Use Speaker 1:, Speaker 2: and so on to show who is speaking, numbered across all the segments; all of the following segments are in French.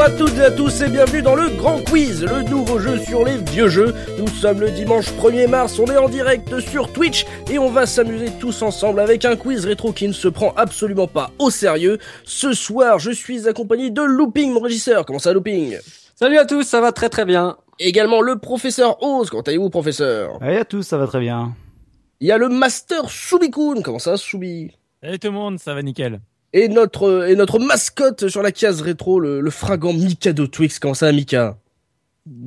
Speaker 1: à toutes et à tous et bienvenue dans le Grand Quiz, le nouveau jeu sur les vieux jeux. Nous sommes le dimanche 1er mars, on est en direct sur Twitch et on va s'amuser tous ensemble avec un quiz rétro qui ne se prend absolument pas au sérieux. Ce soir, je suis accompagné de Looping, mon régisseur. Comment ça, Looping
Speaker 2: Salut à tous, ça va très très bien.
Speaker 1: Également le professeur Oz. Comment allez-vous, professeur
Speaker 3: Allez à tous, ça va très bien.
Speaker 1: Il y a le master Subikun. Comment ça, Subi
Speaker 4: Salut tout le monde, ça va nickel.
Speaker 1: et notre, et notre mascotte sur la case rétro, le, le fringant Mika de Twix. Comment ça, Mika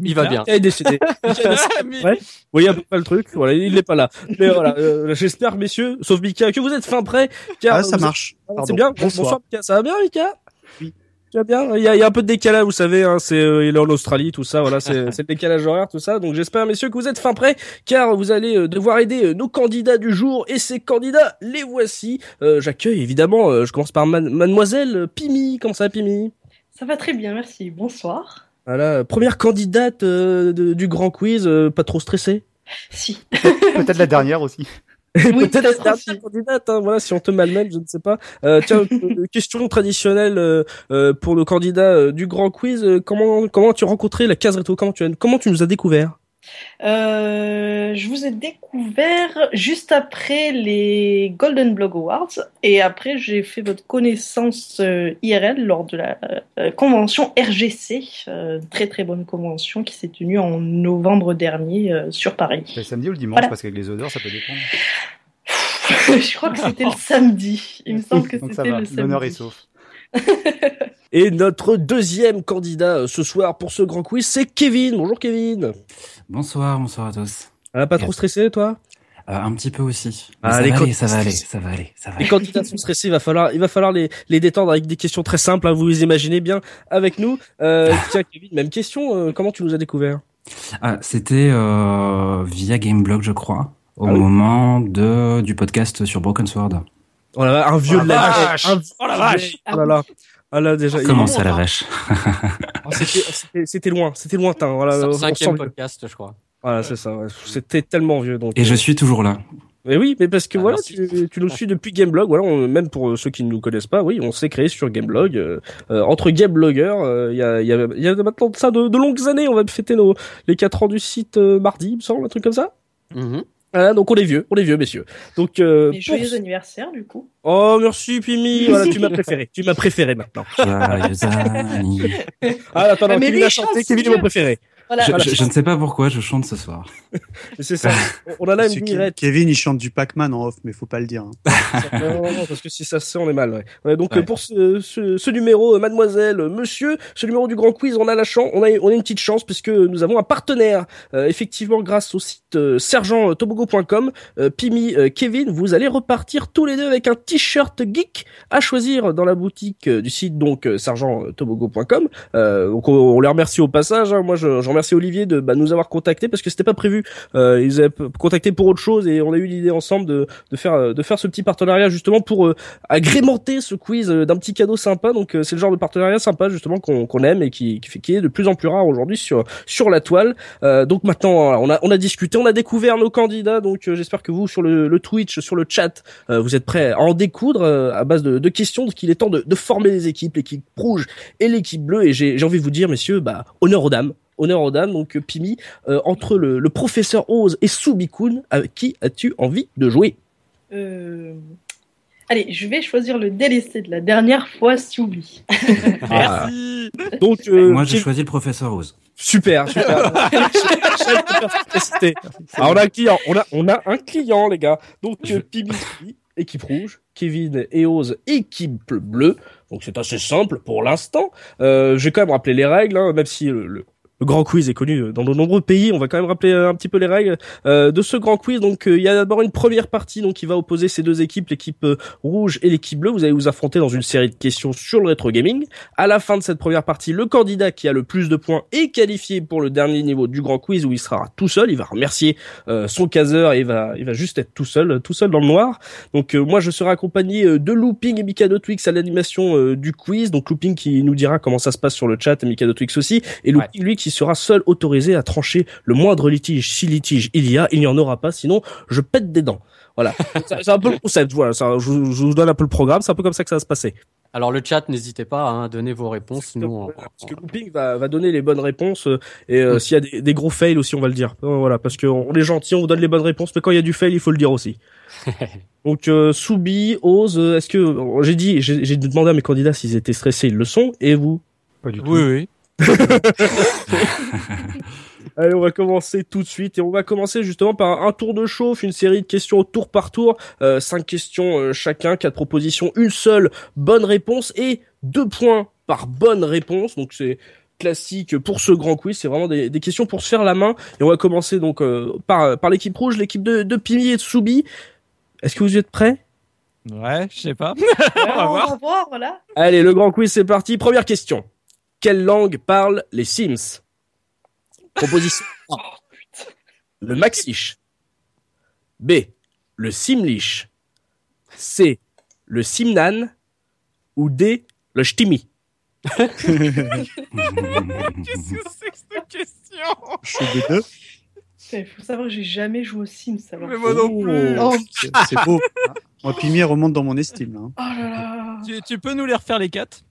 Speaker 2: Il va bien.
Speaker 1: Il est décédé. Ouais. Vous voyez à peu près le truc. Voilà, il n'est pas là. Mais voilà, euh, j'espère, messieurs, sauf Mika, que vous êtes fin prêt. Car
Speaker 3: Ah, ça
Speaker 1: vous-
Speaker 3: marche.
Speaker 1: C'est
Speaker 3: Pardon.
Speaker 1: bien.
Speaker 3: Bonsoir.
Speaker 1: Mika. Ça va bien, Mika
Speaker 3: Oui.
Speaker 1: Ça va bien. Il y, a, il y a un peu de décalage, vous savez. Hein, c'est euh, il est en Australie, tout ça. Voilà, c'est c'est le décalage horaire, tout ça. Donc j'espère, messieurs, que vous êtes fin prêts, car vous allez euh, devoir aider euh, nos candidats du jour et ces candidats, les voici. Euh, J'accueille évidemment. euh, je commence par man- Mademoiselle euh, Pimi. Comment ça, Pimi
Speaker 5: Ça va très bien, merci. Bonsoir.
Speaker 1: Voilà, euh, première candidate euh, de- du grand quiz. euh, pas trop stressée.
Speaker 5: Si.
Speaker 3: Peut-être la dernière aussi.
Speaker 5: Oui,
Speaker 1: Peut-être
Speaker 5: peut-être
Speaker 1: la dernière candidate, hein, voilà, si on te malmène, je ne sais pas. Euh, tiens, euh, question traditionnelle euh, euh, pour nos candidats euh, du grand quiz. euh, comment comment tu as rencontré la case rétro Comment tu as- comment tu nous as découvert
Speaker 5: Euh, je vous ai découvert juste après les Golden Blog Awards et après j'ai fait votre connaissance euh, IRL lors de la euh, convention RGC, euh, très très bonne convention qui s'est tenue en novembre dernier euh, sur Paris.
Speaker 3: C'est le samedi ou le dimanche
Speaker 5: Voilà.
Speaker 3: Parce qu'avec les odeurs, ça peut dépendre.
Speaker 5: je crois que c'était le samedi. Il me semble que
Speaker 3: Donc ça
Speaker 5: c'était
Speaker 3: va,
Speaker 5: le samedi.
Speaker 3: l'honneur est sauf.
Speaker 1: Et notre deuxième candidat euh, ce soir pour ce grand quiz, c'est Kevin. Bonjour Kevin.
Speaker 6: Bonsoir, bonsoir à tous.
Speaker 1: Ah, pas trop stressé toi
Speaker 6: Euh, un petit peu aussi.
Speaker 1: Ah,
Speaker 6: Mais ça,
Speaker 1: les
Speaker 6: va
Speaker 1: codes-
Speaker 6: aller, ça va aller, ça va aller, ça va
Speaker 1: Les
Speaker 6: aller.
Speaker 1: candidats sont stressés. Il va falloir il va falloir les les détendre avec des questions très simples. hein, vous les imaginez bien avec nous. Euh, tiens Kevin, même question. euh, comment tu nous as découvert
Speaker 6: Ah, C'était euh, via Gameblog, je crois, au
Speaker 1: Ah oui
Speaker 6: moment de, du podcast sur Broken Sword.
Speaker 1: Oh là là, un vieux
Speaker 3: Oh
Speaker 1: de
Speaker 3: la
Speaker 1: la
Speaker 3: vache
Speaker 1: un- Oh la vache Oh là là. Ah là déjà, il-
Speaker 6: Comment ça, la vache
Speaker 1: Oh, c'était- C'était c'était loin, c'était lointain. Voilà,
Speaker 2: Cin-
Speaker 1: on
Speaker 2: Cinquième
Speaker 1: sent-
Speaker 2: podcast, je crois.
Speaker 1: voilà c'est ça. ouais. C'était tellement vieux. Donc,
Speaker 6: Et je
Speaker 1: euh,
Speaker 6: suis toujours là.
Speaker 1: Mais oui, mais parce que
Speaker 2: Ah,
Speaker 1: voilà,
Speaker 2: merci.
Speaker 1: tu, tu nous suis depuis Gameblog. Voilà, on- même pour euh, ceux qui ne nous connaissent pas, oui, on s'est créé sur Gameblog. euh, euh, entre gamebloggers, euh, il y, a, il y a- il y a maintenant de ça de, de longues années. On va fêter nos, les 4 ans du site euh, mardi, il me semble, un truc comme ça. Voilà, donc on est vieux, on est vieux, messieurs. Donc, euh,
Speaker 5: Mais
Speaker 1: pour-
Speaker 5: joyeux anniversaire du coup.
Speaker 1: oh merci Pimi, voilà, tu m'as préféré, tu m'as préféré maintenant.
Speaker 6: Joyeux anniversaire.
Speaker 1: Ah attends,
Speaker 5: Ah,
Speaker 1: non,
Speaker 5: mais
Speaker 1: Kevin
Speaker 5: lui,
Speaker 1: a chanté,
Speaker 5: chanceux.
Speaker 1: Kevin est mon préféré.
Speaker 5: Voilà.
Speaker 6: je,
Speaker 1: Voilà.
Speaker 6: je- je ne sais pas pourquoi je chante ce soir.
Speaker 1: Mais C'est ça. On en a là
Speaker 7: Parce
Speaker 1: une
Speaker 7: que
Speaker 1: mirette.
Speaker 7: Kevin, il chante du Pac-Man en off, mais faut pas le dire. hein.
Speaker 1: Non, non, non, parce que si ça se sait, on est mal. Ouais. Ouais, donc
Speaker 6: Ouais.
Speaker 1: euh, pour ce, ce, ce numéro, euh, mademoiselle, euh, monsieur, ce numéro du Grand Quiz, on a la chance, on a, on a une petite chance puisque nous avons un partenaire. Euh, effectivement, grâce au site euh, sergenttobogo.com, euh, Pimi, euh, Kevin, vous allez repartir tous les deux avec un t-shirt geek à choisir dans la boutique euh, du site donc euh, sergenttobogo.com. Euh, donc on, on les remercie au passage. hein. Moi, je, je remercie Olivier de bah, nous avoir contactés parce que c'était pas prévu. Euh, ils avaient contacté pour autre chose et on a eu l'idée ensemble de de faire euh, de faire ce petit partenariat justement pour euh, agrémenter ce quiz euh, d'un petit cadeau sympa. Donc euh, c'est le genre de partenariat sympa justement qu'on qu'on aime et qui, qui, fait- qui est de plus en plus rare aujourd'hui sur sur la toile. Euh, donc maintenant voilà, on a on a discuté, on a découvert nos candidats. Donc euh, j'espère que vous sur le, le Twitch, sur le chat, euh, vous êtes prêts à en découdre euh, à base de, de questions. Donc il est temps de, de former les équipes, l'équipe rouge et l'équipe bleue. Et j'ai j'ai envie de vous dire messieurs, bah honneur aux dames. Honneur aux dames, donc euh, Pimi, euh, entre le, le professeur Oz et Subikun, avec qui as-tu envie de jouer
Speaker 5: Euh, Allez, je vais choisir le délaissé de la dernière fois, Soubi.
Speaker 4: Merci.
Speaker 1: Ah. Donc, euh,
Speaker 6: Moi, j'ai
Speaker 1: Kim-
Speaker 6: choisi le professeur Rose.
Speaker 1: super, super. Chef de perspicacité. Ah, on a un client, on a, on a un client, les gars. Donc, euh, Pimi, équipe rouge, Kevin et Oz, équipe bleue. Donc, c'est assez simple pour l'instant. Euh, je vais quand même rappeler les règles, hein, même si le, le- le grand quiz est connu dans de nombreux pays. On va quand même rappeler euh, un petit peu les règles euh, de ce grand quiz. Donc, euh, il y a d'abord une première partie donc qui va opposer ces deux équipes, l'équipe euh, rouge et l'équipe bleue. Vous allez vous affronter dans une série de questions sur le rétro gaming. À la fin de cette première partie, le candidat qui a le plus de points est qualifié pour le dernier niveau du grand quiz où il sera tout seul. Il va remercier euh, son caseur et il va, il va juste être tout seul, euh, tout seul dans le noir. Donc euh, moi, je serai accompagné euh, de Looping et Mikado Twix à l'animation euh, du quiz. Donc Looping qui nous dira comment ça se passe sur le chat et Mikado Twix aussi. Et Looping, lui, qui sera seul autorisé à trancher le moindre litige. Si litige il y a, il n'y en aura pas, sinon je pète des dents. Voilà, c'est c'est un peu le concept. Voilà, ça, je, vous- je vous donne un peu le programme. C'est un peu comme ça que ça va se passer.
Speaker 2: Alors le chat, n'hésitez pas hein, à donner vos réponses. Nous, on-
Speaker 1: Parce que Looping va, va donner les bonnes réponses euh, et euh, s'il y a des, des gros fails aussi, on va le dire. Euh, Voilà, parce qu'on on est gentil, on vous donne les bonnes réponses, mais quand il y a du fail, il faut le dire aussi. Donc euh, Soubi, Ose, euh, est-ce que euh, j'ai dit, j'ai j'ai demandé à mes candidats s'ils étaient stressés, ils le sont, et vous
Speaker 3: Pas du tout.
Speaker 4: Oui, oui.
Speaker 1: Allez, on va commencer tout de suite et on va commencer justement par un tour de chauffe, une série de questions au tour par tour, euh, cinq questions euh, chacun, quatre propositions, une seule bonne réponse et deux points par bonne réponse. Donc c'est classique pour ce grand quiz, c'est vraiment des, des questions pour se faire la main et on va commencer donc euh, par par l'équipe rouge, l'équipe de, de Pimi et de Soubi. Est-ce que vous êtes prêts
Speaker 4: Ouais, je sais pas.
Speaker 5: Alors,
Speaker 4: va voir.
Speaker 5: voilà.
Speaker 1: Allez, le grand quiz, c'est parti. Première question. Quelle langue parlent les Sims Proposition A. Le Maxish. B. Le Simlish. C. Le Simnan. Ou D. Le Shtimi.
Speaker 4: Qu'est-ce que c'est que cette question
Speaker 7: Je suis des deux.
Speaker 5: Il faut savoir que j'ai jamais joué aux Sims. Alors.
Speaker 4: Mais moi non plus.
Speaker 5: Oh,
Speaker 7: C'est c'est beau. Moi, Pimier remonte dans mon estime. Là. hein.
Speaker 5: oh là là.
Speaker 4: Tu, tu peux nous les refaire les quatre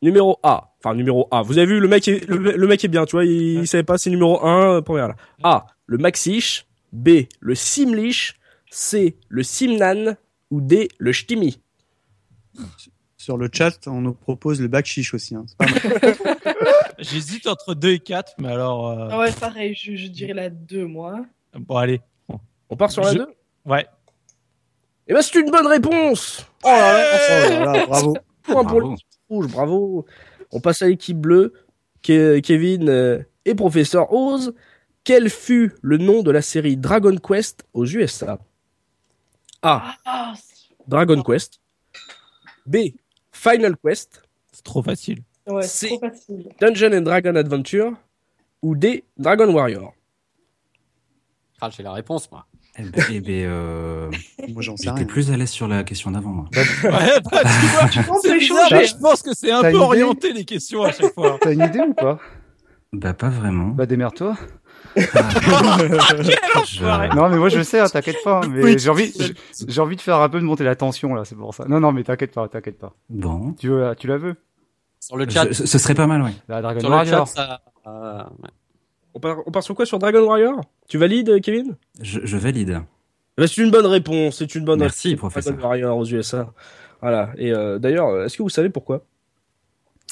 Speaker 1: Numéro A. Enfin, numéro A. Vous avez vu, le mec est, le, le mec est bien, tu vois. Il, il savait pas, c'est numéro 1, euh, première là. A. Le Maxish. B. Le Simlish. C. Le Simnan. Ou D. Le Shtimi.
Speaker 7: Sur le chat, on nous propose le bac chiche aussi. hein. C'est pas mal.
Speaker 4: J'hésite entre deux et quatre, mais alors. euh,
Speaker 5: Ah ouais, pareil, je, je dirais la 2, moi.
Speaker 4: Bon, allez.
Speaker 1: On part sur la
Speaker 4: Je-
Speaker 1: 2
Speaker 4: Ouais.
Speaker 1: Eh ben, c'est une bonne réponse
Speaker 7: Oh là là, oh là là, bravo.
Speaker 1: Point pour
Speaker 6: Bravo.
Speaker 1: l'équipe rouge, bravo On passe à l'équipe bleue, Ke- Kevin euh, et Professeur Oz. Quel fut le nom de la série Dragon Quest aux USA A.
Speaker 5: Ah, c'est-
Speaker 1: Dragon Quest. B. Final Quest.
Speaker 4: C'est trop facile.
Speaker 5: ouais, c'est
Speaker 1: C'est-
Speaker 5: trop facile.
Speaker 1: Dungeon and Dragon Adventure. Ou D. Dragon Warrior.
Speaker 2: Ah, j'ai la réponse, moi.
Speaker 6: Eh ben, eh ben, euh,
Speaker 7: Moi, j'en sais
Speaker 6: j'étais
Speaker 7: rien.
Speaker 6: plus à l'aise sur la question d'avant, moi.
Speaker 4: Ouais, bah, tu vois,
Speaker 5: Tu penses
Speaker 4: c'est
Speaker 5: les
Speaker 4: bizarre,
Speaker 5: choses
Speaker 4: mais je pense que c'est un
Speaker 3: T'as
Speaker 4: peu
Speaker 3: une idée
Speaker 4: orienté les questions à chaque fois.
Speaker 3: T'as une idée ou pas
Speaker 6: Bah, pas vraiment.
Speaker 3: Bah démerde-toi.
Speaker 6: Je-
Speaker 3: Non mais moi je sais, hein, t'inquiète pas. hein, Mais j'ai envie, j'ai- j'ai envie de faire un peu de monter la tension là, c'est pour ça. Non non mais t'inquiète pas, t'inquiète pas.
Speaker 6: Bon.
Speaker 3: Tu veux, la- tu la veux
Speaker 2: Sur le chat,
Speaker 6: Ce, ce- ce serait pas mal, ouais.
Speaker 3: La Dragon
Speaker 2: sur le chat,
Speaker 3: Warrior.
Speaker 2: ça. euh, ouais.
Speaker 1: On part, on part sur quoi Sur Dragon Warrior Tu valides, Kevin
Speaker 6: Je, je valide.
Speaker 1: Eh ben, C'est une bonne réponse, c'est une bonne
Speaker 6: Merci,
Speaker 1: Dragon
Speaker 6: professeur.
Speaker 1: Warrior aux USA. Voilà. Et euh, d'ailleurs, euh, est-ce que vous savez pourquoi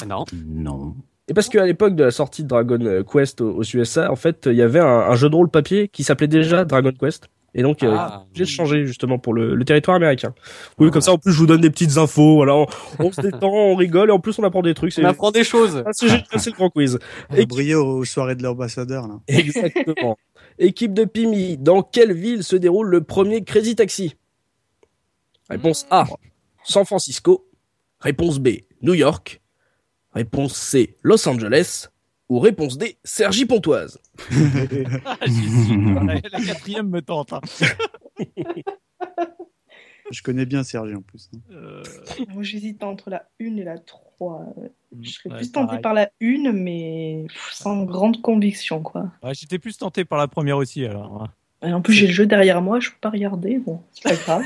Speaker 2: Non.
Speaker 6: Non.
Speaker 1: Et parce qu'à l'époque de la sortie de Dragon Quest aux, aux USA, en fait, il y avait un, un jeu de rôle papier qui s'appelait déjà Dragon Quest. Et donc, euh,
Speaker 2: Ah.
Speaker 1: j'ai changé justement pour le, le territoire américain. Oui,
Speaker 6: Ah.
Speaker 1: comme ça, en plus, je vous donne des petites infos. Voilà, on, on se détend, on rigole, et en plus, on apprend des trucs. C'est
Speaker 2: On apprend des choses.
Speaker 1: Ah, c'est génial, c'est le grand quiz.
Speaker 7: On a brillé aux soirées de l'ambassadeur. là.
Speaker 1: Exactement. Équipe de Pimi, dans quelle ville se déroule le premier Crazy Taxi Réponse A, San Francisco. Réponse B, New York. Réponse C, Los Angeles. Ou réponse D, Sergi Pontoise.
Speaker 4: Ah, j'y suis pas. La la quatrième me tente. hein.
Speaker 7: Je connais bien Sergi en plus. hein.
Speaker 4: Euh,
Speaker 5: Moi, j'hésite entre la 1 et la 3. Je serais
Speaker 4: ouais,
Speaker 5: plus tentée
Speaker 4: pareil.
Speaker 5: par la 1, mais pff, sans grande conviction, quoi.
Speaker 4: Ouais, J'étais plus tenté par la première aussi, alors. hein.
Speaker 5: Et en plus, j'ai le jeu derrière moi, je peux pas regarder. Bon, c'est pas grave.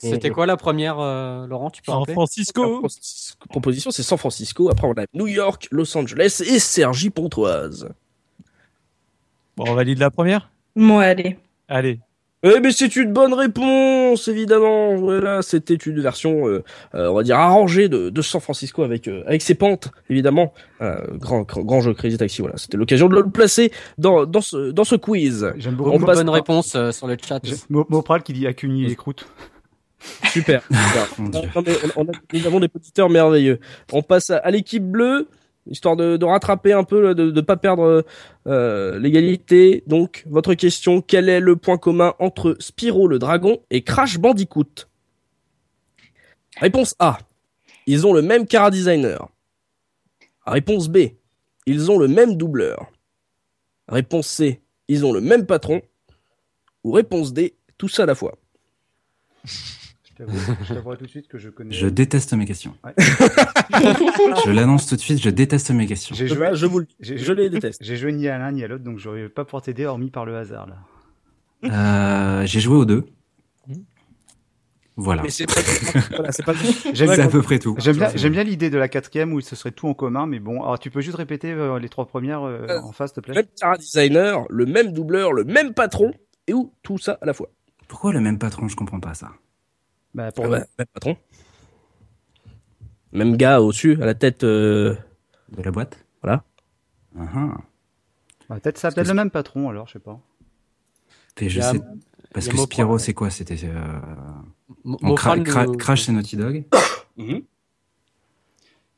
Speaker 2: C'était quoi la première, euh, Laurent Tu peux
Speaker 4: San
Speaker 2: rappeler
Speaker 1: La
Speaker 4: Francisco
Speaker 1: pro- proposition, c'est San Francisco. Après, on a New York, Los Angeles et Sergi Pontoise.
Speaker 4: Bon, on valide la première
Speaker 5: Bon, allez.
Speaker 4: Allez.
Speaker 1: Eh mais c'est une bonne réponse, évidemment. Voilà, c'était une version, euh, euh, on va dire arrangée de, de San Francisco avec euh, avec ses pentes, évidemment. Euh, grand, grand grand jeu Crazy Taxi. Voilà, c'était l'occasion de le placer dans dans ce dans ce quiz.
Speaker 3: J'aime
Speaker 1: On
Speaker 3: beaucoup.
Speaker 2: Beaucoup de
Speaker 1: passe-
Speaker 2: bonnes réponses euh, sur le chat.
Speaker 3: J'ai- Mo- Mopral qui dit accumuler les croûtes.
Speaker 1: Super. Super. Non,
Speaker 6: Mon Dieu.
Speaker 1: non, mais on- on a- nous avons des auditeurs merveilleux. On passe à, à l'équipe bleue, histoire de, de rattraper un peu, là, de ne pas perdre euh, l'égalité. Donc, votre question, quel est le point commun entre Spyro le dragon et Crash Bandicoot Réponse A. Ils ont le même cara designer. Réponse B. Ils ont le même doubleur. Réponse C. Ils ont le même patron. Ou réponse D. Tout ça à la fois.
Speaker 3: Je t'avoue- je t'avouerai tout de suite que je connais.
Speaker 6: Je déteste mes questions. je l'annonce tout de suite, je déteste mes questions.
Speaker 3: J'ai
Speaker 1: Je,
Speaker 3: joué,
Speaker 1: je vous le dis,
Speaker 3: j'ai-
Speaker 1: je les déteste.
Speaker 3: j'ai joué ni à l'un ni à l'autre, donc j'aurais pas pouvoir t'aider hormis par le hasard là.
Speaker 6: Euh, j'ai joué aux deux. Voilà.
Speaker 1: Mais c'est pas, voilà, c'est pas
Speaker 3: J'aime
Speaker 6: C'est à
Speaker 3: bien-
Speaker 6: peu près tout.
Speaker 3: J'aime bien,
Speaker 6: C'est-
Speaker 3: j'aime bien l'idée de la quatrième où ce serait tout en commun, mais bon, alors tu peux juste répéter euh, les trois premières euh,
Speaker 1: Euh,
Speaker 3: en face, s'il te
Speaker 1: le
Speaker 3: plaît.
Speaker 1: même cara designer, le même doubleur, le même patron, et où tout ça à la fois.
Speaker 6: Pourquoi le même patron Je comprends pas ça.
Speaker 3: Bah, pour
Speaker 1: Ah bah, même patron. Même gars au-dessus, à la tête. euh,
Speaker 6: De la boîte
Speaker 1: Voilà.
Speaker 6: Ah ah.
Speaker 3: Ouais, bah, peut-être ça, peut-être le même patron alors, je sais pas.
Speaker 6: Et je
Speaker 2: Il y a-
Speaker 6: sais- Parce
Speaker 2: il y a
Speaker 6: que
Speaker 2: Mofra,
Speaker 6: Spyro,
Speaker 2: ouais.
Speaker 6: c'est quoi C'était. euh,
Speaker 2: Mo-
Speaker 6: bon,
Speaker 2: Mofran,
Speaker 6: Cra- Cra-
Speaker 2: le-
Speaker 6: Crash, c'est Naughty Dog.
Speaker 1: Mhm.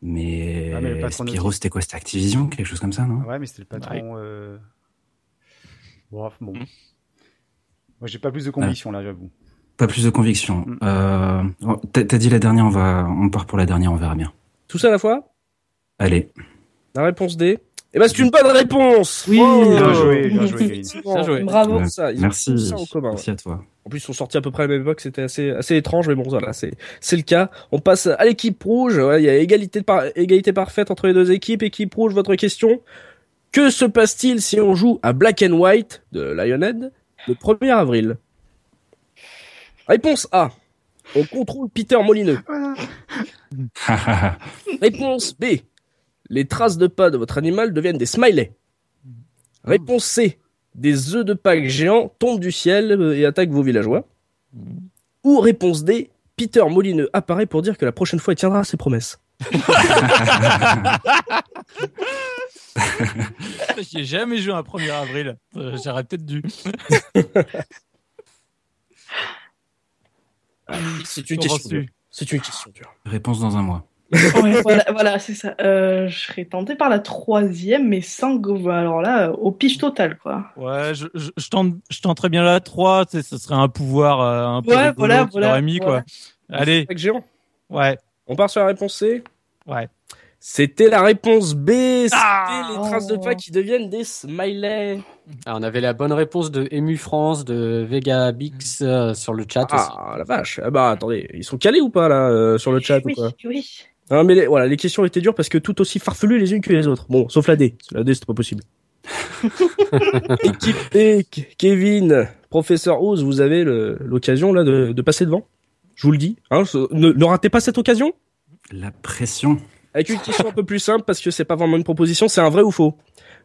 Speaker 6: Mais,
Speaker 3: Ah, mais le patron
Speaker 6: Spyro, c'était quoi C'était Activision Quelque chose comme ça, non
Speaker 3: Ouais, mais c'était le patron. euh, Bref, bon.
Speaker 4: Mm.
Speaker 3: Moi, j'ai pas plus de conviction là, j'avoue.
Speaker 6: Pas plus de conviction.
Speaker 3: Mm.
Speaker 6: Euh, oh, T'as t'as dit la dernière, on, va... on part pour la dernière, on verra bien.
Speaker 1: Tout ça à la fois
Speaker 6: Allez.
Speaker 1: Bah, La réponse D. Eh ben, c'est une bonne réponse
Speaker 2: Oui.
Speaker 1: Oh
Speaker 3: Bien joué, bien joué, Kevin.
Speaker 2: Bien joué.
Speaker 5: Bravo.
Speaker 6: Ouais.
Speaker 1: Ça, ils ont
Speaker 6: Merci.
Speaker 1: tout ça en commun,
Speaker 6: Merci à toi.
Speaker 1: En plus, ils sont sortis à peu près à la même époque, c'était assez, assez étrange, mais bon, voilà, c'est, c'est le cas. On passe à l'équipe rouge. Ouais, Il y a égalité, de par- égalité parfaite entre les deux équipes. Équipe rouge, votre question. Que se passe-t-il si on joue à Black and White de Lionhead le 1er avril Réponse A. On contrôle Peter Molineux. Réponse B. Les traces de pas de votre animal deviennent des smileys. Oh. Réponse C. Des œufs de Pâques géants tombent du ciel euh, et attaquent vos villageois. Mm. Ou réponse D. Peter Molineux apparaît pour dire que la prochaine fois il tiendra ses promesses.
Speaker 4: J'y ai jamais joué un 1er avril. Euh, J'aurais peut-être dû.
Speaker 1: Ah, C'est une
Speaker 4: J'en
Speaker 1: question
Speaker 4: suis.
Speaker 1: dure. C'est une question dure.
Speaker 6: Réponse dans un mois.
Speaker 5: Ouais, voilà, voilà, c'est ça. Euh, je serais tentée par la troisième, mais sans go. Alors là, euh, au pif total, quoi.
Speaker 4: Ouais, je, je, je tente, je tenterais bien la 3. tu sais, Ce serait un pouvoir euh, un peu
Speaker 5: Ouais,
Speaker 4: rigolo
Speaker 5: voilà,
Speaker 4: qu'il
Speaker 5: voilà,
Speaker 4: aurait mis,
Speaker 5: voilà.
Speaker 4: quoi. Allez,
Speaker 1: Pâques géants.
Speaker 4: ouais.
Speaker 1: On part sur la réponse C.
Speaker 4: Ouais.
Speaker 1: C'était la réponse B. C'était
Speaker 4: Ah
Speaker 1: les traces de pas qui deviennent des smileys.
Speaker 2: Ah, on avait la bonne réponse de Emu France, de Vegabix euh, sur le chat aussi.
Speaker 1: Ah la vache. Ah bah attendez, ils sont calés ou pas là euh, sur le chat
Speaker 5: oui,
Speaker 1: ou quoi
Speaker 5: oui.
Speaker 1: Hein, mais les- voilà, les questions étaient dures parce que tout aussi farfelues les unes que les autres. Bon, sauf la D. La D, c'était pas possible. Équipe D, K- Kevin, professeur Oz, vous avez le- l'occasion là de, de passer devant. Je vous le dis. Hein, ce- ne, ne ratez pas cette occasion.
Speaker 6: La pression.
Speaker 1: Avec une question un peu plus simple parce que c'est pas vraiment une proposition, c'est un vrai ou faux.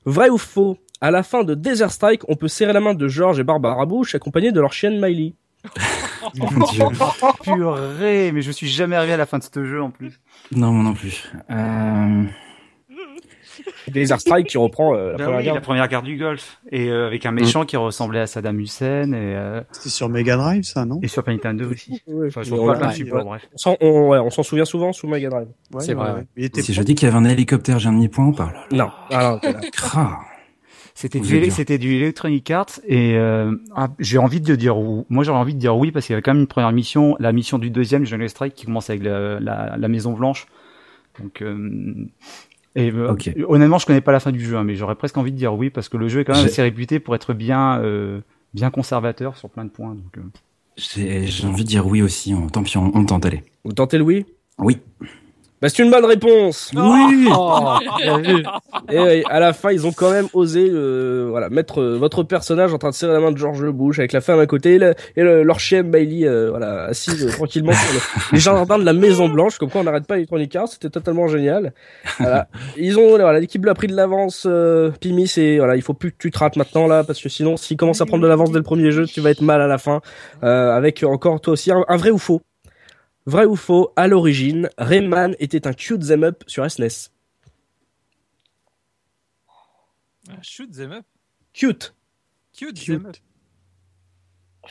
Speaker 1: Vrai ou faux À la fin de Desert Strike, on peut serrer la main de George et Barbara Bush accompagnés de leur chienne Miley.
Speaker 6: Mon Dieu.
Speaker 3: Purée, mais je suis jamais arrivé à la fin de ce jeu en plus.
Speaker 6: Non, moi non plus. Euh,
Speaker 1: Desert Strike qui reprend euh, la
Speaker 3: Bah
Speaker 1: première
Speaker 3: oui,
Speaker 1: guerre.
Speaker 3: la première guerre du Golfe. Et euh, avec un méchant qui ressemblait à Saddam Hussein et, euh,
Speaker 7: C'était sur Mega Drive, ça, non
Speaker 3: et sur Nintendo aussi.
Speaker 1: Ouais,
Speaker 3: Enfin, je
Speaker 1: mais
Speaker 3: vois
Speaker 1: on
Speaker 3: pas
Speaker 1: l'a-
Speaker 3: plein de
Speaker 1: ouais,
Speaker 3: supports, bref.
Speaker 1: on s'en- on- ouais, on s'en souvient souvent sous Mega Drive.
Speaker 7: Ouais,
Speaker 2: C'est
Speaker 7: ouais,
Speaker 2: vrai,
Speaker 7: ouais.
Speaker 2: ouais.
Speaker 7: Il était
Speaker 6: Si je dis qu'il y avait un hélicoptère, j'ai un demi-point ou pas Oh là
Speaker 1: Non. Ah, non, t'es là.
Speaker 6: Crah.
Speaker 3: C'était
Speaker 6: Vous êtes
Speaker 3: du,
Speaker 6: dur.
Speaker 3: c'était du Electronic Arts et euh, ah, j'ai envie de dire oui. Moi j'aurais envie de dire oui parce qu'il y avait quand même une première mission, la mission du deuxième Jungle Strike qui commence avec la, la- la Maison Blanche. Donc euh, et, euh,
Speaker 6: Ok.
Speaker 3: honnêtement je connais pas la fin du jeu hein, mais j'aurais presque envie de dire oui parce que le jeu est quand même
Speaker 6: J'ai-
Speaker 3: assez réputé pour être bien euh, bien conservateur sur plein de points. Donc, euh,
Speaker 6: J'ai j'ai envie de dire oui aussi. on- Tant pis, on, on tente, allez.
Speaker 1: Vous tentez Louis
Speaker 6: Oui.
Speaker 1: Bah c'est une bonne réponse.
Speaker 6: Oui
Speaker 2: Oh,
Speaker 1: Et euh, à la fin, ils ont quand même osé euh, voilà mettre euh, votre personnage en train de serrer la main de George Bush avec la femme à côté et, le- et le- leur chien Bailey euh, voilà assise euh, tranquillement sur le- les jardins de la Maison Blanche. Comme quoi, on n'arrête pas Electronic Arts. C'était totalement génial. Voilà. Ils ont voilà l'équipe bleue a pris de l'avance. Euh, Pimi, c'est voilà il faut plus que tu te rates maintenant là parce que sinon s'ils commencent à prendre de l'avance dès le premier jeu, tu vas être mal à la fin. Euh, avec encore toi aussi un- un vrai ou faux. Vrai ou faux, à l'origine, Rayman était un cute them up sur E SNES.
Speaker 4: Un Shoot them up.
Speaker 1: Cute.
Speaker 4: Cute,
Speaker 7: Cute.
Speaker 4: them up.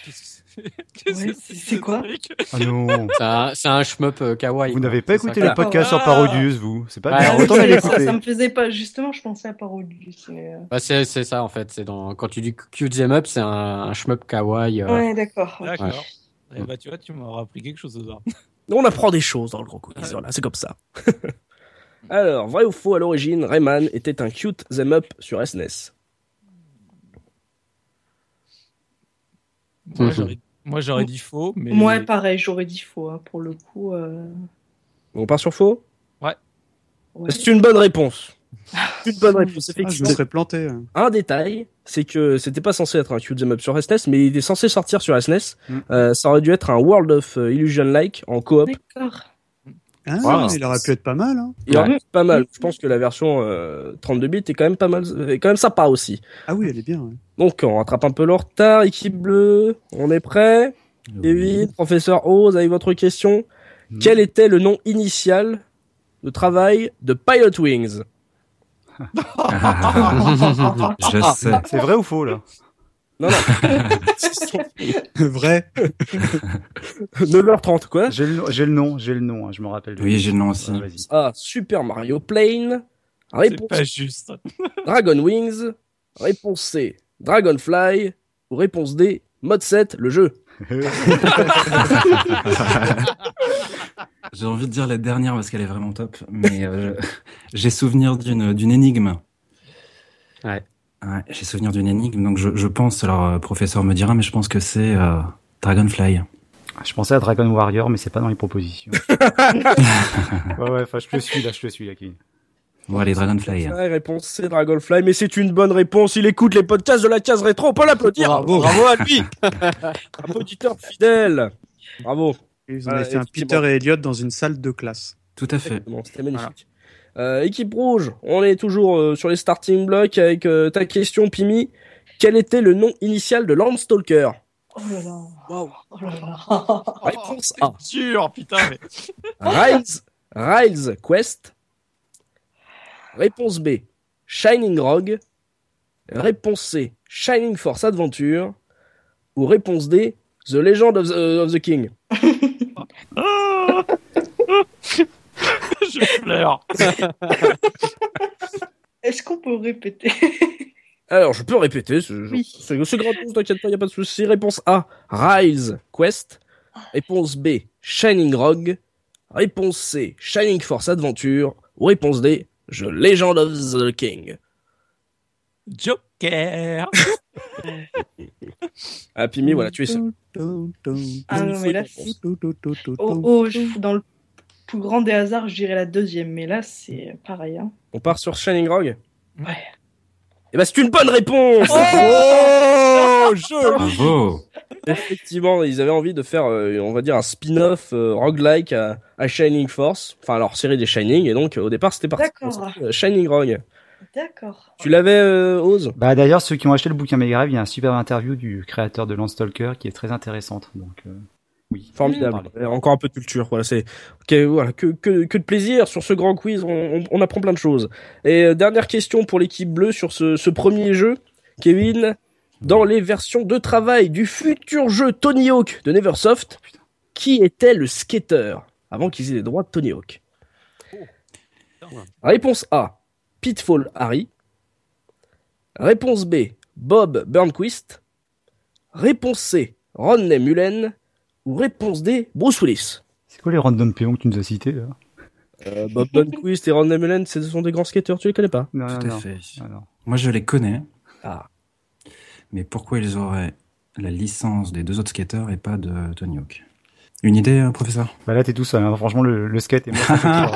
Speaker 4: Qu'est-ce que c'est- qu'est-ce
Speaker 5: Ouais,
Speaker 4: que
Speaker 5: c'est-
Speaker 4: ce
Speaker 5: c'est quoi
Speaker 4: truc
Speaker 3: ah non.
Speaker 2: c'est un, c'est un shmup euh, kawaii.
Speaker 3: Vous
Speaker 2: quoi.
Speaker 3: n'avez pas
Speaker 2: C'est
Speaker 3: écouté
Speaker 2: ça.
Speaker 3: le podcast sur
Speaker 4: Ah.
Speaker 3: Parodius, vous C'est pas
Speaker 6: Bah,
Speaker 2: Ouais,
Speaker 3: bien.
Speaker 5: Ah oui,
Speaker 3: Retournez
Speaker 5: ça, ça,
Speaker 3: l'écouter.
Speaker 5: me faisait pas. Justement, je pensais à Parodius. mais, euh,
Speaker 2: Bah, c'est c'est ça en fait. C'est dans quand tu dis cute them up, c'est un, un shmup kawaii. euh,
Speaker 5: Ouais, d'accord. ok.
Speaker 4: D'accord. Eh bah, tu vois, tu m'auras appris quelque chose, Ozar.
Speaker 1: On apprend des choses dans le gros quiz. Voilà, c'est comme ça. Alors, vrai ou faux, à l'origine, Rayman était un cute them up sur E SNES.
Speaker 4: Moi,
Speaker 2: Mhm.
Speaker 4: j'aurais- Moi, j'aurais dit faux, mais.
Speaker 5: Moi, pareil, j'aurais dit faux. hein, pour le coup, euh,
Speaker 1: On part sur faux
Speaker 5: ouais.
Speaker 1: C'est une bonne réponse. C'est Une bonne réponse,
Speaker 7: Ah, je me
Speaker 1: effectivement.
Speaker 7: serais planté. hein.
Speaker 1: Un détail, c'est que c'était pas censé être un shoot'em up sur SNES, mais il est censé sortir sur SNES.
Speaker 7: Mm.
Speaker 1: Euh, ça aurait dû être un World of euh, Illusion-like en coop.
Speaker 5: D'accord.
Speaker 7: Ah,
Speaker 3: Wow.
Speaker 7: mais Il aurait pu être pas mal. Hein.
Speaker 1: Il en
Speaker 3: Ouais.
Speaker 1: est pas mal. Je pense que la version euh, 32 bits est quand même pas mal, est quand même sympa aussi.
Speaker 7: Ah oui, elle est bien. ouais.
Speaker 1: Donc on rattrape un peu le retard. Équipe bleue, on est prêt. David, Eh professeur Oz, avec votre question.
Speaker 4: Hmm.
Speaker 3: Mm.
Speaker 1: Quel était le nom initial de travail de Pilot Wings
Speaker 6: Ah, je sais.
Speaker 3: C'est vrai ou faux là
Speaker 1: Non, non.
Speaker 7: Vrai.
Speaker 1: ne leur 30 quoi
Speaker 3: J'ai le, j'ai le nom, j'ai le nom, hein, je me rappelle. de
Speaker 6: Oui, j'ai le nom aussi.
Speaker 3: Ah, vas-y.
Speaker 1: A. Super Mario Plane.
Speaker 4: C'est
Speaker 1: Réponse
Speaker 4: pas juste.
Speaker 1: Dragon Wings. Réponse C. Dragonfly. Ou réponse D. Mode 7, le jeu.
Speaker 6: J'ai envie de dire la dernière parce qu'elle est vraiment top, mais euh, je- j'ai souvenir d'une d'une énigme.
Speaker 2: Ouais.
Speaker 6: Ouais, j'ai souvenir d'une énigme, donc je, je pense, alors euh, professeur me dira, mais je pense que c'est euh, Dragonfly.
Speaker 3: Ah, je pensais à Dragon Warrior, mais c'est pas dans les propositions. ouais, ouais, enfin, je te suis là, je te suis là, Kevin.
Speaker 6: Bon, allez, Dragonfly.
Speaker 1: Ouais, réponse C. Dragonfly. Mais c'est une bonne réponse. Il écoute les podcasts de la case rétro. On peut l'applaudir.
Speaker 2: Bravo.
Speaker 1: Bravo à lui. un auditeur fidèle. Bravo.
Speaker 7: Ils ont
Speaker 1: Voilà,
Speaker 7: laissé un
Speaker 1: effectivement.
Speaker 7: Peter et Elliot dans une salle de classe.
Speaker 6: Tout à fait.
Speaker 1: Exactement, c'était magnifique. Euh, équipe rouge, on est toujours euh, sur les starting blocks avec euh, ta question, Pimi. Quel était le nom initial de Landstalker
Speaker 5: Oh là là. Oh là là.
Speaker 1: Réponse
Speaker 4: Oh, c'est dur, putain. Mais...
Speaker 1: Riles, Riles Quest. Réponse B, Shining Rogue. Réponse C, Shining Force Adventure. Ou réponse D, The Legend of the, of the King.
Speaker 4: Ah je pleure.
Speaker 5: Est-ce qu'on peut répéter
Speaker 1: Alors, je peux répéter, c'est
Speaker 5: Oui.
Speaker 1: c'est- c'est gratos, t'inquiète pas, y a pas de souci. Réponse A, Rise Quest. Réponse B, Shining Rogue. Réponse C, Shining Force Adventure. Ou réponse D, je Legend of the King.
Speaker 4: Joker.
Speaker 1: Ah, Pimi, voilà, tu es seul.
Speaker 5: Ah non, mais là, c'est- Oh, oh, je suis dans le plus grand des hasards, je dirais la deuxième, mais là, c'est pareil. Hein.
Speaker 1: On part sur Shining Rogue
Speaker 5: Ouais.
Speaker 1: Eh ben, c'est une bonne réponse
Speaker 4: Oh, joli.
Speaker 6: Bravo
Speaker 1: Effectivement, ils avaient envie de faire, euh, on va dire, un spin-off euh, roguelike à, à Shining Force. Enfin, leur série des Shining. Et donc, euh, au départ, c'était parti pour
Speaker 5: D'accord.
Speaker 1: euh, Shining Rogue.
Speaker 5: D'accord.
Speaker 1: Tu l'avais, euh, Oz
Speaker 3: Bah, d'ailleurs, ceux qui ont acheté le bouquin Mega Drive, il y a une superbe interview du créateur de Landstalker qui est très intéressante. Donc, euh, oui.
Speaker 1: Formidable. Et Encore un peu de culture. Voilà, c'est ok, voilà, que, que, que de plaisir sur ce grand quiz. On, on- on apprend plein de choses. Et euh, dernière question pour l'équipe bleue sur ce, ce premier jeu, Kevin. Dans les versions de travail du futur jeu Tony Hawk de Neversoft, qui était le skater avant qu'ils aient les droits de Tony Hawk Réponse A Pitfall Harry. Réponse B Bob Burnquist. Réponse C Rodney Mullen. Ou réponse D, Bruce Willis.
Speaker 3: C'est quoi les random péons que tu nous as cités là
Speaker 1: Euh, Bob Dunquist et Ron Mullen, ce sont des grands skateurs, tu les connais pas
Speaker 3: Non,
Speaker 6: Tout
Speaker 3: non,
Speaker 6: à
Speaker 3: non.
Speaker 6: fait.
Speaker 3: Ah, non.
Speaker 6: Moi, je les connais.
Speaker 1: Ah.
Speaker 6: Mais pourquoi ils auraient la licence des deux autres skateurs et pas de Tony Hawk Une idée, euh, professeur
Speaker 3: Bah là, t'es tout seul. hein. Franchement, le, le skate est mort.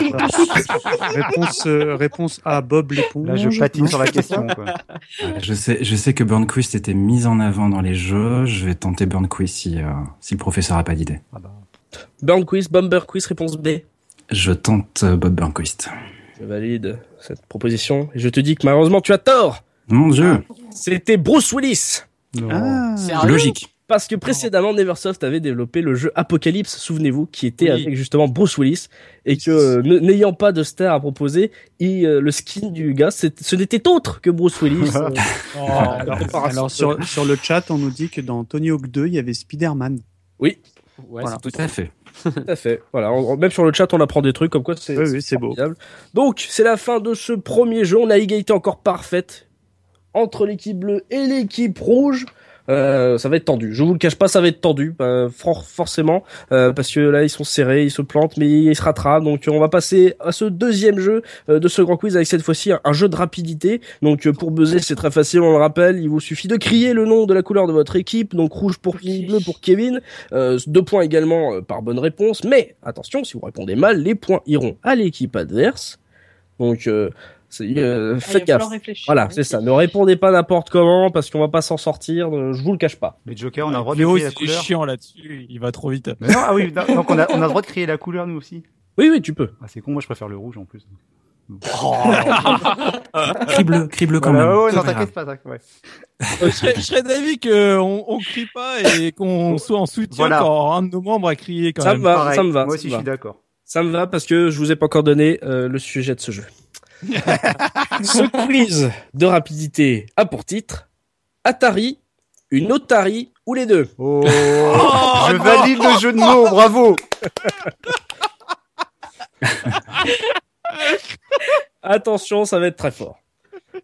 Speaker 7: réponse, euh, réponse A, Bob l'éponge.
Speaker 3: Là, je patine sur la question. Quoi.
Speaker 6: Ah. Ouais, je, sais, je sais que Burnquist était mis en avant dans les jeux. Je vais tenter Burnquist si, euh, si le professeur n'a pas d'idée.
Speaker 3: Ah bah.
Speaker 1: Burnquist, Bomberquist, réponse B.
Speaker 6: Je tente euh, Bob Burnquist.
Speaker 1: Je valide cette proposition. Et je te dis que malheureusement, tu as tort
Speaker 6: Mon dieu
Speaker 1: C'était Bruce Willis
Speaker 3: Non.
Speaker 7: Ah,
Speaker 2: Sérieux
Speaker 6: Logique
Speaker 1: Parce que précédemment, Neversoft avait développé le jeu Apocalypse, souvenez-vous, qui était
Speaker 4: Oui.
Speaker 1: avec justement Bruce Willis, et que euh, ne- n'ayant pas de star à proposer, il, euh, le skin du gars, c'est- ce n'était autre que Bruce Willis. euh,
Speaker 4: Oh,
Speaker 7: alors,
Speaker 2: alors sur-
Speaker 7: sur, sur le chat, on nous dit que dans Tony Hawk 2, il y avait Spider-Man.
Speaker 2: Ouais,
Speaker 7: Voilà.
Speaker 6: Tout à fait.
Speaker 1: Tout à fait. Voilà, en- même sur le chat, on apprend des trucs comme quoi c'est
Speaker 7: Oui, oui, c'est beau.
Speaker 1: formidable. Donc, c'est la fin de ce premier jeu. On a égalité encore parfaite entre l'équipe bleue et l'équipe rouge. Euh, ça va être tendu. Je vous le cache pas, ça va être tendu, euh, for- forcément, euh, parce que là ils sont serrés, ils se plantent, mais ils se rattrapent. Donc on va passer à ce deuxième jeu euh, de ce grand quiz avec cette fois-ci un, un jeu de rapidité. Donc euh, pour buzzer, c'est très facile, on le rappelle. Il vous suffit de crier le nom de la couleur de votre équipe. Donc rouge pour Pini, bleu pour Kevin. Euh, deux points également euh, par bonne réponse. Mais attention, si vous répondez mal, les points iront à l'équipe adverse. Donc, euh, c'est- euh,
Speaker 5: Ah, il
Speaker 1: faites
Speaker 5: va falloir
Speaker 1: gaffe.
Speaker 5: réfléchir.
Speaker 1: Voilà, c'est ça. Ne répondez pas n'importe comment parce qu'on va pas s'en sortir. euh, Je vous le cache pas.
Speaker 3: Mais Joker, on a le droit de
Speaker 4: Léo,
Speaker 3: crier la
Speaker 4: c'est
Speaker 3: couleur.
Speaker 4: chiant là-dessus, il va trop vite.
Speaker 3: Mais non, ah oui, non, donc on a, on a le droit de crier la couleur, nous aussi.
Speaker 1: Oui, oui, tu peux.
Speaker 3: Ah, c'est con, moi je préfère le rouge en plus.
Speaker 6: Crible, crible quand
Speaker 3: Voilà,
Speaker 6: même.
Speaker 3: ouais,
Speaker 6: C'est
Speaker 3: non,
Speaker 6: pas
Speaker 3: t'inquiète pas, t'inquiète pas. ouais.
Speaker 4: Je serais, je serais d'avis qu'on on crie pas et qu'on soit en soutien
Speaker 3: Voilà.
Speaker 4: quand un de nos membres a crié quand
Speaker 1: Ça
Speaker 4: même.
Speaker 1: va,
Speaker 3: Pareil,
Speaker 1: ça me va.
Speaker 3: Moi
Speaker 1: ça
Speaker 3: aussi,
Speaker 1: me
Speaker 3: je
Speaker 1: va.
Speaker 3: suis d'accord.
Speaker 1: Ça me va parce que je vous ai pas encore donné euh, le sujet de ce jeu. ce quiz de rapidité a pour titre Atari, une Otari ou les deux.
Speaker 3: Oh, je valide le jeu de mots, bravo.
Speaker 1: Attention, ça va être très fort.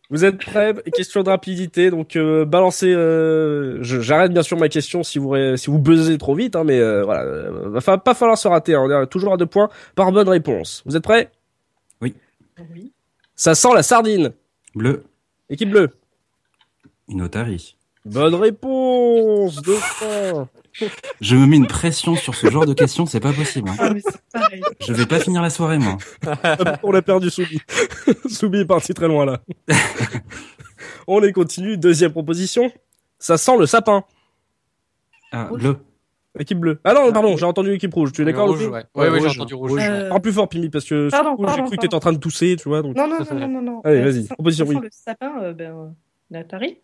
Speaker 1: Vous êtes prêts Question de rapidité. Donc euh, balancez. euh, je- J'arrête bien sûr ma question si vous ré- si vous buzzez trop vite. Hein, mais euh, voilà, euh, va fa- pas falloir se rater. hein. on est toujours à deux points par bonne réponse. Vous êtes prêts
Speaker 5: Oui.
Speaker 1: Ça sent la sardine.
Speaker 6: Bleu,
Speaker 1: Équipe bleue.
Speaker 6: une otarie.
Speaker 1: Bonne réponse. Deux points.
Speaker 6: Je me mets une pression sur ce genre de questions, c'est pas possible. hein.
Speaker 5: Ah, mais c'est pareil.
Speaker 6: Je vais pas finir la soirée, moi.
Speaker 1: On l'a perdu Soubi. Soubi est parti très loin là. On les continue. Deuxième proposition. Ça sent le sapin.
Speaker 6: Ah, bleu,
Speaker 1: Équipe bleue. Ah non, pardon, j'ai entendu équipe rouge. Tu es d'accord
Speaker 2: rouge,
Speaker 1: Luffy
Speaker 2: ouais. Ouais, ouais, j'ai
Speaker 1: rouge.
Speaker 2: entendu rouge.
Speaker 5: Euh,
Speaker 1: Parle plus fort, Pimi, parce que sur
Speaker 5: Pardon,
Speaker 1: le coup, j'ai
Speaker 5: pardon,
Speaker 1: cru que t'étais en train de tousser, tu vois. Donc...
Speaker 5: Non, non, non, non, non, non.
Speaker 1: Allez,
Speaker 5: Euh,
Speaker 1: vas-y,
Speaker 5: sans-
Speaker 1: proposition,
Speaker 5: sans
Speaker 1: oui.
Speaker 5: Le sapin, euh, ben, euh, l'Atari.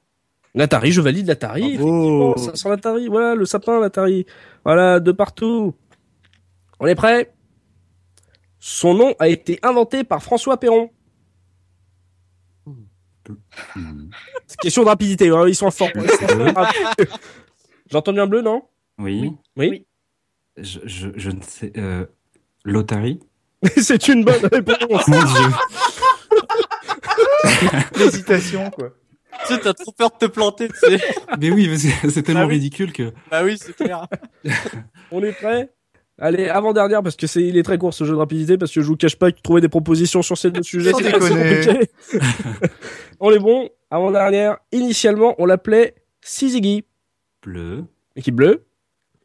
Speaker 1: L'Atari, je valide l'Atari.
Speaker 7: Oh.
Speaker 1: effectivement, Ça sent l'Atari. Voilà, le sapin, l'Atari. Voilà, de partout. On est prêt Son nom a été inventé par François Perron.
Speaker 6: Hmm.
Speaker 1: Question de rapidité, hein, ils sont forts.
Speaker 6: Oui, c'est bleu.
Speaker 1: J'ai entendu un bleu, non
Speaker 6: Oui.
Speaker 1: Oui.
Speaker 5: Oui.
Speaker 6: Je, je, je ne sais. Euh, L'otarie
Speaker 1: C'est une bonne réponse.
Speaker 6: Mon Dieu.
Speaker 3: L'hésitation, quoi.
Speaker 2: Tu sais, t'as trop peur de te planter, tu sais.
Speaker 6: Mais oui, mais c'est c'est tellement
Speaker 2: Ah oui.
Speaker 6: ridicule que.
Speaker 2: bah oui, c'est clair.
Speaker 1: On est prêt Allez, avant-dernière, parce que c'est, il est très court ce jeu de rapidité, parce que je vous cache pas que trouver des propositions sur ces deux sujets,
Speaker 3: Sans
Speaker 1: c'est assez
Speaker 3: déconner.
Speaker 1: compliqué. on est bon. Avant-dernière, initialement, on l'appelait Sizigi.
Speaker 6: Bleu,
Speaker 1: Équipe bleue.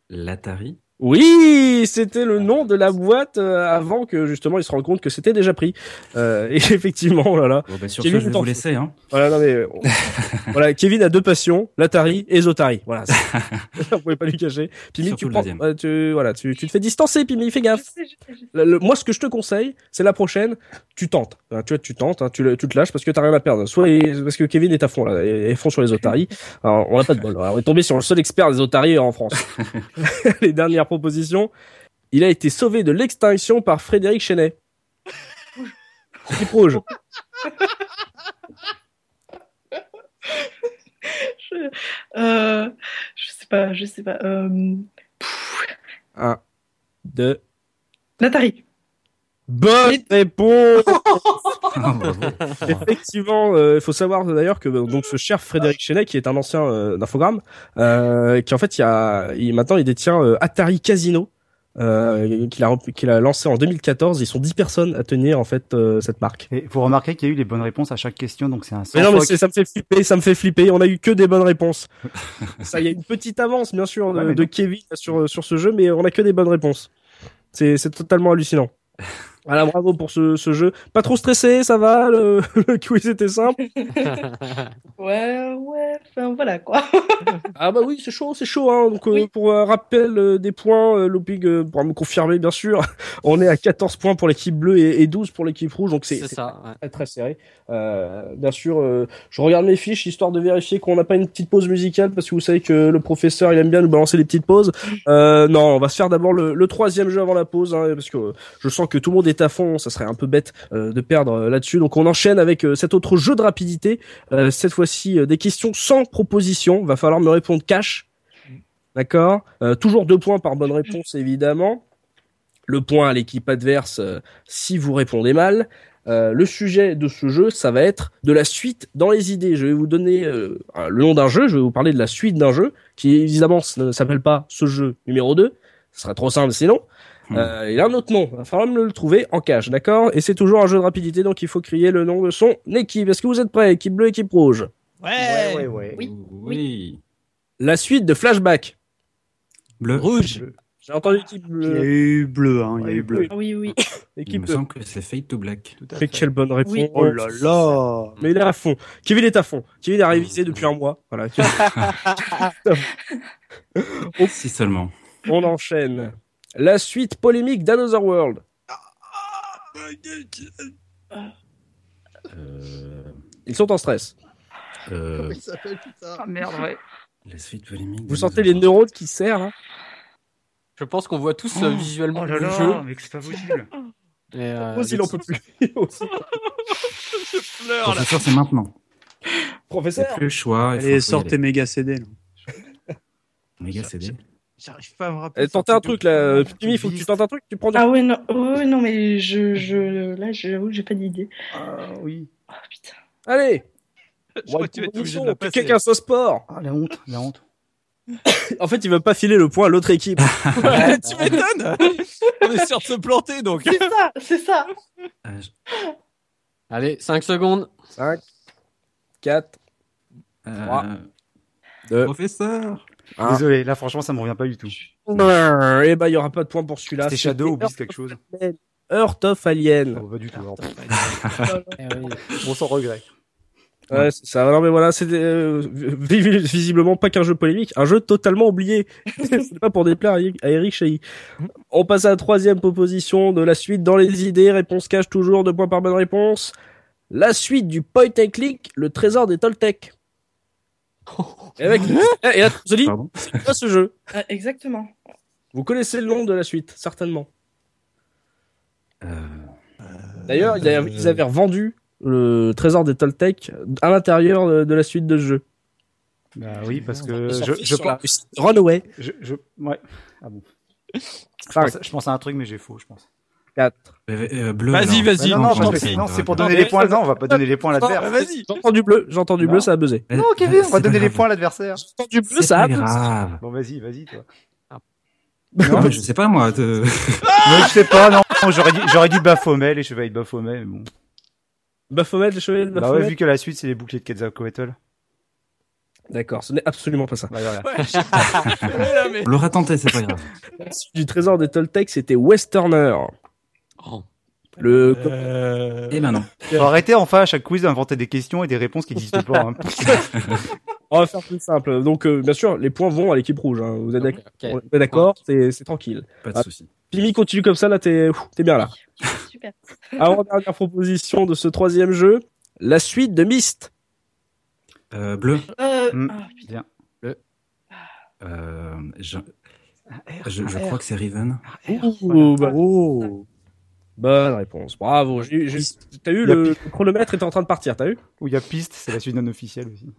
Speaker 6: l'Atari.
Speaker 1: Oui, c'était le nom de la boîte euh, avant que justement ils se rendent compte que c'était déjà pris. Euh, et effectivement, oh là là.
Speaker 6: Bon, bah, sur
Speaker 1: J'ai
Speaker 6: ce,
Speaker 1: mis
Speaker 6: je
Speaker 1: du
Speaker 6: vais
Speaker 1: temps.
Speaker 6: vous laisser. Hein.
Speaker 1: Voilà, non mais on- voilà, Kevin a deux passions, l'Atari et Zotari. Voilà, on pouvait pas lui cacher. Pimi,
Speaker 6: Surtout
Speaker 1: tu
Speaker 6: le
Speaker 1: prends,
Speaker 6: deuxième.
Speaker 1: euh, tu voilà, tu, tu te fais distancer, Pimi, fais
Speaker 5: Je
Speaker 1: gaffe.
Speaker 5: sais, je sais, je sais.
Speaker 1: Le- le- moi, ce que je te conseille, c'est la prochaine, tu tentes. Hein, tu, vois, tu tentes, hein, tu, le- tu te lâches parce que t'as rien à perdre. Soit il- parce que Kevin est à fond là, et, et fond sur les otaries. Alors, on n'a pas de bol. Alors, on est tombé sur le seul expert des otaries euh, en France. les dernières propositions. Il a été sauvé de l'extinction par Frédéric Chenet. Équipe rouge.
Speaker 5: Je- euh, je sais pas, je sais pas. Euh,
Speaker 1: Un, deux.
Speaker 5: L'Atari.
Speaker 1: Bonne réponse.
Speaker 6: Ah, bravo.
Speaker 1: Effectivement, euh, il faut savoir d'ailleurs que euh, donc ce cher Frédéric Chenet, qui est un ancien euh, d'infogramme, euh, qui en fait il y a, il, maintenant il détient euh, Atari Casino. Euh, qu'il a, rep- qu'il a lancé en 2014, ils sont 10 personnes à tenir en fait euh, cette marque.
Speaker 3: Et vous remarquez qu'il y a eu les bonnes réponses à chaque question, donc c'est un sans
Speaker 1: Mais non, mais
Speaker 3: choc.
Speaker 1: c'est- ça me fait flipper, ça me fait flipper. On a eu que des bonnes réponses. ça, il y a une petite avance bien sûr de,
Speaker 3: Ouais, mais
Speaker 1: de
Speaker 3: non.
Speaker 1: Kevin sur sur ce jeu, mais on a que des bonnes réponses. C'est c'est totalement hallucinant. Voilà, bravo pour ce, ce jeu. Pas trop stressé, ça va. Le, le quiz était simple.
Speaker 5: Ouais, ouais, enfin voilà quoi.
Speaker 1: Ah bah oui, c'est chaud, c'est chaud. Hein. Donc euh,
Speaker 5: Oui.
Speaker 1: pour un rappel euh, des points, euh, Looping euh, pourra me confirmer bien sûr. On est à 14 points pour l'équipe bleue et, et 12 pour l'équipe rouge, donc c'est
Speaker 2: C'est
Speaker 1: c'est
Speaker 2: ça, ouais.
Speaker 1: très très serré. Euh, bien sûr, euh, je regarde mes fiches histoire de vérifier qu'on n'a pas une petite pause musicale parce que vous savez que le professeur il aime bien nous balancer des petites pauses. Euh, non, on va se faire d'abord le, le troisième jeu avant la pause hein, parce que euh, je sens que tout le monde est à fond, ça serait un peu bête euh, de perdre euh, là-dessus. Donc on enchaîne avec euh, cet autre jeu de rapidité. Euh, cette fois-ci euh, des questions sans proposition. Va falloir me répondre cash. D'accord Euh, Toujours deux points par bonne réponse évidemment. Le point à l'équipe adverse euh, si vous répondez mal. Euh, le sujet de ce jeu, ça va être de la suite dans les idées. Je vais vous donner euh, un- le nom d'un jeu, je vais vous parler de la suite d'un jeu, qui évidemment s- ne s'appelle pas ce jeu numéro 2, ce serait trop simple sinon.
Speaker 6: Hmm.
Speaker 1: Euh, il a un autre nom, il va falloir me le trouver en cache, d'accord Et c'est toujours un jeu de rapidité, donc il faut crier le nom de son équipe. Est-ce que vous êtes prêts Équipe bleue, équipe rouge.
Speaker 4: Ouais,
Speaker 3: ouais, ouais.
Speaker 5: Oui.
Speaker 6: Oui.
Speaker 1: La suite de Flashback.
Speaker 6: Bleu,
Speaker 4: Rouge.
Speaker 1: J'ai entendu l'équipe
Speaker 7: Il y a
Speaker 1: bleue.
Speaker 7: eu bleu, hein, il y a eu bleu.
Speaker 5: Oui, oui.
Speaker 6: Il
Speaker 1: L'équipe
Speaker 6: me semble que c'est Fade to Black.
Speaker 3: Tout à
Speaker 1: Mais quelle bonne réponse.
Speaker 5: Oui.
Speaker 7: Oh là là
Speaker 1: Mais il est à fond. Kevin est à fond. Kevin a révisé depuis
Speaker 6: Hmm.
Speaker 1: un mois. Voilà.
Speaker 6: Si seulement.
Speaker 1: On enchaîne. La suite polémique d'Another World.
Speaker 6: Euh,
Speaker 1: Ils sont en stress.
Speaker 6: euh,
Speaker 7: il s'appelle putain
Speaker 3: Ah merde, ouais.
Speaker 6: la suite polémique.
Speaker 1: Vous sentez les neurones qui serrent hein
Speaker 2: Je pense qu'on voit tous euh, visuellement
Speaker 3: Oh là
Speaker 2: le
Speaker 3: là,
Speaker 2: jeu.
Speaker 3: mais c'est pas possible.
Speaker 2: Et, euh,
Speaker 1: Rose, il en peut plus.
Speaker 6: Professeur, c'est maintenant. Il n'y a
Speaker 1: Professeur
Speaker 6: plus le choix. il faut- faut
Speaker 7: Allez,
Speaker 6: y
Speaker 7: sortez
Speaker 6: aller.
Speaker 7: mes méga CD. là.
Speaker 6: Les gars, c'est des-
Speaker 7: J'arrive pas à me rappeler.
Speaker 1: Eh, Tentez un truc là. Timmy, faut que tu tentes un truc. Tu prends du...
Speaker 5: Ah ouais, non, ouais, non mais je, je, là, j'avoue que j'ai pas d'idée.
Speaker 3: Ah oui.
Speaker 5: Oh putain.
Speaker 1: Allez
Speaker 8: Je crois que tu vas être obligé de la passer.
Speaker 1: Quelqu'un sans sport
Speaker 3: Ah la honte, la honte.
Speaker 1: En fait, il veut pas filer le point à l'autre équipe.
Speaker 4: tu m'étonnes On est sûr de se planter, donc.
Speaker 5: C'est ça, c'est ça.
Speaker 6: Ah, je-
Speaker 2: Allez, 5 secondes.
Speaker 1: 5, 4,
Speaker 6: euh,
Speaker 1: Trois. Deux.
Speaker 6: Professeur
Speaker 1: Ah.
Speaker 3: Désolé, là franchement ça me revient pas du tout.
Speaker 1: et bah il y aura pas de point pour celui-là.
Speaker 3: C'était Shadow ou
Speaker 1: C'était
Speaker 3: Beast quelque chose
Speaker 1: Earth of Alien.
Speaker 3: Oh, Pas du tout. alors.
Speaker 2: Eh oui.
Speaker 3: Bon sans regret.
Speaker 1: Ouais, c'est ça. Non mais voilà, c'était euh, vi- vi- visiblement pas qu'un jeu polémique, un jeu totalement oublié. c'est pas pour déplaire à Eric- à Eric Chahi. On passe à la troisième proposition de la suite dans les idées. Réponse cache toujours, deux points par bonne réponse. La suite du point and click, le trésor des Toltecs. et mec, et là, je dis,
Speaker 6: Pardon
Speaker 1: c'est pas ce jeu.
Speaker 5: Ah, exactement.
Speaker 1: Vous connaissez le nom de la suite, certainement.
Speaker 6: Euh,
Speaker 1: D'ailleurs, il y a- ils avaient revendu le trésor des Toltecs à l'intérieur de, de la suite de ce jeu.
Speaker 3: Bah oui parce que je,
Speaker 1: Sorti
Speaker 3: je,
Speaker 1: sur la réussite de Runaway.
Speaker 3: je, je- ouais. Ah bon. Je
Speaker 1: Cinq.
Speaker 3: pense, je pense à un truc mais j'ai faux je pense.
Speaker 1: 4.
Speaker 6: euh, euh, bleu,
Speaker 4: Vas-y, vas-y.
Speaker 6: alors.
Speaker 3: Mais
Speaker 4: Si,
Speaker 3: non non,
Speaker 4: non,
Speaker 3: parce que
Speaker 4: tant pis.
Speaker 3: sinon, c'est pour
Speaker 1: Non,
Speaker 3: donner
Speaker 1: mais-
Speaker 3: les points. Non on va pas donner les points à l'adversaire.
Speaker 1: Vas-y. J'ai entendu bleu, j'ai entendu
Speaker 3: Non.
Speaker 1: bleu, ça a buzzé.
Speaker 6: Euh,
Speaker 3: Non Kevin, on va
Speaker 6: c'est pas
Speaker 3: donner les
Speaker 6: grave.
Speaker 3: points à l'adversaire.
Speaker 1: J'ai entendu bleu,
Speaker 6: C'est
Speaker 1: ça a
Speaker 6: pas
Speaker 1: buzzé.
Speaker 6: grave.
Speaker 3: Bon vas-y vas-y toi.
Speaker 6: Non, mais je sais pas moi. te-
Speaker 3: Non, je sais pas non j'aurais dit j'aurais dit Baphomet les chevaliers de Baphomet mais bon.
Speaker 1: Baphomet, les chevaliers de
Speaker 3: Bah
Speaker 1: Baphomet.
Speaker 3: ouais vu que la suite c'est les boucliers de Quetzalcoatl.
Speaker 1: D'accord, ce n'est absolument pas ça.
Speaker 3: Ouais, Bah, voilà.
Speaker 6: On l'aura tenté, c'est pas grave.
Speaker 1: La suite du trésor des Toltecs, c'était Westerner.
Speaker 2: Oh.
Speaker 1: Le.
Speaker 4: Euh...
Speaker 6: Eh ben non.
Speaker 3: Faut arrêter enfin à chaque quiz d'inventer des questions et des réponses qui n'existent pas. hein.
Speaker 1: On va faire plus simple. Donc, euh, bien sûr, les points vont à l'équipe rouge. hein. Vous êtes d'accord
Speaker 2: Ok.
Speaker 1: On est d'accord C'est c'est tranquille.
Speaker 6: Pas
Speaker 1: Ah.
Speaker 6: de souci.
Speaker 1: Pimi continue comme ça, là, t'es ouf, t'es bien là.
Speaker 5: Super.
Speaker 1: Alors, dernière proposition de ce troisième jeu, la suite de Myst.
Speaker 6: Euh, bleu.
Speaker 5: Euh,
Speaker 7: Mm.
Speaker 3: Hmm.
Speaker 5: ah, putain.
Speaker 6: Euh, je... je- je crois que c'est Riven.
Speaker 2: Ah,
Speaker 1: Ouh, bah,
Speaker 7: Oh
Speaker 1: bonne réponse. Bravo. J'ai- j'ai- T'as eu
Speaker 3: La
Speaker 1: le, le chronomètre était en train de partir, t'as eu
Speaker 3: Où il y a piste, c'est la suite non officielle aussi.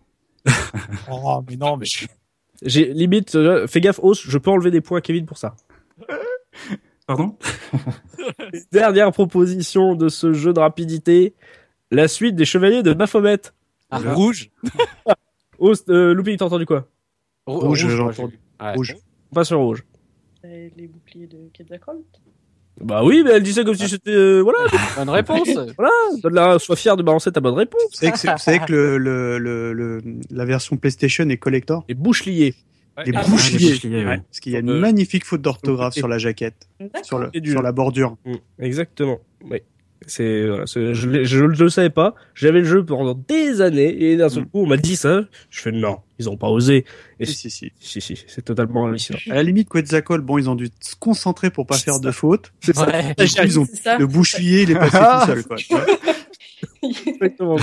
Speaker 4: Oh, mais non, mais.
Speaker 1: J'ai limite, euh, fais gaffe, hausse, je peux enlever des points à Kevin pour ça.
Speaker 6: Pardon
Speaker 1: Dernière proposition de ce jeu de rapidité, la suite des chevaliers de Baphomet.
Speaker 2: Ah,
Speaker 6: Bleu.
Speaker 4: Rouge
Speaker 1: Hausse, euh, Loopy, t'as entendu quoi
Speaker 2: Rou-
Speaker 7: Rouge, j'ai
Speaker 2: moi,
Speaker 7: entendu.
Speaker 2: j'ai- ouais.
Speaker 7: Rouge.
Speaker 1: On passe sur rouge.
Speaker 5: Euh, Les boucliers de Quetzalcoatl.
Speaker 1: Bah oui, mais elle dit ça comme si c'était... euh, voilà,
Speaker 2: Bonne réponse.
Speaker 1: là, sois fier de balancer ta bonne réponse.
Speaker 7: Vous savez que, c'est- vous savez que le, le, le, le- la version PlayStation est collector
Speaker 1: Les bouches liées.
Speaker 7: Les
Speaker 6: Ah,
Speaker 7: bouches
Speaker 6: les
Speaker 7: liées.
Speaker 6: bouchliers, oui.
Speaker 7: Ouais, Parce qu'il y a
Speaker 1: Euh,
Speaker 7: une magnifique faute d'orthographe sur la jaquette,
Speaker 5: D'accord.
Speaker 7: sur, le,
Speaker 1: C'est nul.
Speaker 7: sur la bordure.
Speaker 1: Mm, exactement. Oui. C'est voilà, c'est- je l'ai- je je le savais pas. J'avais le jeu pendant des années et d'un seul
Speaker 7: Mm.
Speaker 1: coup on m'a dit ça. Je fais non, ils ont pas osé. Et
Speaker 7: Si,
Speaker 1: si
Speaker 7: si, si.
Speaker 1: si, si, c'est totalement hallucinant.
Speaker 7: À la limite, Quetzalcoatl, bon, ils ont dû se concentrer pour pas faire de faute.
Speaker 1: C'est ça.
Speaker 2: Ouais.
Speaker 7: Du coup, ils ont
Speaker 5: C'est ça.
Speaker 7: le bouchlier, il est passé tout seul. Quoi.
Speaker 1: Exactement.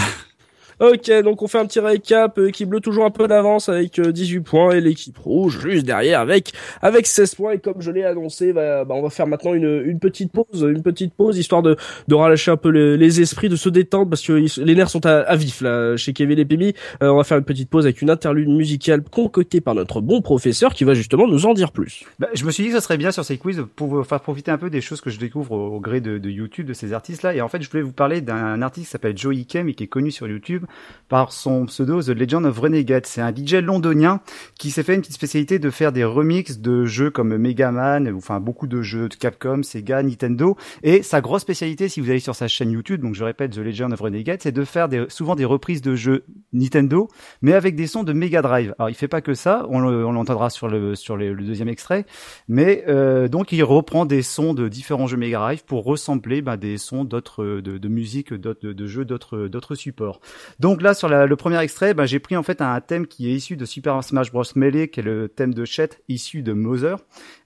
Speaker 1: Ok, donc on fait un petit récap. euh, Équipe bleue toujours un peu d'avance avec euh, 18 points et l'équipe rouge juste derrière avec avec 16 points. Et comme je l'ai annoncé, bah, bah, on va faire maintenant une, une petite pause, une petite pause histoire de, de relâcher un peu le- les esprits, de se détendre parce que ils- les nerfs sont à, à vif là chez Kevin et Pimi. Euh, on va faire une petite pause avec une interlude musicale concoctée par notre bon professeur qui va justement nous en dire plus.
Speaker 3: Bah, je me suis dit que ça serait bien sur ces quiz pour vous faire profiter un peu des choses que je découvre au, au gré de, de YouTube, de ces artistes-là. Et en fait, je voulais vous parler d'un artiste qui s'appelle Joey Kem et qui est connu sur YouTube par son pseudo The Legend of Renegade. C'est un DJ londonien qui s'est fait une petite spécialité de faire des remixes de jeux comme Mega Man, ou enfin beaucoup de jeux de Capcom, Sega, Nintendo. Et sa grosse spécialité, si vous allez sur sa chaîne YouTube, donc je répète The Legend of Renegade, c'est de faire des, souvent des reprises de jeux Nintendo, mais avec des sons de Mega Drive. Alors il fait pas que ça, on le- on l'entendra sur le sur le, le deuxième extrait, mais euh, donc il reprend des sons de différents jeux Mega Drive pour ressembler bah, des sons d'autres euh, de, de musique, d'autres de, de jeux, d'autres euh, d'autres supports. Donc là sur la- le premier extrait, bah, j'ai pris en fait un thème qui est issu de Super Smash Bros Melee, qui est le thème de Chet issu de Mother,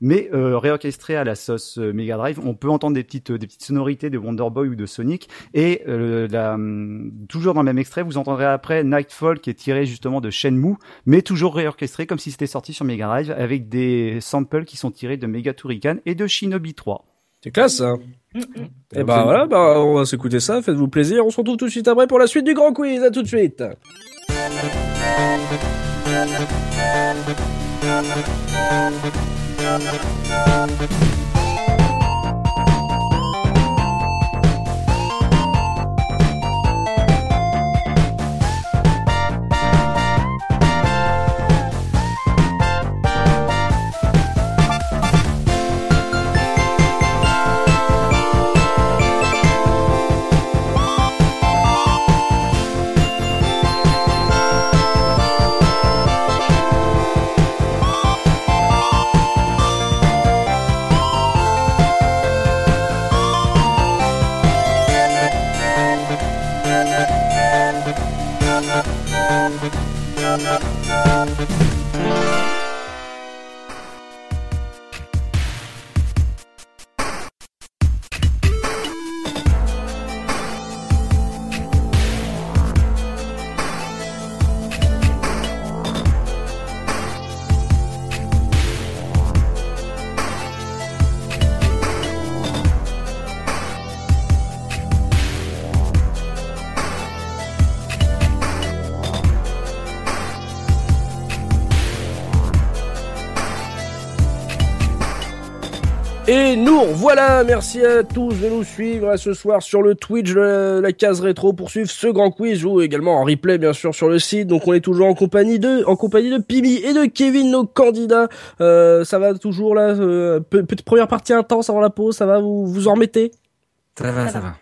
Speaker 3: mais euh, réorchestré à la sauce euh, Mega Drive. On peut entendre des petites euh, des petites sonorités de Wonder Boy ou de Sonic et euh, la- toujours dans le même extrait, vous entendrez après Nightfall qui est tiré justement de Shenmue, mais toujours réorchestré comme si c'était sorti sur Mega Drive avec des samples qui sont tirés de Mega Turrican et de Shinobi 3.
Speaker 1: C'est classe, ça.
Speaker 5: Mm,
Speaker 1: Et bah voilà, bah, on va s'écouter ça, faites-vous plaisir, on se retrouve tout de suite après pour la suite du grand quiz, à tout de suite. Et nous revoilà, merci à tous de nous suivre euh, ce soir sur le Twitch, le- la case rétro, pour suivre ce grand quiz ou également en replay bien sûr sur le site. Donc on est toujours en compagnie de, en compagnie de Pibi et de Kevin, nos candidats. Euh, ça va toujours là, euh, pe- petite première partie intense avant la pause, ça va, vous vous en remettez
Speaker 6: Ça va, ça va.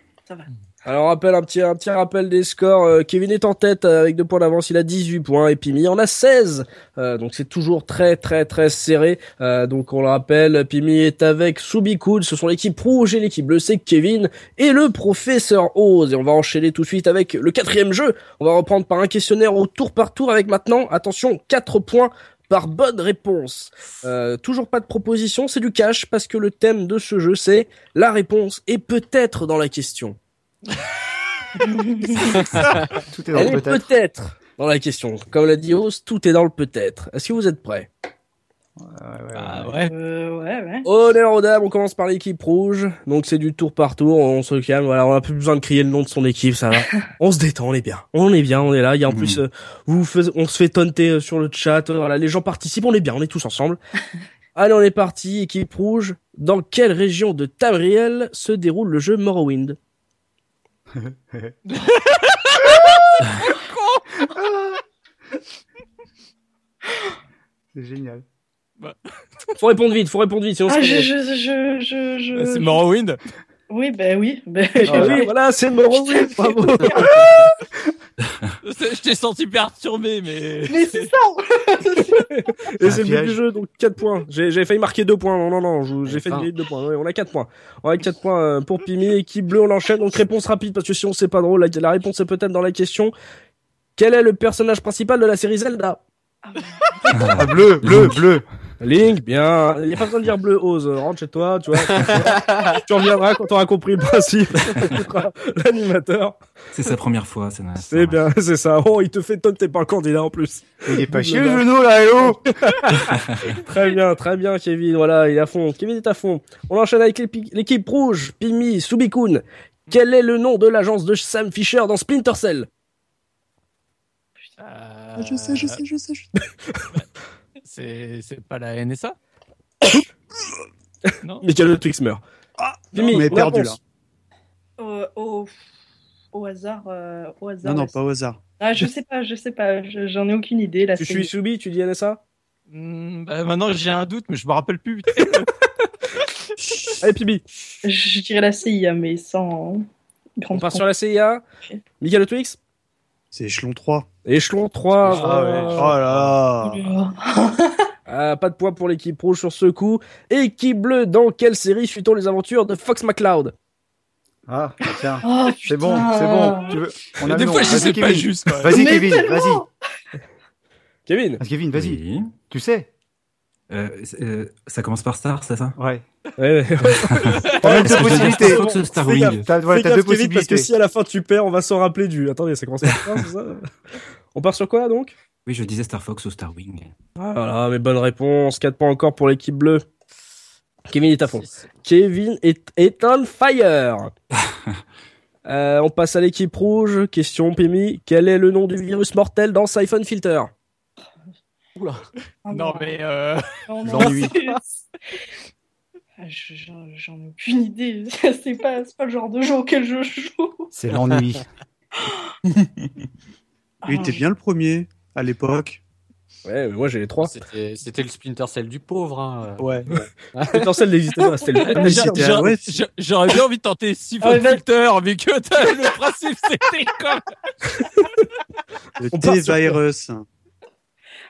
Speaker 1: alors rappel un petit un petit rappel des scores. Euh, Kevin est en tête euh, avec deux points d'avance, il a 18 points et Pimi en a 16. Euh, donc c'est toujours très très très serré. Euh, donc on le rappelle, Pimi est avec Soubikoud, ce sont l'équipe rouge et l'équipe bleue, c'est Kevin et le professeur Oz. Et on va enchaîner tout de suite avec le quatrième jeu. On va reprendre par un questionnaire au tour par tour avec maintenant, attention, 4 points par bonne réponse. Euh, toujours pas de proposition, c'est du cash parce que le thème de ce jeu c'est la réponse est peut-être dans la question.
Speaker 5: mm.
Speaker 3: Tout est dans le
Speaker 1: Elle est
Speaker 3: peut-être.
Speaker 1: peut-être dans la question. Comme l'a dit Rose, tout est dans le peut-être. Est-ce que vous êtes prêts
Speaker 4: Ah ouais.
Speaker 5: Euh, ouais, ouais.
Speaker 1: Honneur aux dames, on commence par l'équipe rouge. Donc c'est du tour par tour, on se calme. Voilà, on a plus besoin de crier le nom de son équipe, ça va. on se détend, on est bien. On est bien, on est là. Il y a en
Speaker 3: Mm.
Speaker 6: Mhm.
Speaker 1: plus, euh, vous fais- on se fait tonter euh, sur le chat. Euh, Voilà, les gens participent, on est bien, on est tous ensemble. Allez, on est parti, équipe rouge. Dans quelle région de Tamriel se déroule le jeu Morrowind
Speaker 3: C'est génial.
Speaker 1: Faut répondre vite, faut répondre vite, sinon
Speaker 5: Ah,
Speaker 1: c'est-
Speaker 5: je, je, je, je,
Speaker 7: Ah,
Speaker 5: je-
Speaker 4: Ah, C'est Morrowind.
Speaker 5: Oui, ben oui. Ben,
Speaker 1: Ah oui, voilà, c'est Morrowind, bravo
Speaker 4: C'est- Je t'ai senti perturbé, mais.
Speaker 5: Mais c'est ça
Speaker 1: Et
Speaker 3: Un
Speaker 1: c'est le but
Speaker 3: piège.
Speaker 1: du jeu, donc 4 points. J'ai j'ai failli marquer 2 points. Non, non, non, je- j'ai fait une
Speaker 2: Enfin.
Speaker 1: grille de 2 points. Ouais, on a 4 points. On a 4 points euh, pour Pimi. Équipe bleue, on l'enchaîne. Donc réponse rapide, parce que si on sait pas drôle, la, la réponse est peut-être dans la question. Quel est le personnage principal de la série Zelda
Speaker 3: Ah, bleu, bleu, bleu.
Speaker 1: Link, bien. Il n'y a pas besoin de dire bleu, Ose. Rentre chez toi, tu vois. tu reviendras quand tu auras compris le principe. T'écouteras L'animateur.
Speaker 3: Ah,
Speaker 6: C'est sa première fois, c'est
Speaker 1: C'est bien, c'est ça. Oh, il te fait tonter par le candidat en plus.
Speaker 3: Il est pas
Speaker 1: Bleu,
Speaker 3: chier le
Speaker 1: bleu.
Speaker 3: genou là, hello.
Speaker 1: Très bien, très bien, Kevin. Voilà, il est à fond. Kevin est à fond. On enchaîne avec l'épi- l'équipe rouge, Pimi, Subikun. Quel est le nom de l'agence de Sam Fisher dans Splinter Cell
Speaker 4: Ah.
Speaker 7: Je sais, je sais, je sais. je sais.
Speaker 4: C'est c'est pas la NSA Non.
Speaker 1: Michael Twix meurt. Ah, Pimi,
Speaker 7: on est perdu,
Speaker 1: réponse.
Speaker 5: Euh, au, au hasard. euh, au hasard
Speaker 7: Non, non,
Speaker 5: la-
Speaker 7: pas au hasard.
Speaker 5: Ah, je sais pas, je sais pas, je- j'en ai aucune idée. Là,
Speaker 1: Tu
Speaker 5: c'est-
Speaker 1: suis Subi, tu dis NSA
Speaker 4: Hmm, bah, maintenant j'ai un doute, mais je me rappelle plus. putain.
Speaker 1: Allez, Pimi,
Speaker 5: Je dirais la CIA, mais sans grande.
Speaker 1: on part sur la CIA.
Speaker 5: Ok.
Speaker 1: Michael Twix
Speaker 7: C'est échelon 3.
Speaker 1: Échelon 3.
Speaker 7: Ah ouais. Oh
Speaker 1: Ah, pas de points pour l'équipe rouge sur ce coup. Équipe bleue, dans quelle série suit-on les aventures de Fox McCloud
Speaker 3: Ah, tiens.
Speaker 5: Oh,
Speaker 3: c'est bon,
Speaker 5: putain.
Speaker 3: c'est bon. Tu veux... on
Speaker 8: Mais
Speaker 3: a
Speaker 8: des
Speaker 3: le nom.
Speaker 8: fois, je
Speaker 3: Vas-y,
Speaker 8: sais pas
Speaker 3: Kevin.
Speaker 8: juste, ouais.
Speaker 3: Vas-y,
Speaker 5: Mais
Speaker 3: Kevin, vas-y.
Speaker 1: Kevin
Speaker 3: Vas-y, Kevin, vas-y.
Speaker 6: Oui.
Speaker 3: Tu sais
Speaker 6: Euh, c'est- euh, ça commence par Star, c'est ça
Speaker 3: Ouais.
Speaker 1: Ouais, ouais.
Speaker 3: T'as même deux
Speaker 6: Parce que j'ai
Speaker 3: possibilités.
Speaker 6: l'impression que ce Star
Speaker 1: Fais
Speaker 6: Wing-
Speaker 1: gaffe.
Speaker 3: T'as voilà,
Speaker 1: Fais
Speaker 3: t'as
Speaker 1: gaffe,
Speaker 3: deux
Speaker 1: Kevin, parce que
Speaker 3: possibilités.
Speaker 1: si à la fin tu perds, on va s'en rappeler du. Attendez, ça commence par ça, c'est ça On part sur quoi donc
Speaker 6: Oui, je disais Star Fox ou Star Wing.
Speaker 1: Ah là, mais bonne réponse. 4 points encore pour l'équipe bleue. Kevin est à fond. Kevin est, est on fire. Euh, on passe à l'équipe rouge. Question Pimi. Quel est le nom du virus mortel dans Siphon Filter
Speaker 5: Non,
Speaker 4: mais euh,
Speaker 5: Ah bah, Non, non,
Speaker 3: L'ennui.
Speaker 5: c'est- Ah, je- J'en j'en ai aucune idée. C'est pas, c'est pas le genre de jeu auquel je joue.
Speaker 3: C'est l'ennui.
Speaker 7: Il était
Speaker 5: Ah,
Speaker 7: bien le premier à l'époque.
Speaker 1: Ouais, mais moi j'ai les trois.
Speaker 2: Oh, C'était c'était le Splinter Cell du pauvre. hein.
Speaker 7: Ouais.
Speaker 1: Splinter Cell n'existait pas. C'était le
Speaker 7: Mais
Speaker 4: j'a-
Speaker 7: c'était-
Speaker 4: j'a-
Speaker 7: ouais, c'est-
Speaker 4: j'a- j'aurais bien envie de tenter Siphon
Speaker 5: Ah, mais-
Speaker 4: Filter, vu que t'as- le principe c'était comme.
Speaker 7: Le
Speaker 1: On part sur quoi
Speaker 7: T-Virus.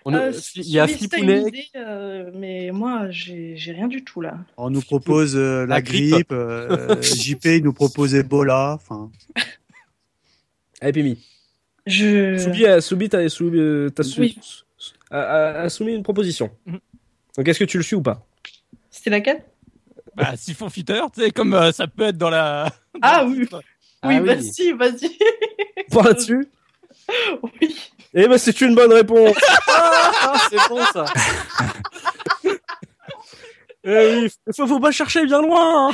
Speaker 2: On a-
Speaker 5: Ah,
Speaker 2: il y a
Speaker 5: si t'as une
Speaker 2: Flipounet.
Speaker 5: idée, euh, mais moi, j'ai j'ai rien du tout là.
Speaker 7: On nous propose euh, la,
Speaker 4: La grippe.
Speaker 7: grippe. euh, JP il nous propose Ebola. Enfin,
Speaker 1: Allez, Eh, Pimi.
Speaker 5: Je.
Speaker 1: Soubi, a- Soubi, t'as Soubi, euh, t'as sou-
Speaker 5: Euh. Oui.
Speaker 1: sou- a- a- a soumis une proposition.
Speaker 4: Mhm.
Speaker 1: Donc est-ce que tu le suis ou pas
Speaker 5: C'était laquelle
Speaker 4: Bah, Siphon Filter, tu sais, comme euh, ça peut être dans la.
Speaker 5: Ah oui,
Speaker 2: Ah
Speaker 5: oui,
Speaker 2: oui.
Speaker 5: vas-y, vas-y.
Speaker 1: Par là-dessus
Speaker 5: oui.
Speaker 1: Eh ben c'est une bonne réponse.
Speaker 2: Ah, c'est bon ça.
Speaker 1: eh oui, faut, faut pas chercher bien loin. hein.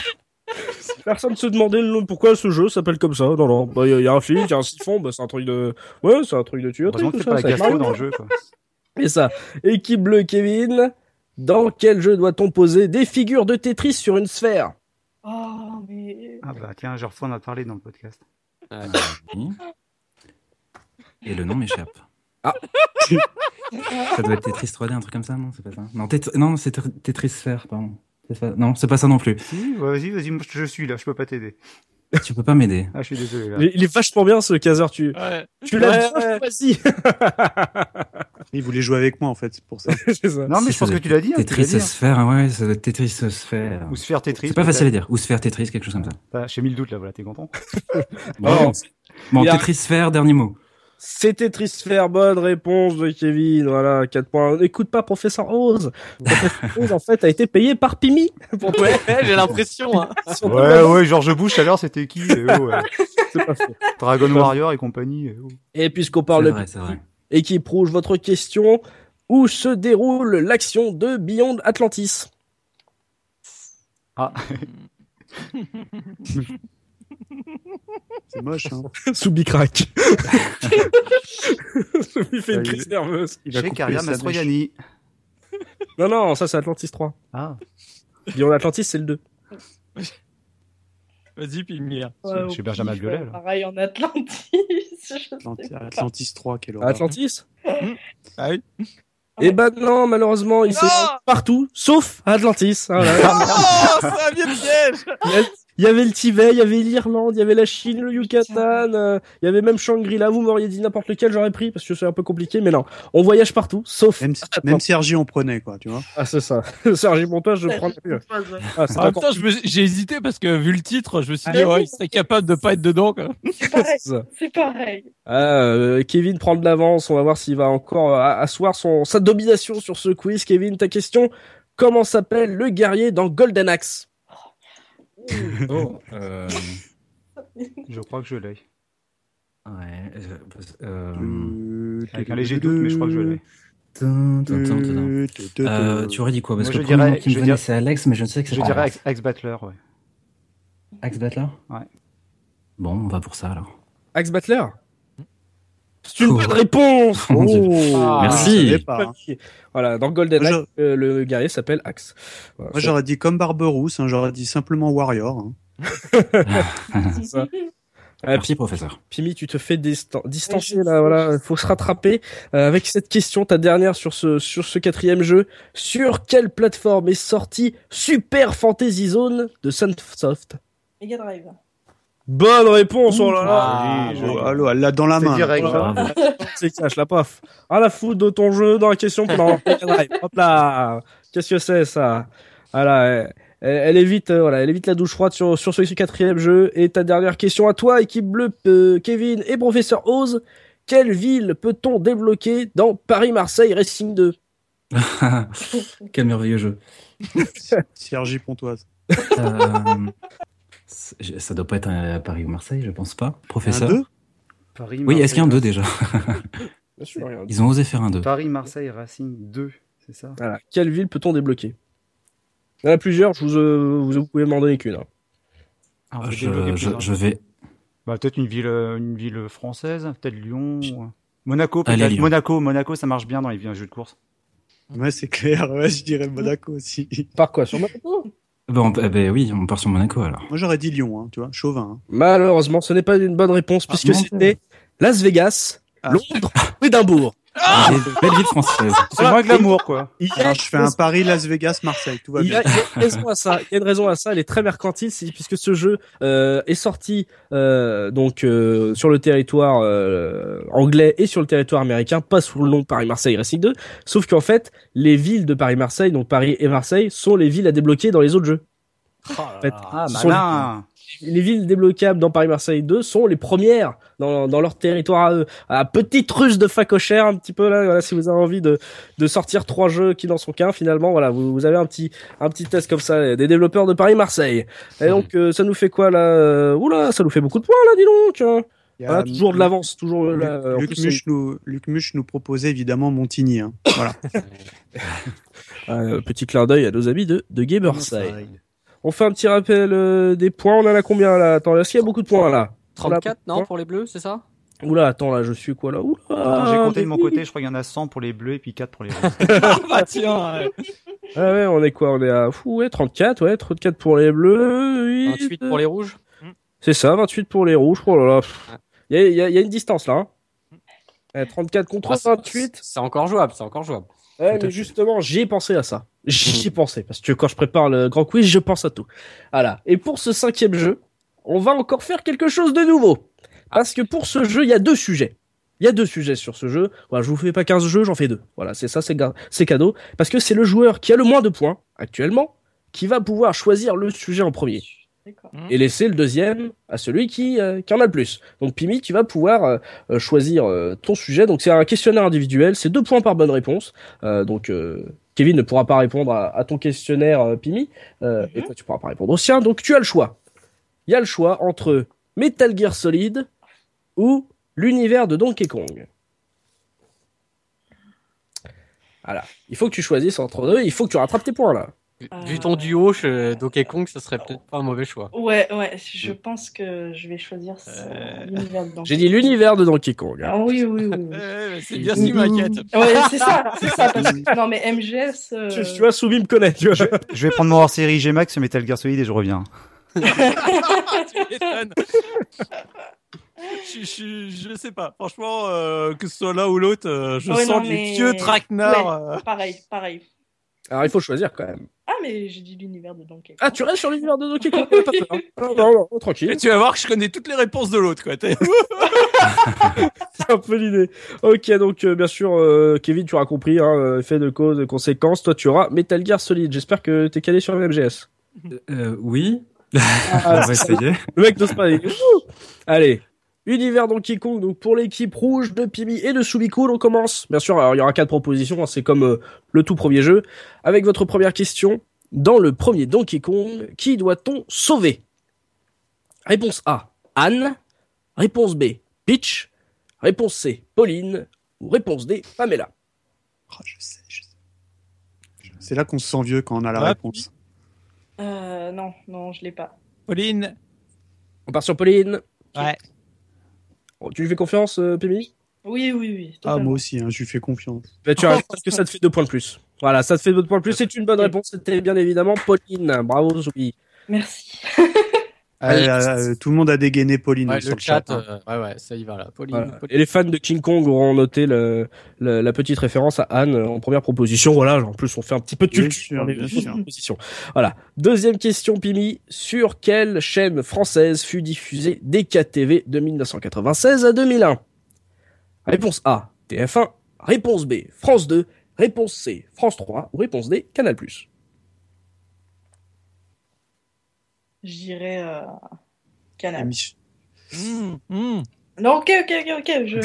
Speaker 1: Personne se demandait le nom pourquoi ce jeu s'appelle comme ça. Non non, bah y, a- y a un flic, y a un siphon, bah c'est un truc de ouais, c'est un truc de tuyau.
Speaker 3: Heureusement que t'es pas la gastro dans le jeu, quoi.
Speaker 1: Et ça. Équipe bleue Kevin, dans quel jeu doit-on poser des figures de Tetris sur une sphère
Speaker 5: Oh, mais.
Speaker 3: Ah bah tiens, genre, on en a parlé dans le podcast.
Speaker 2: Ah,
Speaker 6: Oui. Et le nom m'échappe.
Speaker 1: Ah.
Speaker 6: ça doit être Tetris 3D, un truc comme ça, non C'est pas ça. Non, Tet- non c'est Tet- Tetris Sphere, pardon. C'est ça. Non, c'est pas ça non plus.
Speaker 3: Si, ouais, vas-y, vas-y, moi, je je suis là, je peux pas t'aider.
Speaker 6: Tu peux pas m'aider.
Speaker 3: Ah, je suis désolé, là.
Speaker 1: il, il est vachement bien ce caseur tu
Speaker 4: Ouais.
Speaker 1: tu l'as bien choisi.
Speaker 7: il voulait jouer avec moi en fait, c'est pour ça.
Speaker 1: C'est ça.
Speaker 3: Non, mais
Speaker 6: Si,
Speaker 3: je pense
Speaker 6: ça
Speaker 3: que tu l'as dit, hein, tu l'as
Speaker 6: Tetris
Speaker 3: dit, hein.
Speaker 6: Sphere, ouais, ça doit être Tetris Sphere.
Speaker 3: Ou se faire Tetris.
Speaker 6: C'est pas
Speaker 3: peut-être.
Speaker 6: facile à dire. Ou Sphere Tetris, quelque chose comme ça.
Speaker 3: Ah, J'ai mis le doute, là, voilà, t'es content
Speaker 1: Bon.
Speaker 6: Bon,
Speaker 1: Il y a-
Speaker 6: Tetris Sphere, dernier mot.
Speaker 1: C'était Trisphère, bonne réponse de Kevin, voilà, 4 points. N'écoute pas Professeur Oz. Professeur Oz, en fait, a été payé par Pimi. Pour toi.
Speaker 2: Ouais, j'ai l'impression. hein.
Speaker 3: Ouais, ouais, George Bush, alors, c'était qui eh, oh, ouais.
Speaker 1: C'est pas faux.
Speaker 3: Dragon Warrior et compagnie. eh, oh.
Speaker 1: Et puisqu'on
Speaker 6: C'est
Speaker 1: parle de
Speaker 6: vrai, c'est vrai.
Speaker 1: équipe rouge, votre question, où se déroule l'action de Beyond Atlantis?
Speaker 7: C'est moche. Hein.
Speaker 1: Soubi crack. Soubi fait une
Speaker 3: Ah, il-
Speaker 1: crise nerveuse.
Speaker 3: Il a
Speaker 7: J'ai
Speaker 3: coupé
Speaker 7: Karia
Speaker 3: sa
Speaker 7: Mastroianni.
Speaker 3: mèche.
Speaker 1: Non, non, ça c'est Atlantis 3.
Speaker 3: Ah,
Speaker 1: Beyond Atlantis, c'est le 2.
Speaker 4: Vas-y, puis Mire.
Speaker 5: Ouais,
Speaker 3: je
Speaker 5: au
Speaker 3: sais bien jamais
Speaker 5: pif,
Speaker 3: gueuler,
Speaker 5: euh,
Speaker 3: là.
Speaker 5: Pareil en Atlantis. je sais
Speaker 7: Atlantis,
Speaker 5: pas.
Speaker 7: Atlantis 3, quelle horreur.
Speaker 1: Atlantis?
Speaker 4: Ah oui.
Speaker 1: Eh ben non, malheureusement, il s'est partout, sauf Atlantis. Ah, là, là.
Speaker 4: Oh, c'est un vieux piège
Speaker 1: Il y avait le Tibet, il y avait l'Irlande, il y avait la Chine, le Yucatan, euh, il y avait même Shangri-La. Vous m'auriez dit n'importe lequel, j'aurais pris parce que c'est un peu compliqué, mais non. On voyage partout, sauf.
Speaker 7: Même, si- même Sergi en prenait, quoi, tu vois.
Speaker 1: Ah, c'est ça. Sergi Montois, je prends plus. Ah, c'est
Speaker 4: En même
Speaker 1: encore
Speaker 4: temps, je me- j'ai hésité parce que vu le titre, je me suis dit,
Speaker 5: Ah,
Speaker 4: oh,
Speaker 5: oui.
Speaker 4: il serait capable de pas être dedans. Quoi.
Speaker 5: C'est pareil.
Speaker 1: ça.
Speaker 5: C'est pareil.
Speaker 1: Ah, euh, Kevin prend de l'avance. On va voir s'il va encore euh, asseoir son, sa domination sur ce quiz. Kevin, ta question. Comment s'appelle le guerrier dans Golden Axe
Speaker 6: Oh, euh...
Speaker 3: je crois que je l'ai.
Speaker 6: Ouais, euh, euh,
Speaker 7: Hmm.
Speaker 3: Avec un léger doute, mais je crois que je l'ai.
Speaker 6: tin, tin, tin, tin. Euh, tu aurais dit quoi Parce
Speaker 3: Moi, je
Speaker 6: que le premier nom
Speaker 3: dirais-
Speaker 6: qui me
Speaker 3: je
Speaker 6: venait,
Speaker 3: dirais-
Speaker 6: c'est Alex, mais je ne sais que c'est
Speaker 3: Je
Speaker 6: pas
Speaker 3: dirais
Speaker 6: Alex.
Speaker 3: Axe- Axe Battler, ouais.
Speaker 6: Axe Battler
Speaker 3: Ouais.
Speaker 6: Bon, on va pour ça alors.
Speaker 1: Axe Battler C'est une
Speaker 6: Oh.
Speaker 1: bonne réponse
Speaker 6: Mon Dieu. Ah.
Speaker 1: Oh.
Speaker 6: Merci.
Speaker 7: Je savais pas, hein.
Speaker 1: Voilà, dans Golden
Speaker 7: Moi,
Speaker 1: Axe, euh, le guerrier s'appelle Axe. Voilà,
Speaker 7: Moi,
Speaker 1: c'est-
Speaker 7: j'aurais dit comme Barberousse, hein, j'aurais dit simplement Warrior. hein.
Speaker 1: ça. Ouais,
Speaker 6: Merci, professeur.
Speaker 1: Pimi, tu te fais distan- distancer là, voilà, faut se rattraper Euh, avec cette question, ta dernière sur ce sur ce quatrième jeu. Sur quelle plateforme est sorti Super Fantasy Zone de Sunsoft
Speaker 5: Mega Drive.
Speaker 1: Bonne réponse, oh là là.
Speaker 7: Ah, Allô, elle l'a dans la
Speaker 1: C'est
Speaker 7: main.
Speaker 1: direct, hein. C'est cash, la paf. À la foutre de ton jeu dans la question pendant le Mega Drive. Hop là. Qu'est-ce que c'est, ça? Voilà. Elle, elle évite, euh, voilà, elle évite la douche froide sur, sur ce quatrième jeu. Et ta dernière question à toi, équipe bleue, euh, Kevin et professeur Oz. Quelle ville peut-on débloquer dans Paris-Marseille Racing 2?
Speaker 6: Quel merveilleux jeu.
Speaker 7: Sergi Pontoise.
Speaker 6: Euh, c'est- je- ça doit pas être à Paris ou Marseille, je pense pas. Professeur.
Speaker 3: deux Paris,
Speaker 6: Oui, est-ce qu'il y a un
Speaker 3: Marseille,
Speaker 6: 2 déjà
Speaker 1: Bien sûr, regarde.
Speaker 6: Ils ont osé faire un 2.
Speaker 3: Paris, Marseille, Racing 2, c'est ça
Speaker 1: Voilà. Quelle ville peut-on débloquer Il y en a plusieurs, je vous, euh, vous, vous pouvez m'en donner qu'une. hein.
Speaker 3: Ah, on peut débloquer
Speaker 6: Je, je-
Speaker 3: plusieurs.
Speaker 6: je vais.
Speaker 3: Bah, peut-être une ville, euh, une ville française, peut-être Lyon. ou- Monaco,
Speaker 6: Allez,
Speaker 3: peut-être.
Speaker 6: Lyon.
Speaker 3: Monaco, Monaco, ça marche bien dans les jeux de course.
Speaker 7: Ouais, c'est clair. Ouais, je dirais Monaco aussi.
Speaker 1: Par quoi Sur Monaco
Speaker 6: Bon, eh ben oui, on part sur Monaco alors.
Speaker 7: Moi, j'aurais dit Lyon, hein, tu vois, Chauvin.
Speaker 1: Malheureusement, ce n'est pas une bonne réponse puisque
Speaker 6: non.
Speaker 1: c'était Las Vegas,
Speaker 7: Ah.
Speaker 1: Londres ou Édimbourg.
Speaker 3: Ah
Speaker 6: Ah, C'est une belle ville française.
Speaker 3: C'est moins glamour, quoi.
Speaker 1: Il y
Speaker 7: hein.
Speaker 1: a,
Speaker 7: Alors, je fais un Paris, Las Vegas, Marseille. Tout va
Speaker 1: il y a-
Speaker 7: bien.
Speaker 1: il y a une raison à ça. Il y a une raison à ça. Elle est très mercantile c'est- puisque ce jeu euh, est sorti euh, donc euh, sur le territoire euh, anglais et sur le territoire américain, pas sous le nom de Paris-Marseille Racing 2. Sauf qu'en fait, les villes de Paris-Marseille, donc Paris et Marseille, sont les villes à débloquer dans les autres jeux.
Speaker 3: Ah,
Speaker 1: Ils sont-
Speaker 3: malin
Speaker 1: les villes débloquables dans Paris-Marseille 2 sont les premières dans, dans leur territoire à eux. À petite ruse de facochère, un petit peu là, voilà, si vous avez envie de, de sortir trois jeux qui n'en sont qu'un, finalement, voilà, vous, vous avez un petit, un petit test comme ça, des développeurs de Paris-Marseille. Et donc, euh, ça nous fait quoi là euh, Oula, ça nous fait beaucoup de points là, dis donc hein.
Speaker 3: Euh,
Speaker 7: Il y a
Speaker 1: Voilà, Toujours de l'avance, toujours euh,
Speaker 7: Luc,
Speaker 1: là, euh, en
Speaker 7: Luc
Speaker 1: plus,
Speaker 7: Muche nous, Luc Muche nous proposait évidemment Montigny. hein. Voilà.
Speaker 1: euh, petit clin d'œil à nos amis de, de Gamerside. On fait un petit rappel euh, des points, on en a combien là Attends, est-ce qu'il y a beaucoup de points là
Speaker 2: 34, non, pour les bleus, c'est ça
Speaker 1: Oula, attends là, je suis quoi là Oula
Speaker 3: Attends, J'ai compté de mon
Speaker 1: mais oui.
Speaker 3: côté, je crois qu'il y en a 100 pour les bleus et puis 4 pour les rouges.
Speaker 4: bah tiens, ouais.
Speaker 1: Ah ouais, on est quoi On est à fou, ouais, 34, ouais, 34 pour les bleus, 8,
Speaker 2: 28 pour les rouges
Speaker 1: C'est ça, 28 pour les rouges, oh là là. Il y a, y a- y a une distance là. hein. Eh, 34 contre
Speaker 2: Ah, c'est-
Speaker 1: 28.
Speaker 2: C'est encore jouable, c'est encore jouable.
Speaker 1: Ouais, mais justement, j'y ai pensé à ça. J'y ai pensé, parce que quand je prépare le grand quiz, je pense à tout. Voilà. Et pour ce cinquième jeu, on va encore faire quelque chose de nouveau. Parce que pour ce jeu, il y a deux sujets. Il y a deux sujets sur ce jeu. Voilà, je vous fais pas 15 jeux, j'en fais deux. Voilà, c'est ça, c'est ga- c'est cadeau. Parce que c'est le joueur qui a le moins de points, actuellement, qui va pouvoir choisir le sujet en premier
Speaker 5: D'accord.
Speaker 1: et laisser le deuxième à celui qui, euh, qui en a le plus. Donc Pimi, tu vas pouvoir euh, euh, choisir euh, ton sujet. Donc c'est un questionnaire individuel, c'est deux points par bonne réponse. Euh, donc euh, Kevin ne pourra pas répondre à, à ton questionnaire euh, Pimi, euh, et toi tu pourras pas répondre au sien. Donc tu as le choix. Il y a le choix entre Metal Gear Solid ou l'univers de Donkey Kong. Voilà. Il faut que tu choisisses entre deux. Il faut que tu rattrapes tes points là.
Speaker 2: Vu-
Speaker 5: Ah.
Speaker 2: Vu ton duo, je- Donkey Kong, ce serait peut-être pas un mauvais choix.
Speaker 5: Ouais, ouais, je pense que je vais choisir ça, l'univers dedans.
Speaker 1: J'ai dit l'univers de Donkey Kong. hein.
Speaker 5: Ah oui, oui, oui. oui.
Speaker 4: Euh, c'est bien si maquette.
Speaker 5: Ouais, c'est ça, c'est ça. Parce que, non, mais MGS. euh,
Speaker 1: Tu, tu vois, Soubi me connaît. Tu vois.
Speaker 3: Je vais prendre mon hors-série G-Max, Metal Gear Solid et je reviens.
Speaker 4: tu m'étonnes. je, je, je sais pas. Franchement, euh, que ce soit l'un ou l'autre, euh, je
Speaker 5: Ouais,
Speaker 4: sens
Speaker 5: non,
Speaker 4: des
Speaker 5: mais-
Speaker 4: vieux traquenards.
Speaker 5: Ouais.
Speaker 4: euh.
Speaker 5: Pareil, pareil.
Speaker 1: Alors il faut choisir quand même.
Speaker 5: Ah, mais j'ai dit l'univers de Donkey. Kong.
Speaker 1: Ah, tu restes sur l'univers de Donkey Kong pas peur, hein. Non, non, non, non,
Speaker 4: Et
Speaker 1: tranquille.
Speaker 4: tu vas voir que je connais toutes les réponses de l'autre. quoi. T'es-
Speaker 1: C'est un peu l'idée. Ok, donc euh, bien sûr, euh, Kevin, tu auras compris, hein, euh, effet de cause, de conséquence. Toi, tu auras Metal Gear Solid. J'espère que t'es calé sur le MGS.
Speaker 6: Euh, oui, on
Speaker 1: Ah,
Speaker 6: va essayer.
Speaker 1: le mec n'ose pas. il- Ouh Allez. Univers Donkey Kong, donc pour l'équipe rouge de Pimi et de Subikool, on commence. Bien sûr, alors, il y aura quatre propositions, hein, c'est comme euh, le tout premier jeu. Avec votre première question, dans le premier Donkey Kong, qui doit-on sauver Réponse A, Anne. Réponse B, Peach. Réponse C, Pauline. Ou réponse D, Pamela.
Speaker 7: Ah, je sais, je sais. C'est là qu'on se sent vieux quand on a la
Speaker 4: Ah,
Speaker 7: réponse.
Speaker 5: Euh, non, non, je l'ai pas.
Speaker 4: Pauline,
Speaker 1: On part sur Pauline.
Speaker 4: ouais.
Speaker 1: Oh, Tu lui fais confiance, euh, Pimi
Speaker 5: Oui, oui, oui.
Speaker 7: Ah,
Speaker 5: totalement.
Speaker 7: moi aussi, hein, je lui fais confiance.
Speaker 1: Bah, tu as raison, parce que ça te fait deux points de plus. Voilà, ça te fait deux points de plus. C'est une bonne réponse. C'était bien évidemment Pauline. Bravo, Zoubi.
Speaker 5: Merci.
Speaker 7: Allez, euh, tout le monde a dégainé Pauline
Speaker 2: Ouais,
Speaker 7: sur
Speaker 2: le
Speaker 7: le
Speaker 2: chat,
Speaker 7: chat. hein.
Speaker 2: euh, ouais, ouais, ça y va là. Pauline,
Speaker 1: Voilà.
Speaker 2: Pauline.
Speaker 1: Et les fans de King Kong auront noté le- le- la petite référence à Anne euh, en première proposition. Voilà, en plus on fait un petit peu de
Speaker 7: Bien
Speaker 1: culture
Speaker 7: sûr,
Speaker 1: dans les
Speaker 7: bien
Speaker 1: fausses
Speaker 7: sûr.
Speaker 1: propositions. Voilà. Deuxième question, Pimi. Sur quelle chaîne française fut diffusée DKTV de 1996 à 2001 Réponse A, TF1. Réponse B, France 2. Réponse C, France 3. Ou réponse D, Canal+.
Speaker 5: Je dirais euh,
Speaker 1: euh,
Speaker 7: Ah,
Speaker 5: Canal.
Speaker 7: Mich-
Speaker 4: Mmh, mmh.
Speaker 5: Non, ok, ok, ok, ok. Je...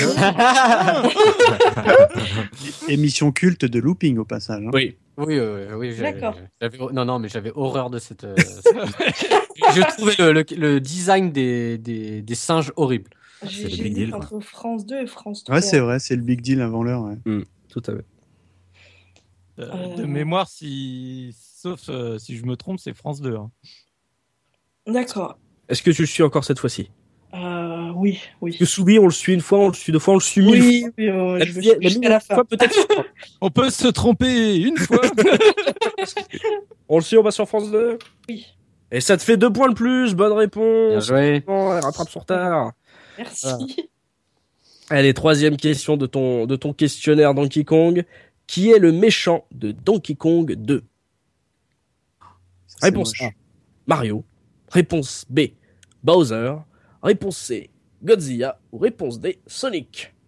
Speaker 7: Émission culte de looping au passage. hein.
Speaker 1: Oui.
Speaker 2: Oui, oui, oui, oui. j'avais-
Speaker 5: D'accord.
Speaker 2: j'avais- oh, Non, non, mais j'avais horreur de cette. euh, cette- je trouvais le, le- le design des, des, des singes horrible.
Speaker 5: Ah, J'ai
Speaker 6: le
Speaker 5: j'ai
Speaker 6: big
Speaker 5: dit
Speaker 6: deal,
Speaker 5: entre France 2 et France 3.
Speaker 7: Ouais, c'est vrai, c'est le big deal avant l'heure. ouais.
Speaker 1: Tout à fait.
Speaker 4: Euh, De mémoire, si... sauf euh, si je me trompe, c'est France 2. hein.
Speaker 5: D'accord.
Speaker 1: Est-ce que tu le suis encore cette fois-ci
Speaker 5: Euh, oui, oui.
Speaker 1: Parce que Soubi, on le suit une fois, on le suit deux fois, on le suit mille fois.
Speaker 5: Oui, oui, oui,
Speaker 1: La
Speaker 5: je
Speaker 1: vie- la
Speaker 5: vais jusqu'à
Speaker 1: mille
Speaker 5: la
Speaker 1: fois,
Speaker 5: fin.
Speaker 1: peut-être.
Speaker 4: On peut se tromper une fois.
Speaker 1: On le suit, on va sur France 2
Speaker 5: Oui.
Speaker 1: Et ça te fait deux points de plus, bonne
Speaker 2: Bien
Speaker 1: réponse.
Speaker 2: joué.
Speaker 1: Bon, elle rattrape son retard.
Speaker 5: Merci.
Speaker 1: Allez, troisième question de ton, de ton questionnaire Donkey Kong. Qui est le méchant de Donkey Kong 2
Speaker 7: Ça, c'est
Speaker 1: Réponse
Speaker 7: moche.
Speaker 1: A. Mario. Réponse B. Bowser. Réponse C. Godzilla. Ou réponse D. Sonic.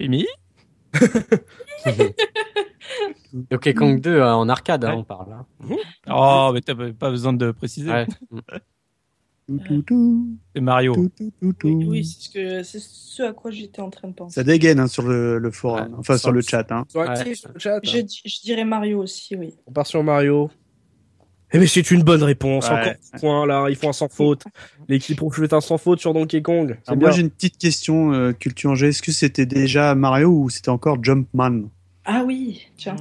Speaker 4: Amy
Speaker 2: Donkey Kong 2 euh, en arcade, hein, on parle. hein.
Speaker 4: Oh, mais t'as pas- pas besoin de préciser.
Speaker 2: Ouais.
Speaker 7: Tout, tout, tout,
Speaker 4: C'est Mario.
Speaker 7: tout, tout, tout, tout.
Speaker 5: Oui, oui, c'est ce, que- c'est ce à quoi j'étais en train de penser.
Speaker 7: Ça dégaine hein, sur le, le forum,
Speaker 2: Ouais.
Speaker 7: enfin sur le chat. Hein.
Speaker 1: Sois
Speaker 2: Ouais.
Speaker 1: actifs sur le chat.
Speaker 5: Je, di- je dirais Mario aussi, oui.
Speaker 1: On part sur Mario. Eh mais c'est une bonne réponse.
Speaker 7: Ouais.
Speaker 1: Encore un point là, ils font un sans faute. L'équipe rouge fait un sans faute sur Donkey Kong. C'est
Speaker 7: Alors, Ah, moi
Speaker 1: bien.
Speaker 7: j'ai une petite question euh, culture en G. Est-ce que c'était déjà Mario ou c'était encore Jumpman
Speaker 5: Ah oui, tiens.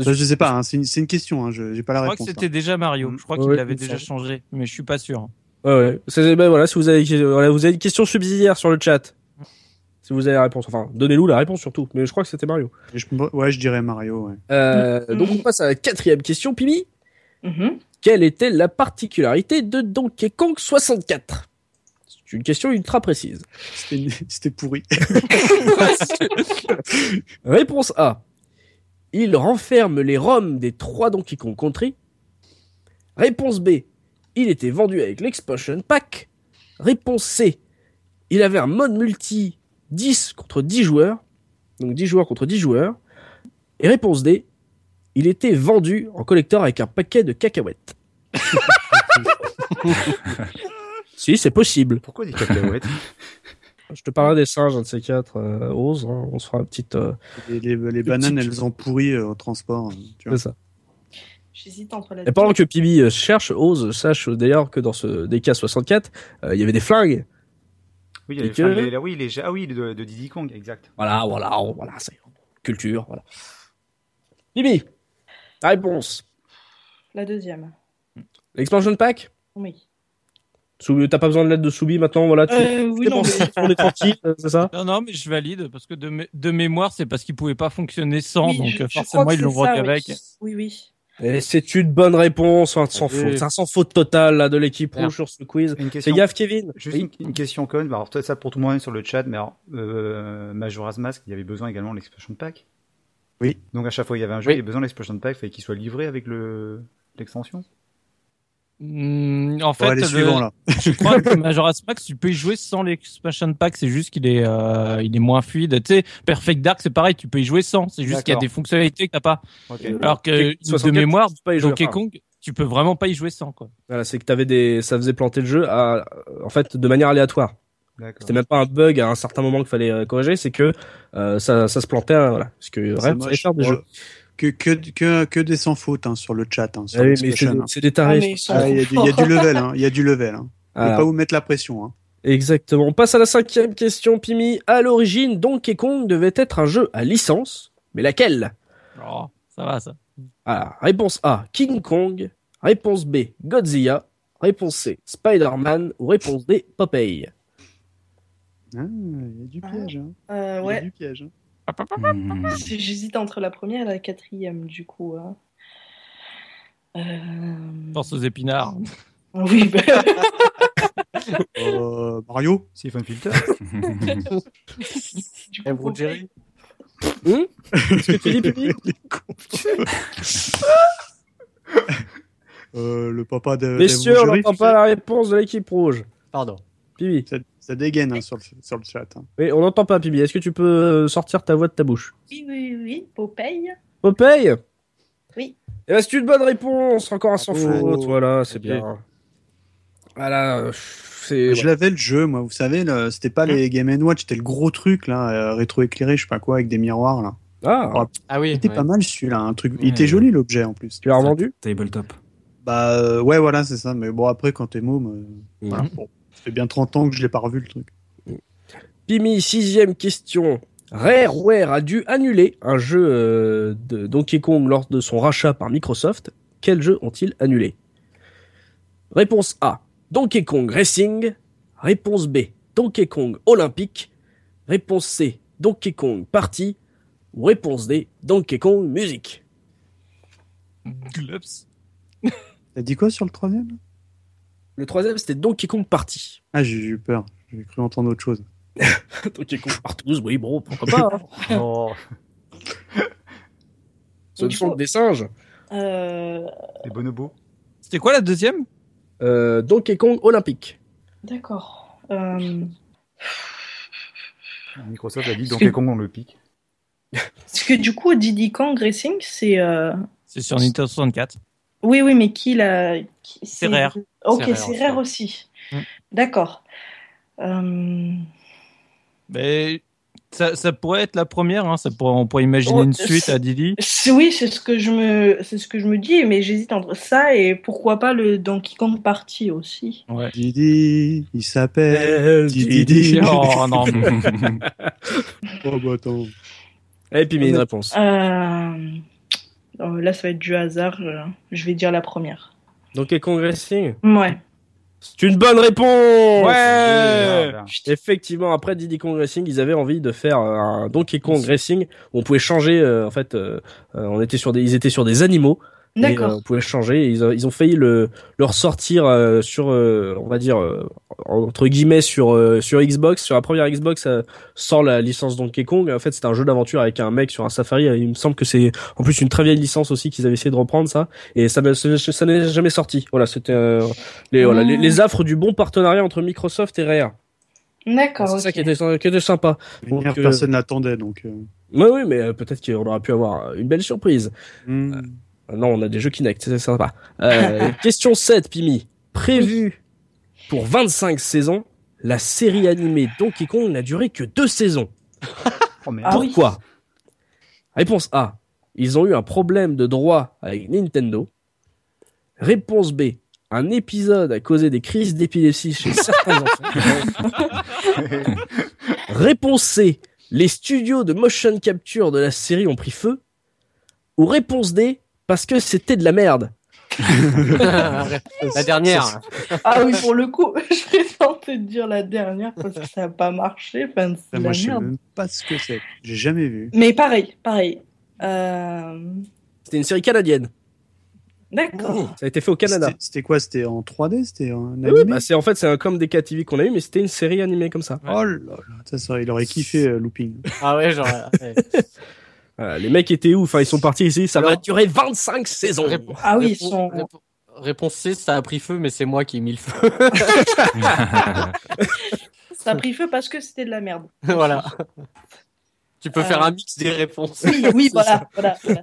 Speaker 7: Ça, Je sais pas, hein, c'est une, c'est une question, hein, je j'ai pas
Speaker 4: Je
Speaker 7: la
Speaker 4: crois que
Speaker 7: réponse. hein.
Speaker 4: c'était déjà Mario. Je crois qu'il
Speaker 1: Ouais,
Speaker 4: l'avait
Speaker 1: il me
Speaker 4: déjà changé, mais je suis pas sûr. hein.
Speaker 1: Ouais, ouais. C'est- ben voilà, si vous avez, voilà, vous avez une question subsidiaire sur le chat. Si vous avez la réponse, enfin, donnez-nous la réponse surtout. Mais je crois que c'était Mario.
Speaker 7: hein. Je- ouais, je dirais Mario. ouais.
Speaker 1: Euh,
Speaker 5: Mhm.
Speaker 1: Donc on passe à la quatrième question, Pimi.
Speaker 5: Mhm.
Speaker 1: Quelle était la particularité de Donkey Kong 64 C'est une question ultra précise.
Speaker 7: C'était c'était pourri.
Speaker 1: Réponse A. Il renferme les roms des trois Donkey Kong Country. Réponse B. Il était vendu avec l'Expansion Pack. Réponse C. Il avait un mode multi 10 contre 10 joueurs. Donc 10 joueurs contre 10 joueurs. Et réponse D. Il était vendu en collector avec un paquet de cacahuètes. si, c'est possible.
Speaker 3: Pourquoi des cacahuètes
Speaker 1: Je te parlerai des singes, un de ces quatre. euh, Ose, hein. on se fera une petite... euh,
Speaker 7: Les, les- les bananes, elles ont pourri euh, au transport. hein, tu vois.
Speaker 1: c'est ça.
Speaker 5: J'hésite entre la
Speaker 1: Et pendant que Pibi euh, cherche, Ose sache euh, d'ailleurs que dans ce DK64, euh, il y avait des flingues.
Speaker 3: Oui, il y
Speaker 1: Et
Speaker 3: a les
Speaker 1: que-
Speaker 3: fringues, les- la- oui, les- ah oui, de, de Diddy Kong, exact.
Speaker 1: Voilà, voilà, on- voilà, c'est culture, voilà. Pibi, ta réponse.
Speaker 5: La deuxième.
Speaker 1: L'expansion pack
Speaker 5: Oui.
Speaker 1: Soubi- T'as pas besoin de l'aide de Soubi maintenant, voilà. Tu...
Speaker 5: Euh, oui,
Speaker 1: t'es
Speaker 5: non,
Speaker 1: pensé,
Speaker 5: mais...
Speaker 1: On est tranquille, euh, c'est ça
Speaker 4: Non, non, mais je valide parce que de, mé- de mémoire, c'est parce qu'il pouvait pas fonctionner sans,
Speaker 5: oui,
Speaker 4: donc
Speaker 5: je- je
Speaker 4: euh,
Speaker 5: crois
Speaker 4: forcément
Speaker 5: que
Speaker 4: ils l'ont
Speaker 5: c'est
Speaker 4: vendu
Speaker 5: ça, oui.
Speaker 4: avec.
Speaker 5: Oui, oui.
Speaker 1: Et c'est une bonne réponse, hein, sans
Speaker 2: Allez.
Speaker 1: faute. C'est un sans faute total là, de l'équipe
Speaker 2: Merde.
Speaker 1: rouge sur ce quiz.
Speaker 3: Une
Speaker 1: Fais
Speaker 3: question,
Speaker 1: gaffe, Kevin.
Speaker 3: juste une, une question conne, bah, alors peut-être ça pour tout le monde sur le chat, mais alors, euh, Majora's Mask, il y avait besoin également de l'expression pack.
Speaker 7: Oui.
Speaker 3: Donc à chaque fois qu'il y avait un jeu,
Speaker 2: Oui.
Speaker 3: il y avait besoin de l'expression pack, il fallait qu'il soit livré avec le l'extension.
Speaker 4: Mmh, en
Speaker 7: On va
Speaker 4: fait,
Speaker 7: aller
Speaker 4: le-
Speaker 7: suivant là.
Speaker 4: je crois que Majora's Max, tu peux y jouer sans l'expansion pack. C'est juste qu'il est, euh, il est moins fluide. Tu sais, Perfect Dark, c'est pareil, tu peux y jouer sans. C'est juste qu'il y a
Speaker 3: D'accord.
Speaker 4: des fonctionnalités que t'as pas.
Speaker 3: Ok.
Speaker 4: Alors que euh, de
Speaker 1: 64,
Speaker 4: mémoire,
Speaker 1: tu peux pas y jouer,
Speaker 4: Donkey
Speaker 1: enfin.
Speaker 4: Kong, tu peux vraiment pas y jouer sans quoi.
Speaker 1: Voilà, c'est que t'avais des, ça faisait planter le jeu à, en fait, de manière aléatoire.
Speaker 3: D'accord.
Speaker 1: C'était même pas un bug à un certain moment qu'il fallait euh, corriger, c'est que euh, ça, ça se plantait, hein, voilà. Parce que
Speaker 7: C'est
Speaker 1: bref,
Speaker 7: moche.
Speaker 1: fallait faire des
Speaker 7: Oh,
Speaker 1: jeux.
Speaker 7: Que, que, que, que des sans fautes hein, sur le chat. hein, sur
Speaker 1: Ah oui, mais c'est
Speaker 7: l'expression,
Speaker 1: des-
Speaker 7: hein.
Speaker 1: c'est des
Speaker 5: Ah,
Speaker 1: tarés.
Speaker 5: mais ils sont
Speaker 7: Ah, Il y, a
Speaker 5: trop
Speaker 7: du- il y a
Speaker 5: forts.
Speaker 7: du level. hein, Il y a du level. Hein. Faut
Speaker 1: Voilà.
Speaker 7: pas vous mettre la pression. Hein.
Speaker 1: Exactement. On passe à la cinquième question, Pimi. À l'origine, Donkey Kong devait être un jeu à licence, mais laquelle
Speaker 4: Oh, ça va ça.
Speaker 1: Voilà. Réponse A, King Kong. Réponse B, Godzilla. Réponse C, Spider-Man. Ou réponse D, Popeye.
Speaker 7: Ah, il y a du piège. Hein.
Speaker 5: Euh,
Speaker 7: Il y a
Speaker 5: ouais.
Speaker 7: du piège. hein.
Speaker 6: Hmm.
Speaker 5: J'hésite entre la première et la quatrième, du coup. hein.
Speaker 4: Force aux épinards.
Speaker 5: Oui, ben.
Speaker 7: Euh, Mario
Speaker 3: Siphon Filter
Speaker 5: du coup,
Speaker 2: Emerald Jerry.
Speaker 1: Hum Qu'est-ce que tu dis, Pipi
Speaker 7: Euh, Le papa de.
Speaker 1: Messieurs,
Speaker 7: d'Evan
Speaker 1: on
Speaker 7: Jury.
Speaker 1: n'entend pas la réponse de l'équipe rouge.
Speaker 2: Pardon.
Speaker 1: Pibi.
Speaker 7: Ça, ça dégaine hein, sur, le, sur le chat. hein.
Speaker 1: Oui, on n'entend pas, Pibi. Est-ce que tu peux euh, sortir ta voix de ta bouche
Speaker 5: Oui, oui, oui, Popeye.
Speaker 1: Popeye
Speaker 5: Oui.
Speaker 1: Eh ben, c'est une bonne réponse, encore un sans
Speaker 7: Bravo.
Speaker 1: faute, voilà, c'est
Speaker 7: Oh. Ok.
Speaker 1: bien. Voilà, euh, c'est...
Speaker 7: Je l'avais le jeu, moi, vous savez, le- c'était pas les Game Watch, c'était le gros truc, là, euh, rétro-éclairé, je sais pas quoi, avec des miroirs, là.
Speaker 1: Ah,
Speaker 2: Ah oui.
Speaker 7: Il était
Speaker 2: ouais.
Speaker 7: pas mal celui-là, un truc. Il
Speaker 2: Ouais.
Speaker 7: était joli l'objet en plus.
Speaker 1: tu l'as revendu
Speaker 6: Tabletop.
Speaker 7: Bah euh, ouais, voilà, c'est ça. Mais bon, après, quand t'es môme, euh,
Speaker 1: Mhm.
Speaker 7: voilà. Bon, ça fait bien 30 ans que je l'ai pas revu le truc.
Speaker 1: Pimi, sixième question. Rareware a dû annuler un jeu euh, de Donkey Kong lors de son rachat par Microsoft. Quel jeu ont-ils annulé Réponse A. Donkey Kong Racing. Réponse B. Donkey Kong Olympique. Réponse C. Donkey Kong Party. Ou réponse D. Donkey Kong Music.
Speaker 4: Glups.
Speaker 7: T'as dit quoi sur le troisième
Speaker 1: Le troisième, c'était Donkey Kong Party.
Speaker 7: Ah, j'ai eu peur. J'ai cru entendre autre chose.
Speaker 1: Donkey Kong Party, oui, bon, pourquoi pas. hein.
Speaker 3: Oh,
Speaker 1: Ce ne sont que des singes.
Speaker 5: Euh,
Speaker 3: les bonobos.
Speaker 4: C'était quoi la deuxième
Speaker 1: Euh, Donkey Kong Olympique.
Speaker 5: D'accord. Euh,
Speaker 3: Microsoft a dit Donkey Kong, on le pique.
Speaker 5: parce que du coup, Diddy Kong Racing, c'est. euh,
Speaker 4: C'est sur Nintendo 64.
Speaker 5: Oui, oui, mais qui l'a. qui-
Speaker 4: C'est rare.
Speaker 5: Ok,
Speaker 2: C'est rare,
Speaker 5: c'est
Speaker 2: en
Speaker 5: rare
Speaker 2: fait.
Speaker 5: aussi.
Speaker 4: Mm.
Speaker 5: D'accord. Euh,
Speaker 4: Mais Ben, ça, ça pourrait être la première. Hein. Ça pourrait, on pourrait imaginer
Speaker 5: Oh,
Speaker 4: une suite
Speaker 5: c'est-
Speaker 4: à Didi.
Speaker 5: c'est- Oui, c'est ce que je me, c'est ce que je me dis, mais j'hésite entre ça et pourquoi pas le Donkey Kong Party aussi.
Speaker 4: Ouais.
Speaker 7: Didi, il s'appelle. Didi.
Speaker 1: Didi.
Speaker 4: Oh non.
Speaker 7: Oh bah attends.
Speaker 1: Et puis, mais Eh, une réponse.
Speaker 5: Euh, non, Là, ça va être du hasard. euh, Je vais dire la première.
Speaker 1: Donkey Kong Racing.
Speaker 5: Ouais.
Speaker 1: C'est une bonne réponse
Speaker 4: Ouais.
Speaker 1: Effectivement, après Diddy Kong Racing, ils avaient envie de faire euh, un Donkey Kong Racing où on pouvait changer. euh, en fait, euh, euh, on était sur des, ils étaient sur des animaux. et, euh,
Speaker 5: D'accord.
Speaker 1: on pouvait changer. et Ils, ont- ils ont failli le, le ressortir euh, sur, euh, on va dire euh, entre guillemets sur euh, sur Xbox, sur la première Xbox euh, sans la licence Donkey Kong. En fait, c'était un jeu d'aventure avec un mec sur un safari. et Il me semble que c'est en plus une très vieille licence aussi qu'ils avaient essayé de reprendre ça et ça n'a- ça n'a- ça n'est jamais sorti. Voilà, c'était euh, les, voilà, les, les affres du bon partenariat entre Microsoft et Rare.
Speaker 5: D'accord.
Speaker 1: C'est ça
Speaker 5: ok.
Speaker 1: qui était, qui était sympa. Donc,
Speaker 7: Lumière,
Speaker 1: euh,
Speaker 7: Personne l'attendait donc. euh,
Speaker 1: Oui, oui, mais euh, peut-être qu'on aurait pu avoir une belle surprise.
Speaker 7: hmm.
Speaker 1: Euh, Non, on a des jeux Kinect, c'est sympa. Euh, question 7, Pimi. Prévu pour 25 saisons, la série animée Donkey Kong n'a duré que deux saisons.
Speaker 3: Oh merde.
Speaker 5: Ah oui.
Speaker 1: Pourquoi Réponse A. Ils ont eu un problème de droit avec Nintendo. Réponse B. Un épisode a causé des crises d'épilepsie chez certains enfants. réponse C. Les studios de motion capture de la série ont pris feu. Ou réponse D. Parce que c'était de la merde.
Speaker 2: la dernière.
Speaker 5: Ah oui, pour le coup, je vais tenter de dire la dernière parce que ça n'a pas marché. Enfin, c'est
Speaker 7: Ah,
Speaker 5: de
Speaker 7: moi
Speaker 5: la
Speaker 7: je sais
Speaker 5: merde.
Speaker 7: même pas ce que c'est. J'ai jamais vu.
Speaker 5: Mais pareil, pareil. Euh,
Speaker 1: C'était une série canadienne.
Speaker 5: D'accord.
Speaker 1: Ça a été fait au Canada.
Speaker 7: C'était- C'était quoi C'était en 3D C'était en
Speaker 1: Oui,
Speaker 7: animé
Speaker 1: oui, bah, c'est en fait c'est un- comme des cas TV qu'on a eu, mais c'était une série animée comme ça.
Speaker 7: Oh là là, ça, ça, il aurait kiffé euh, Looping.
Speaker 2: Ah ouais, genre. ouais.
Speaker 1: Voilà, Euh, les mecs étaient où Enfin, ils sont partis ici. Ça va
Speaker 2: Alors-
Speaker 1: durer 25 saisons.
Speaker 2: Répon-
Speaker 5: Ah oui, ils
Speaker 2: répon-
Speaker 5: sont-
Speaker 2: répon- Réponse C, ça a pris feu, mais c'est moi qui ai mis le feu.
Speaker 5: Ça a pris feu parce que c'était de la merde.
Speaker 2: voilà. Tu peux
Speaker 5: Euh.
Speaker 2: faire un mix des réponses.
Speaker 5: Oui, oui, voilà. voilà, voilà.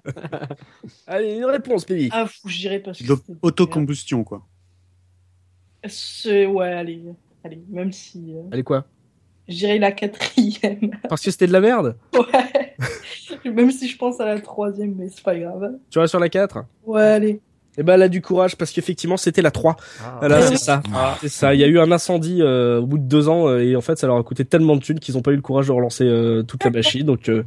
Speaker 1: Allez, une réponse, Pibi.
Speaker 5: Ah, fou, je dirais parce que.
Speaker 7: L'au-
Speaker 5: c'était de la merde.
Speaker 7: Autocombustion quoi.
Speaker 5: Ce- Ouais, allez. Allez, même si. euh,
Speaker 1: Allez, quoi
Speaker 5: je dirais la quatrième.
Speaker 1: Parce que c'était de la merde
Speaker 5: Ouais. même si je pense à la troisième, mais c'est pas grave.
Speaker 1: Tu vois, sur la 4
Speaker 5: Ouais, allez.
Speaker 1: Eh ben, elle a du courage parce qu'effectivement, c'était la 3.
Speaker 3: Ah.
Speaker 1: Voilà, Ah. c'est ça. C'est ça. Il y a eu un incendie euh, au bout de deux ans euh, et en fait, ça leur a coûté tellement de thunes qu'ils n'ont pas eu le courage de relancer euh, toute la machine. Donc, euh,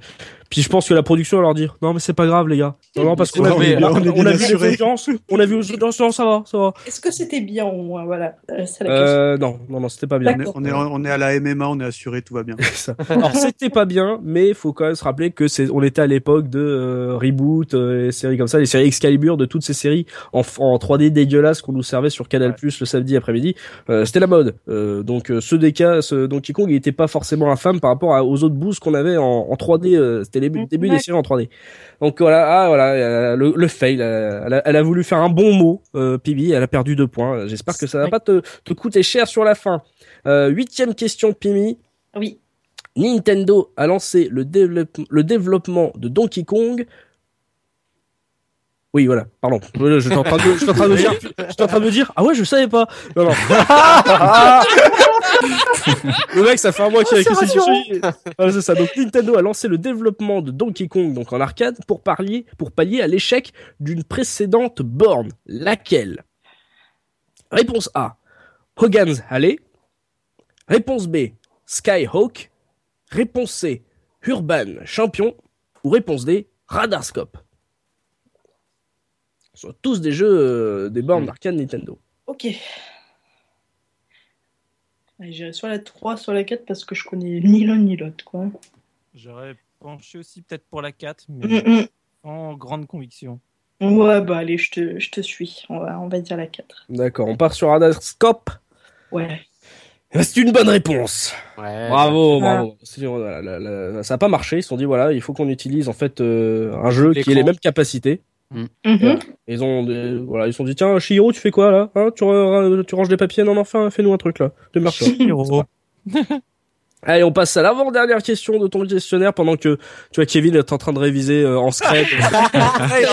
Speaker 1: Puis je pense que la production va leur dire non mais c'est pas grave les gars. Non, non parce qu'on a,
Speaker 7: Ouais, on est
Speaker 1: vu-
Speaker 7: bien- on est
Speaker 1: on a
Speaker 7: bien
Speaker 1: vu les
Speaker 7: assurés.
Speaker 1: audiences, on a vu les audiences, non, ça va, ça va.
Speaker 5: Est-ce que c'était bien au moins Voilà, euh, c'est la question.
Speaker 1: Euh, non non non c'était pas bien.
Speaker 7: On est, on, est, on est à la MMA, on est assuré, tout va bien.
Speaker 1: ça. Alors c'était pas bien, mais faut quand même se rappeler que c'est, on était à l'époque de euh, reboot, euh, les séries comme ça, les séries Excalibur, de toutes ces séries en, en 3D dégueulasses qu'on nous servait sur Canal Plus le samedi après-midi. Euh, c'était la mode. Euh, donc euh, ce DK, ce Donkey Kong, il était pas forcément infâme par rapport à- aux autres boosts qu'on avait en, en 3D. euh, c'était les débuts début des
Speaker 5: Ouais.
Speaker 1: séries en 3D. Donc voilà, ah, voilà euh, le, le fail. euh, Elle a, elle a voulu faire un bon mot, euh, Pibi, elle a perdu deux points. J'espère que ça va
Speaker 4: Ouais.
Speaker 1: pas te, te coûter cher sur la fin. Euh, huitième question, Pimi.
Speaker 5: Oui.
Speaker 1: Nintendo a lancé le, développe- le développement de Donkey Kong. Oui, voilà, pardon. Je suis en train de, je suis en train de dire, je suis en train de dire, ah ouais, je savais pas. Non, non. le mec, ça fait un mois qu'il est
Speaker 5: Oh,
Speaker 1: avec ses
Speaker 5: c'est
Speaker 1: sushis. Ah, c'est ça. Donc, Nintendo a lancé le développement de Donkey Kong, donc en arcade, pour pallier, pour pallier à l'échec d'une précédente borne. Laquelle? Réponse A. Hogan's Alley. Réponse B. Skyhawk. Réponse C. Urban Champion. Ou réponse D. Radarscope. Ce sont tous des jeux euh, des bornes d'arcade Nintendo.
Speaker 5: Ok. Allez, J'irai soit la 3, soit la 4 parce que je connais ni l'un ni l'autre. quoi.
Speaker 4: J'aurais penché aussi peut-être pour la 4, mais
Speaker 5: Mm,
Speaker 4: en grande conviction.
Speaker 5: mm. Ouais, bah allez, je te, je te suis. On va, on va dire la 4.
Speaker 1: D'accord, on part sur Radarscope.
Speaker 5: Ouais.
Speaker 1: Eh ben, C'est une bonne réponse.
Speaker 2: Ouais.
Speaker 1: Bravo,
Speaker 5: Ah.
Speaker 1: bravo. C'est- voilà, la- la- la- ça n'a pas marché. Ils se sont dit voilà, il faut qu'on utilise en fait euh, un jeu qui ait les
Speaker 2: L'écran.
Speaker 1: mêmes capacités.
Speaker 5: Mhm.
Speaker 1: Ouais. Ils ont des- voilà, ils se sont dit tiens Shiro, tu fais quoi là Hein, tu, re- tu ranges des papiers Non, non, enfin, fais-nous un truc là. Démarre-toi.
Speaker 4: Hiro.
Speaker 1: Allez, on passe à l'avant-dernière question de ton gestionnaire pendant que tu vois Kevin est en train de réviser euh, en secret.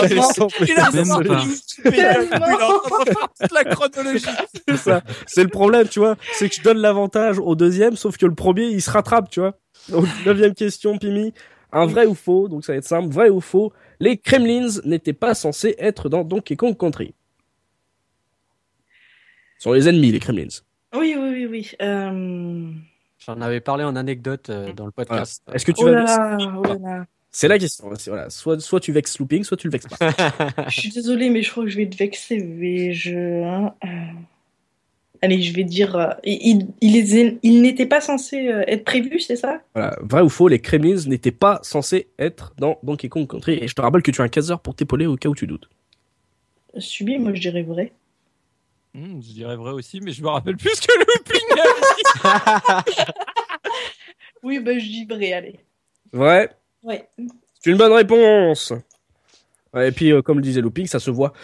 Speaker 6: Même pas.
Speaker 4: la chronologie.
Speaker 1: C'est ça. C'est le problème, tu vois. C'est que je donne l'avantage au deuxième, sauf que le premier, il se rattrape, tu vois. Donc, neuvième question, Pimi. Un vrai ou faux, donc ça va être simple, vrai ou faux, les Kremlins n'étaient pas censés être dans Donkey Kong Country. Ce sont les ennemis, les Kremlins.
Speaker 5: Oui, oui, oui, oui. Euh,
Speaker 2: J'en avais parlé en anecdote euh, dans le podcast.
Speaker 1: Est-ce que tu
Speaker 5: Oh
Speaker 1: vas
Speaker 5: là là, oh là
Speaker 1: C'est la question. hein, C'est- Voilà. Soit, soit tu vexes Looping, soit tu le vexes pas.
Speaker 5: là. Je suis désolée, mais je crois que je vais te vexer. Mais je... hein, euh, Allez, je vais dire... euh, Il, il, il est- il n'était pas censé euh, être prévu, c'est ça
Speaker 1: Voilà. Vrai ou faux, les Kremlins n'étaient pas censés être dans Donkey Kong Country. Et je te rappelle que tu as un caser pour t'épauler au cas où tu doutes.
Speaker 5: Subi, moi je dirais vrai.
Speaker 4: Hmm, je dirais vrai aussi, mais je me rappelle plus que le
Speaker 5: Oui, bah je dis vrai, allez.
Speaker 1: Vrai.
Speaker 5: Ouais.
Speaker 1: C'est une bonne réponse. Ouais, et puis, euh, comme le disait Looping, ça se voit.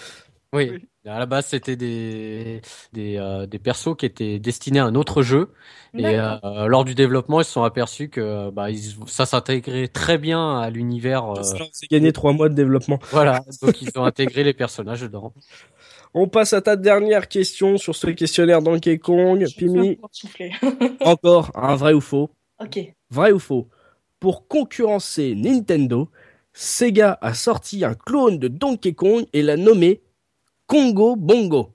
Speaker 2: Oui. À la base, c'était des, des, euh, des persos qui étaient destinés à un autre jeu. Et
Speaker 5: D'accord.
Speaker 2: euh, lors du développement, ils se sont aperçus que bah, ils- ça s'intégrait très bien à l'univers. euh,
Speaker 1: C'est gagné trois mois de développement.
Speaker 2: voilà. Donc, ils ont intégré les personnages dedans.
Speaker 1: On passe à ta dernière question sur ce questionnaire Donkey Kong.
Speaker 5: J'ai besoin de
Speaker 1: Pimi,
Speaker 5: pouvoir souffler.
Speaker 1: encore un vrai ou faux
Speaker 5: ok.
Speaker 1: Vrai ou faux Pour concurrencer Nintendo, Sega a sorti un clone de Donkey Kong et l'a nommé Congo Bongo.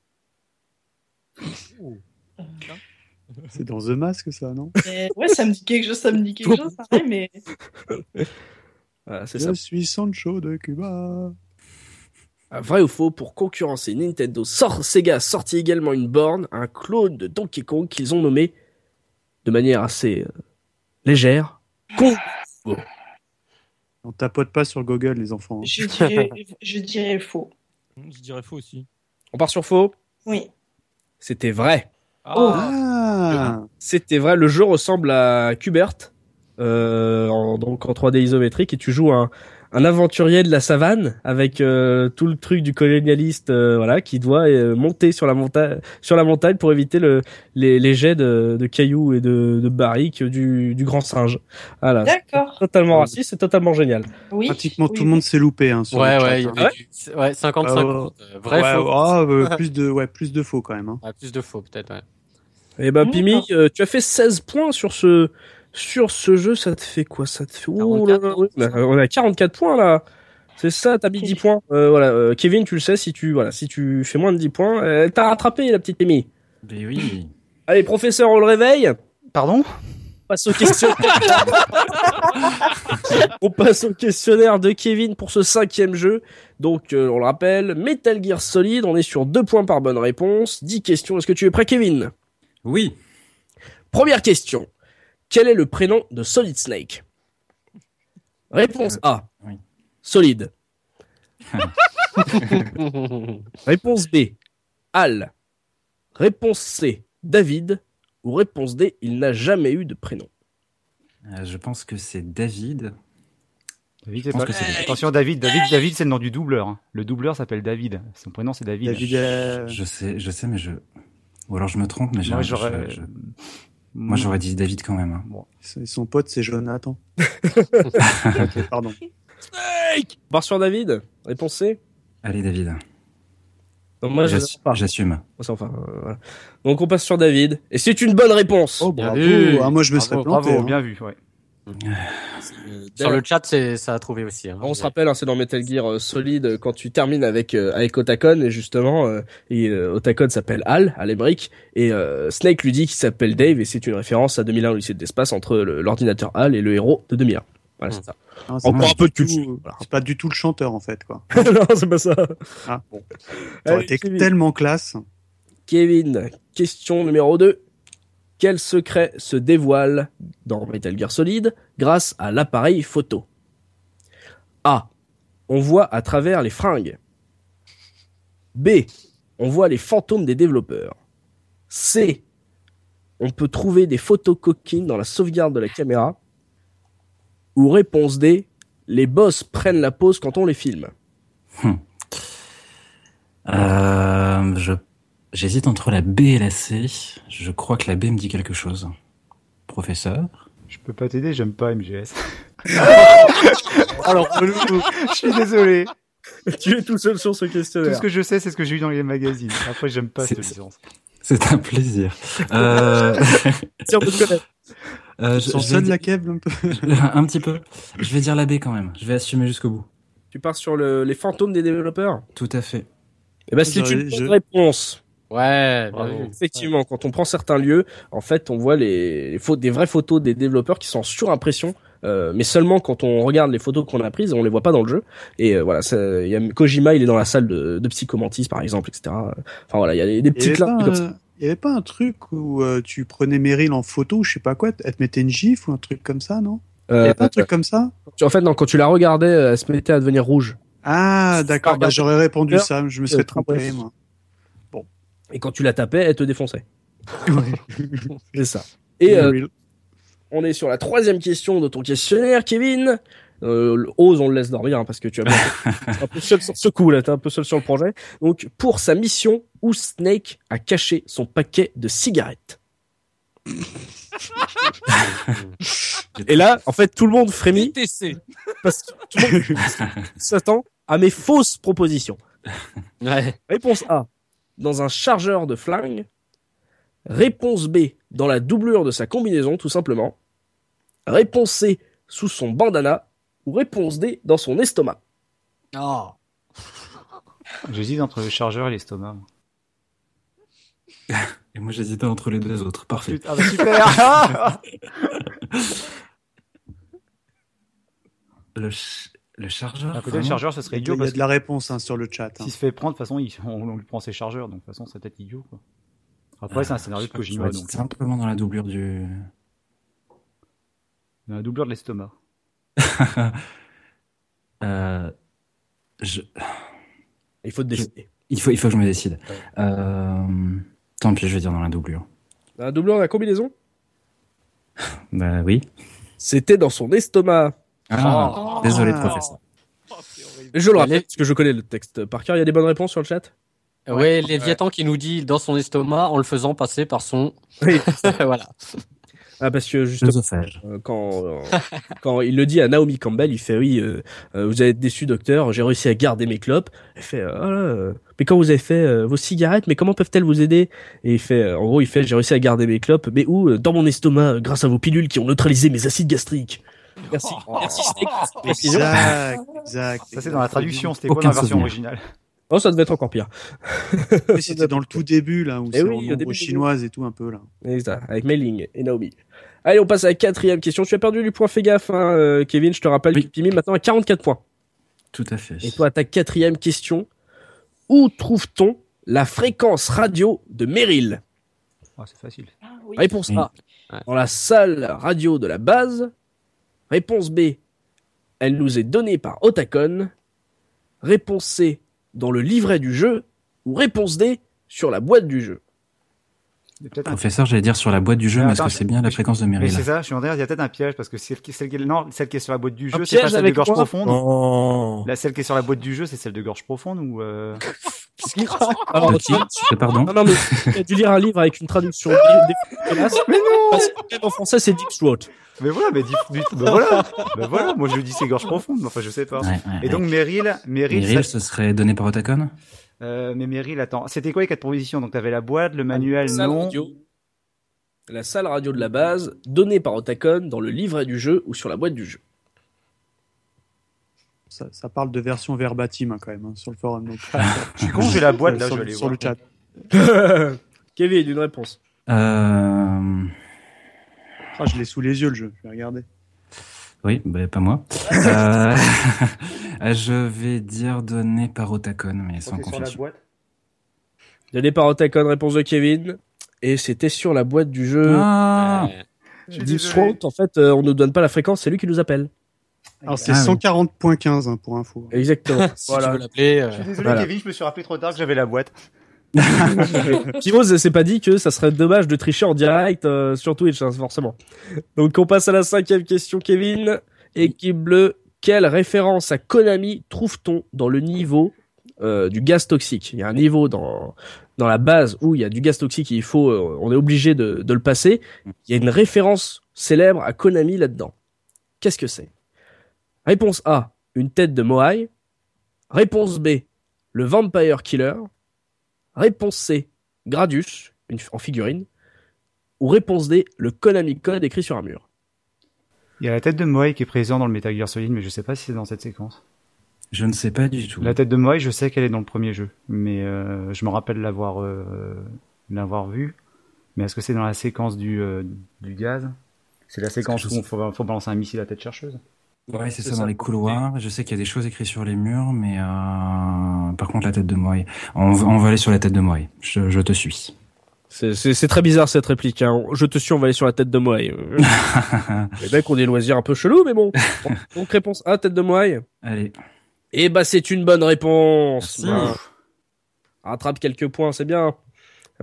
Speaker 7: C'est dans The Mask, ça, non
Speaker 5: Mais- Ouais, ça me dit quelque chose, ça me dit quelque chose, pareil, mais...
Speaker 1: Voilà, c'est ça.
Speaker 7: Je suis Sancho de Cuba.
Speaker 1: Ah, Vrai ou faux, pour concurrencer Nintendo, sort, Sega a sorti également une borne, un clone de Donkey Kong qu'ils ont nommé, de manière assez euh, légère, Kong.
Speaker 7: On tapote pas sur Google, les enfants. hein.
Speaker 5: Je dirais, je dirais faux.
Speaker 4: Pling. Mmh, Je dirais faux aussi.
Speaker 1: On part sur faux
Speaker 5: Oui.
Speaker 1: C'était vrai.
Speaker 4: Ah,
Speaker 7: Ah
Speaker 1: C'était vrai, le jeu ressemble à Cubert, euh, en- donc en 3D isométrique, et tu joues un, un aventurier de la savane avec euh, tout le truc du colonialiste euh, voilà, qui doit euh, monter sur la, monta sur la montagne pour éviter le, les, les jets de, de cailloux et de, de barriques du, du grand singe. Voilà,
Speaker 5: D'accord.
Speaker 1: totalement raciste, c'est totalement génial.
Speaker 5: Oui.
Speaker 7: Pratiquement
Speaker 5: Oui.
Speaker 7: tout le monde s'est loupé. Hein, sur
Speaker 2: Ouais,
Speaker 7: le chat,
Speaker 2: ouais. il y
Speaker 7: hein.
Speaker 2: avait du- c'est- ouais, 50 50 euh, vrai
Speaker 7: Ouais,
Speaker 2: faux.
Speaker 7: ah, euh, plus de, ouais, plus de faux quand même. hein.
Speaker 2: Ah, plus de faux peut-être. Ouais.
Speaker 1: Et ben
Speaker 5: Mmh,
Speaker 1: Pimi,
Speaker 5: d'accord.
Speaker 1: euh, tu as fait 16 points sur ce sur ce jeu, ça te fait quoi Ça te fait Ouh là là,
Speaker 2: 44,
Speaker 1: oui, bah, on a 44 points là. C'est ça, t'as mis
Speaker 5: Ok.
Speaker 1: 10 points. Euh, voilà, euh, Kevin, tu le sais si tu voilà, si tu fais moins de 10 points, euh, t'as rattrapé la petite Pimi.
Speaker 6: Mais Ben oui.
Speaker 1: Allez, professeur, on le réveille
Speaker 3: Pardon
Speaker 1: passe au questionnaire. on passe au questionnaire de Kevin pour ce cinquième jeu. Donc, euh, on le rappelle, Metal Gear Solid, on est sur deux points par bonne réponse. 10 questions. Est-ce que tu es prêt, Kevin
Speaker 6: Oui.
Speaker 1: Première question. Quel est le prénom de Solid Snake Réponse A.
Speaker 6: oui.
Speaker 1: Solid. Réponse B. Al. Réponse C. David. Ou réponse D. Il n'a jamais eu de prénom.
Speaker 6: Euh, je pense que c'est David.
Speaker 3: David,
Speaker 6: Je
Speaker 3: c'est
Speaker 6: pense
Speaker 3: pas-
Speaker 6: que c'est
Speaker 3: Attention, David, David, David, c'est le nom du doubleur. hein. Le doubleur s'appelle David. Son prénom, c'est David.
Speaker 7: David, euh,
Speaker 6: Je sais, je sais, mais je. Ou alors je me trompe, mais j'ai-
Speaker 3: Moi,
Speaker 6: je-
Speaker 3: j'aurais.
Speaker 6: je- Moi, j'aurais dit David quand même. hein.
Speaker 7: c'est- euh, son pote, c'est Jonathan. Pardon.
Speaker 1: On part sur David. Réponse C.
Speaker 6: Allez, David.
Speaker 1: Non, moi, je
Speaker 6: J'assu-
Speaker 1: pas.
Speaker 6: J'assume.
Speaker 1: Enfin, euh, voilà. Donc, on passe sur David. Et c'est une bonne réponse.
Speaker 7: Oh,
Speaker 2: Bien
Speaker 7: bravo.
Speaker 2: vu.
Speaker 7: Ah, moi, je me
Speaker 2: Bravo,
Speaker 7: serais planté.
Speaker 3: Bravo,
Speaker 7: hein.
Speaker 3: bien vu. ouais.
Speaker 2: Sur le chat, c'est- ça a trouvé aussi. hein.
Speaker 1: On se rappelle, hein, c'est dans Metal Gear euh, Solid euh, quand tu termines avec euh, avec Otacon et justement euh, et, euh, Otacon s'appelle Al, Al Emmerich et euh, Snake lui dit qu'il s'appelle Dave et c'est une référence à 2001 l'Odyssée de l'espace entre le- l'ordinateur Al et le héros de 2001. Voilà, c'est ça.
Speaker 7: Hein, c'est
Speaker 1: Encore
Speaker 7: pas
Speaker 1: un peu de
Speaker 7: du
Speaker 1: culture.
Speaker 7: tout- euh, C'est pas du tout le chanteur, en fait, quoi.
Speaker 1: non, c'est pas ça.
Speaker 7: Ah.
Speaker 1: Bon.
Speaker 7: Ça aurait
Speaker 1: Allez,
Speaker 7: été
Speaker 1: Kevin.
Speaker 7: tellement classe.
Speaker 1: Kevin, question numéro 2. Quel secret se dévoile dans Metal Gear Solid grâce à l'appareil photo A. On voit à travers les fringues. B. On voit les fantômes des développeurs. C. On peut trouver des photos coquines dans la sauvegarde de la caméra. Ou réponse D. Les boss prennent la pause quand on les filme.
Speaker 6: Euh, je j'hésite entre la B et la C. Je crois que la B me dit quelque chose. Professeur.
Speaker 3: Je peux pas t'aider, j'aime pas MGS.
Speaker 2: Alors, relou.
Speaker 3: je suis désolé.
Speaker 1: tu es tout seul sur ce
Speaker 3: Tout
Speaker 1: questionnaire.
Speaker 3: ce que je sais, c'est ce que j'ai vu dans les magazines. Après, j'aime pas cette
Speaker 6: C'est-
Speaker 3: licence.
Speaker 6: C'est un plaisir. Euh,
Speaker 1: Tiens, on peut te connaître.
Speaker 6: euh, je-
Speaker 7: Sur
Speaker 6: je
Speaker 7: ça
Speaker 6: vais
Speaker 7: de la
Speaker 6: dire-
Speaker 7: cave, un peu.
Speaker 6: un petit peu. Je vais dire la B quand même. Je vais assumer jusqu'au bout.
Speaker 1: Tu pars sur le- les fantômes des développeurs
Speaker 6: Tout à fait.
Speaker 1: Eh ben, c'est
Speaker 7: J'aurais-
Speaker 1: une bonne
Speaker 7: je- Mmh.
Speaker 1: réponse.
Speaker 2: Ouais, bah bien
Speaker 1: Bravo.
Speaker 2: vu.
Speaker 1: Effectivement, quand on prend certains lieux, en fait, on voit les, les fautes, des vraies photos des développeurs qui sont en surimpression. euh, mais seulement quand on regarde les photos qu'on a prises, on les voit pas dans le jeu. Et euh, voilà, ça- il y a Kojima, il est dans la salle de, de psychomantis par exemple, etc. Enfin voilà, il y a des, des
Speaker 7: Il y
Speaker 1: petits
Speaker 7: avait
Speaker 1: clins
Speaker 7: pas
Speaker 1: d'œil comme ça.
Speaker 7: un- il y avait pas un truc où euh, tu prenais Meryl en photo, je sais pas quoi, elle te mettait une gifle ou un truc comme ça, non Il y
Speaker 1: Euh,
Speaker 7: avait pas un truc comme ça
Speaker 1: tu- en fait, non, quand tu la regardais, euh, elle se mettait à devenir rouge.
Speaker 7: Ah, d'accord, bah,
Speaker 1: regardé.
Speaker 7: j'aurais répondu
Speaker 1: D'ailleurs,
Speaker 7: ça, je me
Speaker 1: euh,
Speaker 7: serais trompé,
Speaker 1: bref.
Speaker 7: moi.
Speaker 1: Et quand tu la tapais, elle te défonçait. C'est ça. Et euh,
Speaker 7: Meryl.
Speaker 1: On est sur la troisième question de ton questionnaire, Kevin. Euh, Ose, on le laisse dormir hein, parce que tu as bien- t'es un peu seul sur ce coup là, t'es un peu seul sur le projet. Donc pour sa mission, où Snake a caché son paquet de cigarettes. Et là, en fait, tout le monde frémit
Speaker 4: ITC.
Speaker 1: parce que tout le monde s'attend à mes fausses propositions.
Speaker 2: Ouais.
Speaker 1: Réponse A dans un chargeur de flingue. Réponse B dans la doublure de sa combinaison, tout simplement. Réponse C sous son bandana. Ou réponse D dans son estomac.
Speaker 2: Non.
Speaker 3: J'hésite entre le chargeur et l'estomac.
Speaker 6: Et moi j'hésitais entre les deux autres. Parfait.
Speaker 3: Putain, bah, super
Speaker 6: Le, ch- le chargeur.
Speaker 3: À côté, le
Speaker 6: Ah, vraiment
Speaker 3: chargeur, ce serait
Speaker 7: Il y a
Speaker 3: idiot
Speaker 7: il y a
Speaker 3: parce
Speaker 7: de la réponse hein, sur le chat. hein.
Speaker 3: S'il se fait prendre, de toute façon, il- on, on lui prend ses chargeurs, donc de toute façon, c'est peut-être idiot, quoi. Après, c'est un scénario de
Speaker 6: Je
Speaker 3: Kojima,
Speaker 6: l'aurais dit
Speaker 3: donc.
Speaker 6: simplement dans la doublure du.
Speaker 3: Un doubleur de l'estomac.
Speaker 6: Euh, je-
Speaker 1: Il faut te décider.
Speaker 6: Il faut, il faut que je me décide. Euh, Tant pis, je vais dire dans la doublure.
Speaker 1: Dans La doublure de la combinaison
Speaker 6: Bah oui.
Speaker 1: C'était dans son estomac.
Speaker 6: Ah,
Speaker 5: Oh.
Speaker 6: Désolé,
Speaker 7: Ah.
Speaker 6: professeur.
Speaker 1: Je le rappelle
Speaker 2: Allez.
Speaker 1: parce que je connais le texte par cœur. Il y a des bonnes réponses sur le chat
Speaker 2: Ah. Ouais, Léviathan qui nous dit dans son estomac en le faisant passer par son.
Speaker 1: Oui.
Speaker 2: voilà.
Speaker 1: Ah, parce que justement.
Speaker 6: L'œsophage.
Speaker 1: Euh, quand, euh, quand il le dit à Naomi Campbell, il fait oui, euh, euh, vous êtes déçu docteur, j'ai réussi à garder mes clopes. Elle fait euh, Ah là, euh, mais quand vous avez fait euh, vos cigarettes, mais comment peuvent-elles vous aider Et il fait euh, en gros, il fait j'ai réussi à garder mes clopes, mais où Euh, Dans mon estomac, euh, grâce à vos pilules qui ont neutralisé mes acides gastriques. Merci. Merci Snake, pour cette précision.
Speaker 7: Exact, exact.
Speaker 3: Ça, c'est dans la traduction, c'était
Speaker 6: Aucun
Speaker 3: quoi dans la version
Speaker 6: souvenir.
Speaker 3: originale
Speaker 1: Oh, ça devait être encore pire.
Speaker 7: Mais C'était dans le tout début, là, où
Speaker 1: Eh
Speaker 7: c'est
Speaker 1: oui,
Speaker 7: en
Speaker 1: au
Speaker 7: nombre
Speaker 1: début du
Speaker 7: chinoise et tout, un peu, là.
Speaker 1: Exact, avec Mailing et Naomi. Allez, on passe à la quatrième question. Tu as perdu du point, fais gaffe, hein, euh, Kevin. Je te rappelle que Pimi est maintenant à 44 points.
Speaker 6: Tout à fait.
Speaker 1: Et toi, ta quatrième question. Où trouve-t-on la fréquence radio de Meryl
Speaker 3: C'est facile.
Speaker 5: ah,
Speaker 1: Réponse A. Dans la salle radio de la base. Réponse B. Elle nous est donnée par Otacon. Réponse C. Dans le livret du jeu. Ou réponse D. Sur la boîte du jeu.
Speaker 6: Ah. Professeur, j'allais dire sur la boîte du jeu, mais est-ce
Speaker 3: Attends,
Speaker 6: que c'est bien la fréquence de
Speaker 3: Mais
Speaker 6: Meryl
Speaker 3: c'est ça, je suis en train de dire, il y a peut-être un piège parce que celle qui, celle qui, non, celle qui est sur la boîte du
Speaker 1: Un
Speaker 3: jeu, c'est pas
Speaker 1: piège
Speaker 3: celle de
Speaker 1: avec
Speaker 3: gorge
Speaker 1: moi
Speaker 3: profonde.
Speaker 6: Oh.
Speaker 3: La celle qui est sur la boîte du jeu, c'est celle de gorge profonde ou. euh,
Speaker 1: Alors,
Speaker 6: Petit, pardon.
Speaker 3: Ah,
Speaker 1: Non, non, mais tu as dû lire un livre avec une traduction dégueulasse. Mais non Parce que même en français, c'est Deep Throat.
Speaker 3: Mais voilà, mais dis, dis- bah voilà, bah voilà, moi je dis c'est gorge profonde, mais enfin je sais pas.
Speaker 6: Ouais, ouais,
Speaker 3: Et donc
Speaker 6: ouais.
Speaker 3: Meryl, Meryl, ça-
Speaker 6: Meryl, ce serait donné par Otacon
Speaker 3: euh, mais Meryl, attends, c'était quoi les quatre propositions Donc t'avais la boîte, le manuel,
Speaker 1: salle
Speaker 3: non.
Speaker 1: radio. La salle radio de la base, donnée par Otacon dans le livret du jeu ou sur la boîte du jeu.
Speaker 7: Ça, ça parle de version verbatim, hein, quand même, hein, sur le forum. Donc,
Speaker 3: Je suis con, j'ai la boîte là,
Speaker 7: sur,
Speaker 3: je vais
Speaker 7: le-
Speaker 3: aller
Speaker 7: sur
Speaker 3: voir.
Speaker 7: le chat.
Speaker 1: Kevin, une réponse.
Speaker 6: euh...
Speaker 7: Ah, je l'ai sous les yeux, le jeu. Je vais regarder.
Speaker 6: Oui, bah, pas moi. euh... je vais dire donné par Otacon, mais sans confirmation.
Speaker 3: boîte.
Speaker 1: Donnée par Otacon, réponse de Kevin. Et c'était sur la boîte du jeu.
Speaker 6: Ah,
Speaker 2: Euh,
Speaker 3: Je suis
Speaker 1: Deep
Speaker 3: désolé.
Speaker 1: Throat, en fait, euh, on ne donne pas la fréquence, c'est lui qui nous appelle.
Speaker 7: Alors, c'est
Speaker 6: Ah, oui.
Speaker 7: 140.15 hein, pour info.
Speaker 1: Exactement.
Speaker 2: Si tu
Speaker 1: voilà.
Speaker 2: veux l'appeler.
Speaker 3: Je
Speaker 2: euh,
Speaker 3: suis désolé,
Speaker 1: Voilà.
Speaker 3: Kevin, je me suis rappelé trop tard que j'avais la boîte.
Speaker 1: Pimos ne s'est pas dit que ça serait dommage de tricher en direct euh, sur Twitch, hein, forcément. Donc on passe à la cinquième question, Kevin. Équipe bleue, quelle référence à Konami trouve-t-on dans le niveau euh, du gaz toxique Il y a un niveau dans dans la base où il y a du gaz toxique, et il faut, euh, on est obligé de, de le passer. Il y a une référence célèbre à Konami là-dedans. Qu'est-ce que c'est Réponse A, une tête de Moai. Réponse B, le Vampire Killer. Réponse C, Gradus, une, en figurine. Ou réponse D, le Konami Code écrit sur un mur.
Speaker 3: Il y a la tête de Moai qui est présente dans le Metal Gear Solid, mais je sais pas si c'est dans cette séquence.
Speaker 6: je ne sais pas du tout.
Speaker 3: La tête de Moai, je sais qu'elle est dans le premier jeu, mais euh, je me rappelle l'avoir euh, l'avoir vue. Mais est-ce que c'est dans la séquence du, euh, du gaz C'est la séquence
Speaker 6: je
Speaker 3: où
Speaker 6: sais.
Speaker 3: il faut, faut balancer un missile à tête chercheuse
Speaker 6: Ouais, c'est ça, dans les couloirs. Je sais qu'il y a des choses écrites sur les murs, mais euh, par contre, la tête de Moy. On, va- on va aller sur la tête de Moy. Je, je te suis.
Speaker 1: C'est- C'est c'est très bizarre cette réplique. hein. Je te suis, on va aller sur la tête de Moai. Euh, Les mecs ont des loisirs un peu chelous, mais bon. Donc réponse A, tête de Moai.
Speaker 6: Allez.
Speaker 1: Eh bah c'est une bonne
Speaker 2: Ah,
Speaker 1: réponse.
Speaker 6: Merci.
Speaker 1: Bravo. Rattrape quelques points, c'est bien.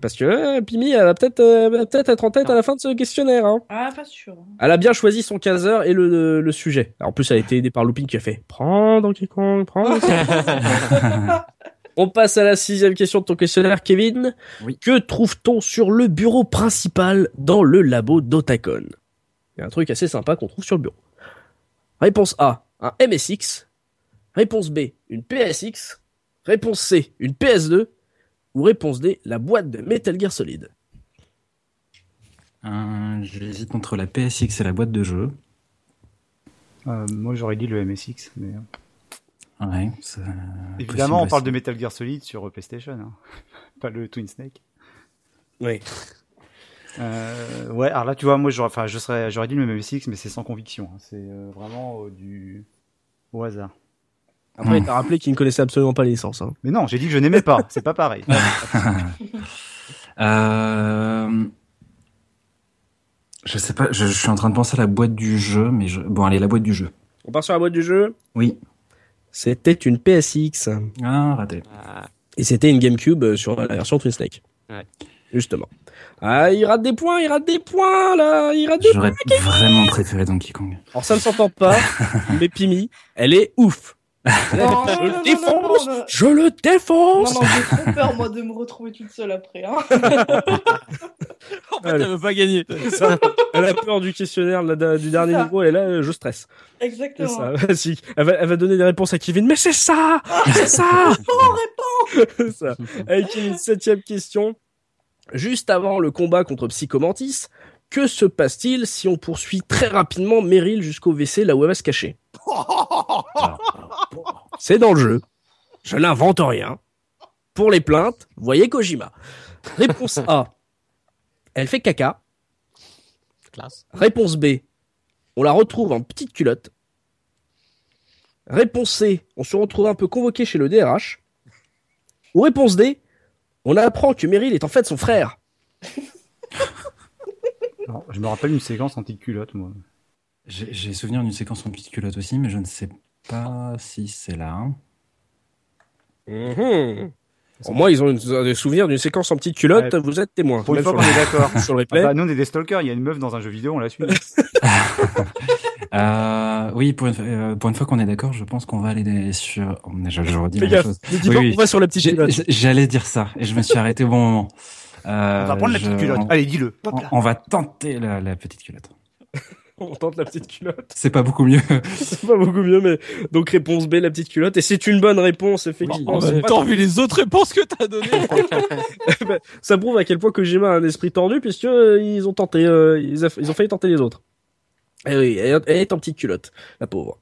Speaker 1: Parce que euh, Pimi, elle va peut-être euh, elle va peut-être être en tête à la fin de ce questionnaire. hein.
Speaker 5: Ah, pas sûr. hein.
Speaker 1: Elle a bien choisi son 15 heures et le, le sujet. En plus, elle a été aidée par Looping qui a fait Prends Donkey Kong, prends Donkey Kong. On passe à la sixième question de ton questionnaire, Kevin.
Speaker 6: Oui.
Speaker 1: Que trouve-t-on sur le bureau principal dans le labo d'Otacon Il y a un truc assez sympa qu'on trouve sur le bureau. Réponse A, un MSX. Réponse B, une PSX. Réponse C, une PS2. Ou réponse D, la boîte de Metal Gear Solid.
Speaker 6: Euh, J'hésite entre la PSX et la boîte de jeu.
Speaker 3: Euh, Moi, j'aurais dit le MSX. Mais... euh,
Speaker 6: Ouais, ça-
Speaker 3: Évidemment, on
Speaker 6: possible,
Speaker 3: parle
Speaker 6: ouais.
Speaker 3: de Metal Gear Solid sur euh, PlayStation, hein. pas le Twin Snake.
Speaker 1: Oui.
Speaker 3: Euh, ouais, alors là, tu vois, moi, j'aurais, enfin, je serais, j'aurais dit le MSX, mais c'est sans conviction. hein. C'est euh, vraiment euh, du au hasard.
Speaker 1: Après, il t'a rappelé qu'il ne connaissait absolument pas les licences. hein.
Speaker 3: Mais non, j'ai dit que je n'aimais pas. C'est pas pareil.
Speaker 6: Euh, Je sais pas, je, je suis en train de penser à la boîte du jeu, mais je... bon, allez, la boîte du jeu.
Speaker 1: On part sur la boîte du jeu.
Speaker 6: Oui.
Speaker 1: C'était une PSX.
Speaker 6: Ah, raté.
Speaker 2: ah,
Speaker 1: Et c'était une GameCube euh, sur la version Twin Snake.
Speaker 2: Ouais.
Speaker 1: Justement. Ah, il rate des points, il rate des points, là, il rate des points.
Speaker 6: J'aurais vraiment préféré Donkey Kong.
Speaker 1: Alors, ça ne s'entend pas, mais Pimi, elle est ouf.
Speaker 5: Oh, Non, non,
Speaker 1: je
Speaker 5: non,
Speaker 1: le défonce,
Speaker 5: non, non, non.
Speaker 1: je le
Speaker 5: Non,
Speaker 1: défonce.
Speaker 5: non, j'ai trop peur, moi, de me retrouver toute seule après. Hein.
Speaker 4: En fait,
Speaker 1: Allez.
Speaker 4: elle veut pas gagner.
Speaker 1: Elle a peur du questionnaire là, de- du dernier
Speaker 5: C'est ça.
Speaker 1: niveau, et là, euh, je stresse. C'est
Speaker 5: Exactement.
Speaker 1: ça, vas-y. Elle va, elle va donner des réponses à Kevin, mais c'est ça C'est ça C'est ça. Avec une septième question. Juste avant le combat contre Psychomantis, que se passe-t-il si on poursuit très rapidement Meryl jusqu'au WC là où elle va E se cacher C'est dans le jeu. Je n'invente rien. pour les plaintes, voyez Kojima. Réponse A. Elle fait caca.
Speaker 2: Classe.
Speaker 1: Réponse B. On la retrouve en petite culotte. Réponse C. On se retrouve un peu convoqué chez le DRH. Ou réponse D. On apprend que Meryl est en fait son frère.
Speaker 3: Non, je me rappelle une séquence en petite culotte, moi.
Speaker 6: J'ai j'ai souvenir d'une séquence en petite culotte aussi, mais je ne sais pas si c'est là.
Speaker 1: Mhm. Au moins, ils ont une- des souvenirs d'une séquence en petite culotte.
Speaker 3: Ouais.
Speaker 1: Vous êtes témoin.
Speaker 3: Pour une
Speaker 1: Même
Speaker 3: fois
Speaker 1: sur
Speaker 3: qu'on
Speaker 1: le-
Speaker 3: est d'accord.
Speaker 1: Sur le
Speaker 3: Ah
Speaker 1: replay.
Speaker 3: bah, nous, on est des stalkers. Il y a une meuf dans un jeu vidéo, on la suit.
Speaker 6: Euh, oui, pour une, euh, pour une fois qu'on est d'accord, je pense qu'on va aller sur. Oh, mais Je, je redis
Speaker 1: Fais
Speaker 6: la même
Speaker 1: gaffe.
Speaker 6: chose.
Speaker 1: Ne dis
Speaker 6: Oui,
Speaker 1: pas
Speaker 6: oui.
Speaker 1: qu'on va sur la petite
Speaker 6: J'ai-
Speaker 1: culotte.
Speaker 6: J'allais dire ça et je me suis arrêté au bon moment. Euh,
Speaker 3: on va prendre la
Speaker 6: je-
Speaker 3: petite culotte.
Speaker 6: on-
Speaker 3: Allez, dis-le. Hop
Speaker 6: On,
Speaker 3: là.
Speaker 6: on va tenter la, la petite culotte.
Speaker 1: On tente la petite culotte.
Speaker 6: C'est pas beaucoup mieux.
Speaker 1: C'est pas beaucoup mieux, mais donc réponse B, la petite culotte. Et c'est une bonne réponse, effectivement. C'est pas-
Speaker 4: Tant vu les autres réponses que t'as données.
Speaker 1: Ça prouve à quel point Kojima a un esprit tordu, puisque euh, ils ont tenté, euh, ils, a- ils ont failli tenter les autres. Eh oui, elle, elle est en petite culotte, la pauvre.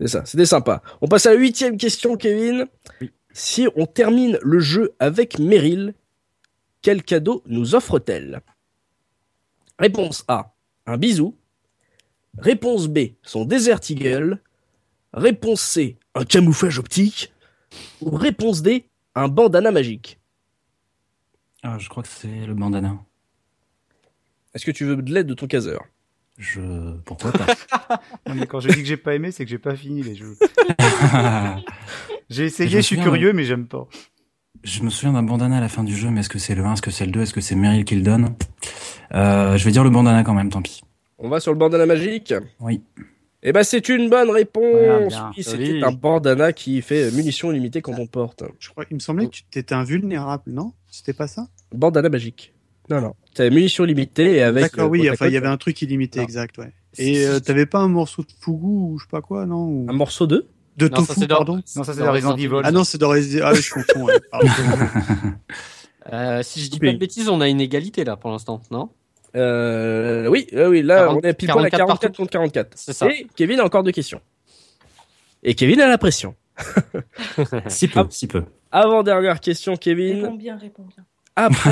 Speaker 1: C'est ça, c'était sympa. On passe à la huitième question, Kevin. Si on termine le jeu avec Meryl, quel cadeau nous offre-t-elle Réponse A, un bisou. Réponse B, son Desert Eagle. Réponse C, un camouflage optique. Ou réponse D, un bandana magique.
Speaker 6: Ah, je crois que c'est le bandana.
Speaker 1: Est-ce que tu veux de l'aide de ton caseur
Speaker 6: Je pourquoi pas.
Speaker 3: Non, mais quand je dis que j'ai pas aimé, c'est que j'ai pas fini les jeux. J'ai essayé,
Speaker 6: Je
Speaker 3: je
Speaker 6: me
Speaker 3: suis
Speaker 6: souviens,
Speaker 3: curieux, mais j'aime pas.
Speaker 6: je me souviens d'un bandana à la fin du jeu, mais est-ce que c'est le 1, est-ce que c'est le 2, est-ce que c'est Meryl qui le donne Euh, Je vais dire le bandana quand même, tant pis.
Speaker 1: On va sur le bandana magique.
Speaker 6: Oui.
Speaker 1: Eh ben, c'est une bonne
Speaker 3: Voilà,
Speaker 1: réponse.
Speaker 3: bien.
Speaker 1: Oui,
Speaker 2: Joli.
Speaker 1: C'était un bandana qui fait munitions illimitées quand on porte.
Speaker 7: Je crois, il me semblait que tu étais invulnérable, non C'était pas ça
Speaker 1: Bandana magique. Non, non. T'as munitions limitées et avec.
Speaker 7: D'accord,
Speaker 1: euh,
Speaker 7: oui,
Speaker 1: côte à
Speaker 7: enfin, il y
Speaker 1: côte,
Speaker 7: avait un truc illimité,
Speaker 1: Non.
Speaker 7: exact, ouais. Et euh, t'avais pas un morceau de fougou ou je sais pas quoi, non ou-
Speaker 1: un morceau de.
Speaker 7: De
Speaker 2: Non, ça,
Speaker 7: tofu,
Speaker 2: c'est dans-
Speaker 7: pardon
Speaker 3: Non, ça, c'est
Speaker 2: dans
Speaker 3: la Resident Evil.
Speaker 7: Ah non, c'est dans Resident Ah, je comprends. ouais. Pardon.
Speaker 2: Euh, si je dis pas de bêtises, on a une égalité là pour l'instant, non
Speaker 1: Euh, oui, euh, oui, là,
Speaker 2: 40,
Speaker 1: on est pile poil à
Speaker 2: 44
Speaker 1: 44 contre 44.
Speaker 2: C'est ça.
Speaker 1: Et Kevin a encore deux questions. Et Kevin a la pression.
Speaker 6: Euh, Si peu, si peu.
Speaker 1: Avant-dernière question,
Speaker 5: Réponds
Speaker 1: Kevin.
Speaker 5: bien, réponds bien.
Speaker 1: Après,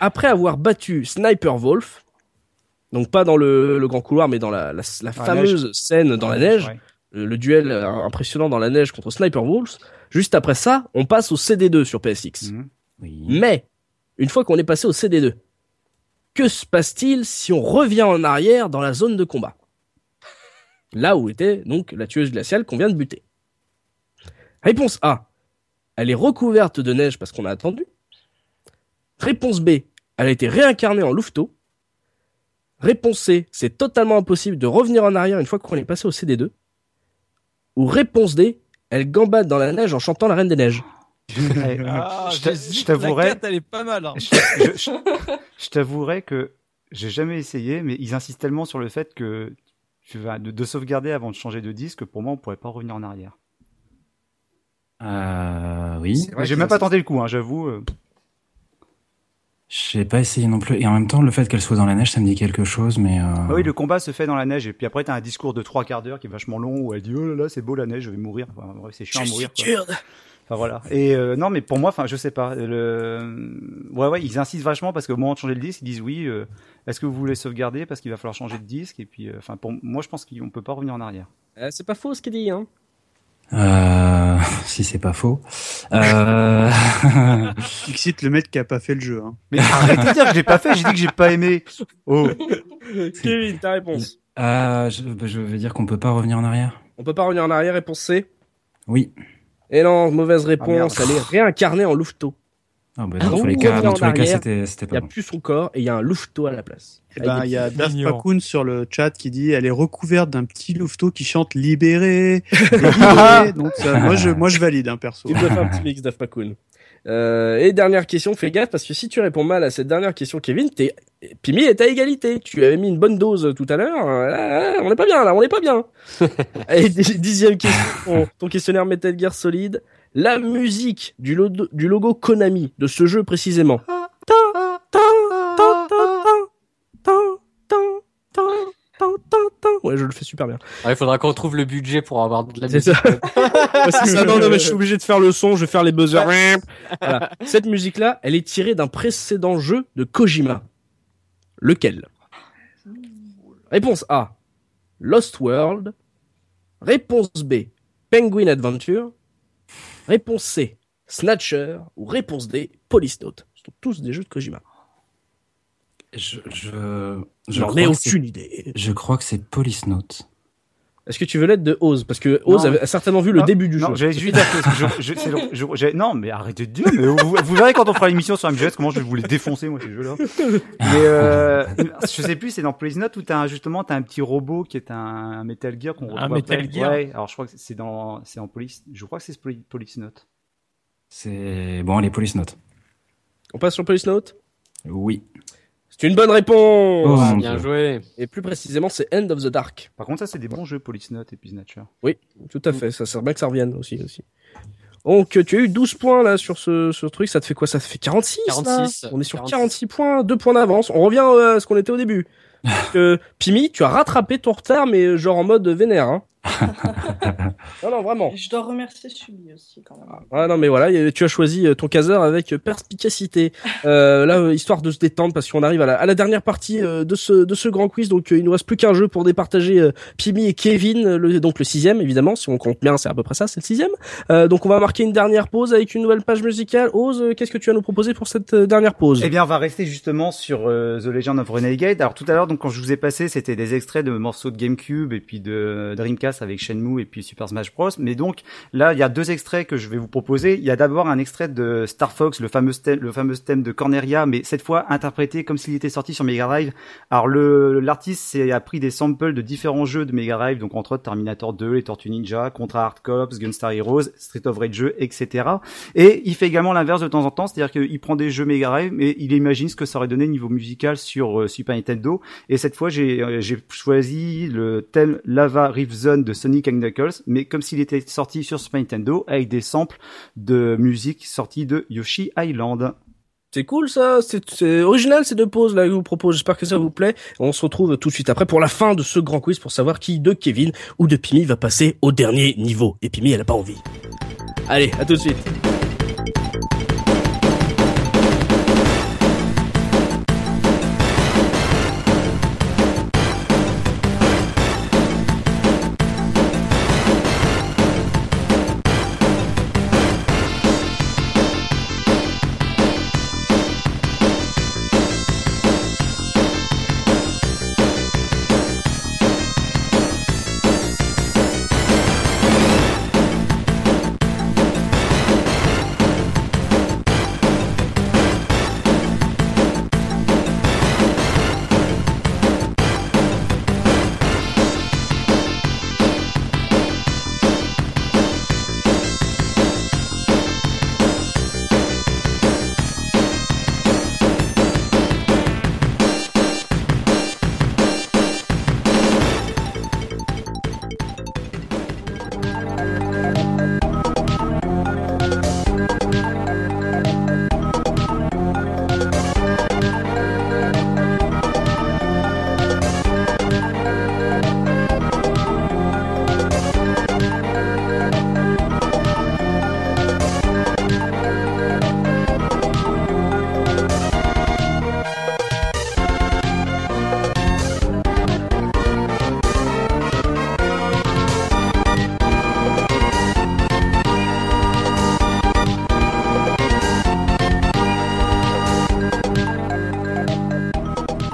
Speaker 1: après avoir battu Sniper Wolf, donc pas dans le, le grand couloir, mais dans la, la- la fameuse scène dans la neige,
Speaker 3: Ouais.
Speaker 1: le, le duel euh, impressionnant dans la neige contre Sniper Wolves. Juste après ça, on passe au CD2 sur PSX.
Speaker 3: Mhm.
Speaker 6: Oui.
Speaker 1: Mais, une fois qu'on est passé au CD2, que se passe-t-il si on revient en arrière dans la zone de combat Là où était donc la tueuse glaciale qu'on vient de buter. Réponse A. Elle est recouverte de neige parce qu'on a attendu. Réponse B. Elle a été réincarnée en louveteau. Réponse C. C'est totalement impossible de revenir en arrière une fois qu'on est passé au CD2. Ou réponse D. Elle gambade dans la neige en chantant la Reine des Neiges.
Speaker 3: Ouais, Eh, euh,
Speaker 4: Ah,
Speaker 3: je t'a- je t'avouerai,
Speaker 4: elle est pas mal. hein.
Speaker 3: je, je- je- je t'avouerai que j'ai jamais essayé, mais ils insistent tellement sur le fait que tu vas de, de sauvegarder avant de changer de disque. Pour moi, on pourrait pas revenir en arrière.
Speaker 6: Euh, oui.
Speaker 3: Mais J'ai même pas tenté le coup, hein, j'avoue. euh.
Speaker 6: J'ai pas essayé non plus. Et en même temps, le fait qu'elle soit dans la neige, ça me dit quelque chose, mais. Euh...
Speaker 3: Ah oui, le combat se fait dans la neige, et puis après, t'as un discours de trois quarts d'heure qui est vachement long où elle dit Oh là là, c'est beau la neige, je vais mourir. Enfin, bref, c'est chiant à mourir. quoi. Enfin voilà. Et euh, non, mais pour moi, enfin, je sais pas. Le... Ouais, ouais, ils insistent vachement parce qu'au moment de changer le disque, ils disent oui. euh, Est-ce que vous voulez sauvegarder parce qu'il va falloir changer de disque Et puis, euh, enfin, pour moi, je pense qu'on peut pas revenir en arrière.
Speaker 1: c'est pas faux ce qu'il dit, hein.
Speaker 6: euh, si c'est pas faux. Euh...
Speaker 7: Il cite le mec qui a pas fait le jeu. Hein.
Speaker 3: Mais arrête de dire que j'ai pas fait. J'ai dit que j'ai pas aimé. Oh,
Speaker 1: Kevin, ta réponse.
Speaker 6: euh, je, bah, je veux dire qu'on peut pas revenir en arrière.
Speaker 1: On peut pas revenir en arrière, réponse C.
Speaker 6: Oui.
Speaker 1: Et non, mauvaise
Speaker 3: Ah, merde.
Speaker 1: réponse, elle est réincarnée en louveteau.
Speaker 6: Ah, bah,
Speaker 1: Ah,
Speaker 6: dans tous
Speaker 1: on
Speaker 6: les cas,
Speaker 1: revient
Speaker 6: dans
Speaker 1: en
Speaker 6: tous les cas,
Speaker 1: arrière.
Speaker 6: c'était, c'était
Speaker 1: Il n'y
Speaker 6: pas
Speaker 1: a
Speaker 6: bon.
Speaker 1: plus son corps et il y a un louveteau à la place.
Speaker 7: Ah. Eh ben, il y a Daft
Speaker 4: mignons.
Speaker 7: Pacoon sur le chat qui dit elle est recouverte d'un petit louveteau qui chante libéré. libéré. Donc ça, moi je moi je valide un perso.
Speaker 1: Il doit faire un petit mix Daft Punk. Euh, et dernière question, fais gaffe parce que si tu réponds mal à cette dernière question, Kevin, t'es... Pimi est à égalité. Tu avais mis une bonne dose euh, tout à l'heure. Euh, là, là, on n'est pas bien là, on n'est pas bien. et dix- dixième question, ton, ton questionnaire Metal Gear Solid. La musique du, lo- du logo Konami de ce jeu précisément. Ouais, je le fais super bien.
Speaker 2: Ouais, Ah, il faudra qu'on trouve le budget pour avoir de la
Speaker 1: C'est
Speaker 2: musique.
Speaker 1: ça. Ouais, c'est ça. Ah, Non, non, mais je suis obligé de faire le son, je vais faire les buzzers. Voilà. Cette musique-là, elle est tirée d'un précédent jeu de Kojima. Lequel Réponse A. Lost World. Réponse B. Penguin Adventure. Réponse C. Snatcher. Ou réponse D. Police Note. Ce sont tous des jeux de Kojima.
Speaker 6: Je, je, je
Speaker 1: J'en
Speaker 6: crois
Speaker 1: ai
Speaker 6: que c'est-
Speaker 1: aucune idée.
Speaker 6: Je crois que c'est Police Note.
Speaker 1: Est-ce que tu veux l'aide de Oz Parce que Oz
Speaker 3: Non.
Speaker 1: avait- a certainement vu le
Speaker 3: Non,
Speaker 1: début du
Speaker 3: Non,
Speaker 1: jeu.
Speaker 3: j'allais juste dire que je, je- c'est le- je- j'ai- non, mais arrêtez de dire, mais vous, vous verrez quand on fera l'émission sur MGS comment je vais vous les défoncer, moi, ces jeux-là. Mais, euh, je sais plus, c'est dans Police Note où t'as, un- justement, t'as un petit robot qui est un, un Metal Gear qu'on
Speaker 4: Un
Speaker 3: retrouve
Speaker 4: Metal
Speaker 3: après.
Speaker 4: Gear.
Speaker 3: Ouais, alors je crois que c'est dans, c'est en Police, je crois que c'est Poli- Police Note.
Speaker 6: C'est bon, les Police Note.
Speaker 1: On passe sur Police Note
Speaker 6: Oui.
Speaker 1: C'est une bonne réponse
Speaker 6: Oh.
Speaker 2: Bien joué.
Speaker 1: Et plus précisément, c'est End of the Dark.
Speaker 3: Par contre, ça, c'est des bons jeux, Police Note et puis Snatcher.
Speaker 1: Tout à fait, ça sert bien que ça revienne aussi. aussi. Donc, euh, tu as eu 12 points là sur ce, ce truc, ça te fait quoi Ça te fait 46 là
Speaker 2: 46,
Speaker 1: On est sur 46,
Speaker 2: 46.
Speaker 1: points, 2 points d'avance. On revient euh, à ce qu'on était au début. Parce que, Pimi, tu as rattrapé ton retard, mais euh, genre en mode vénère. Hein. non, non, vraiment.
Speaker 5: Je dois remercier Sully aussi quand même.
Speaker 1: Ah non mais voilà, y- tu as choisi euh, ton caseur avec euh, perspicacité. Euh, là, euh, histoire de se détendre parce qu'on arrive à la, à la dernière partie euh, de ce de ce grand quiz. Donc euh, il nous reste plus qu'un jeu pour départager euh, Pimi et Kevin, euh, le, donc le sixième évidemment. Si on compte bien, c'est à peu près ça, c'est le sixième. Euh, donc on va marquer une dernière pause avec une nouvelle page musicale. Ose, euh, qu'est-ce que tu as nous proposer pour cette euh, dernière pause
Speaker 3: Eh bien, on va rester justement sur euh, The Legend of Renegade. Alors tout à l'heure, donc quand je vous ai passé, c'était des extraits de morceaux de GameCube et puis de euh, Dreamcast avec Shenmue et puis Super Smash Bros. Mais donc là, il y a deux extraits que je vais vous proposer. Il y a d'abord un extrait de Star Fox, le fameux thème, le fameux thème de Corneria, mais cette fois interprété comme s'il était sorti sur Mega Drive. Alors le l'artiste s'est- a pris des samples de différents jeux de Mega Drive, donc entre autres Terminator 2, les Tortues Ninja, Contra Hard Cops, Gunstar Heroes, Street of Rage 2, etc. Et il fait également l'inverse de temps en temps, c'est-à-dire qu'il prend des jeux Mega Drive, mais il imagine ce que ça aurait donné niveau musical sur euh, Super Nintendo. Et cette fois, j'ai euh, j'ai choisi le thème Lava Rift Zone de Sonic and Knuckles, mais comme s'il était sorti sur Super Nintendo avec des samples de musique sortie de Yoshi Island.
Speaker 1: C'est cool ça, c'est c'est original ces deux pauses là que je vous propose, j'espère que ça vous plaît. On se retrouve tout de suite après pour la fin de ce grand quiz pour savoir qui de Kevin ou de Pimi va passer au dernier niveau. Et Pimi elle a pas envie. Allez, à tout de suite.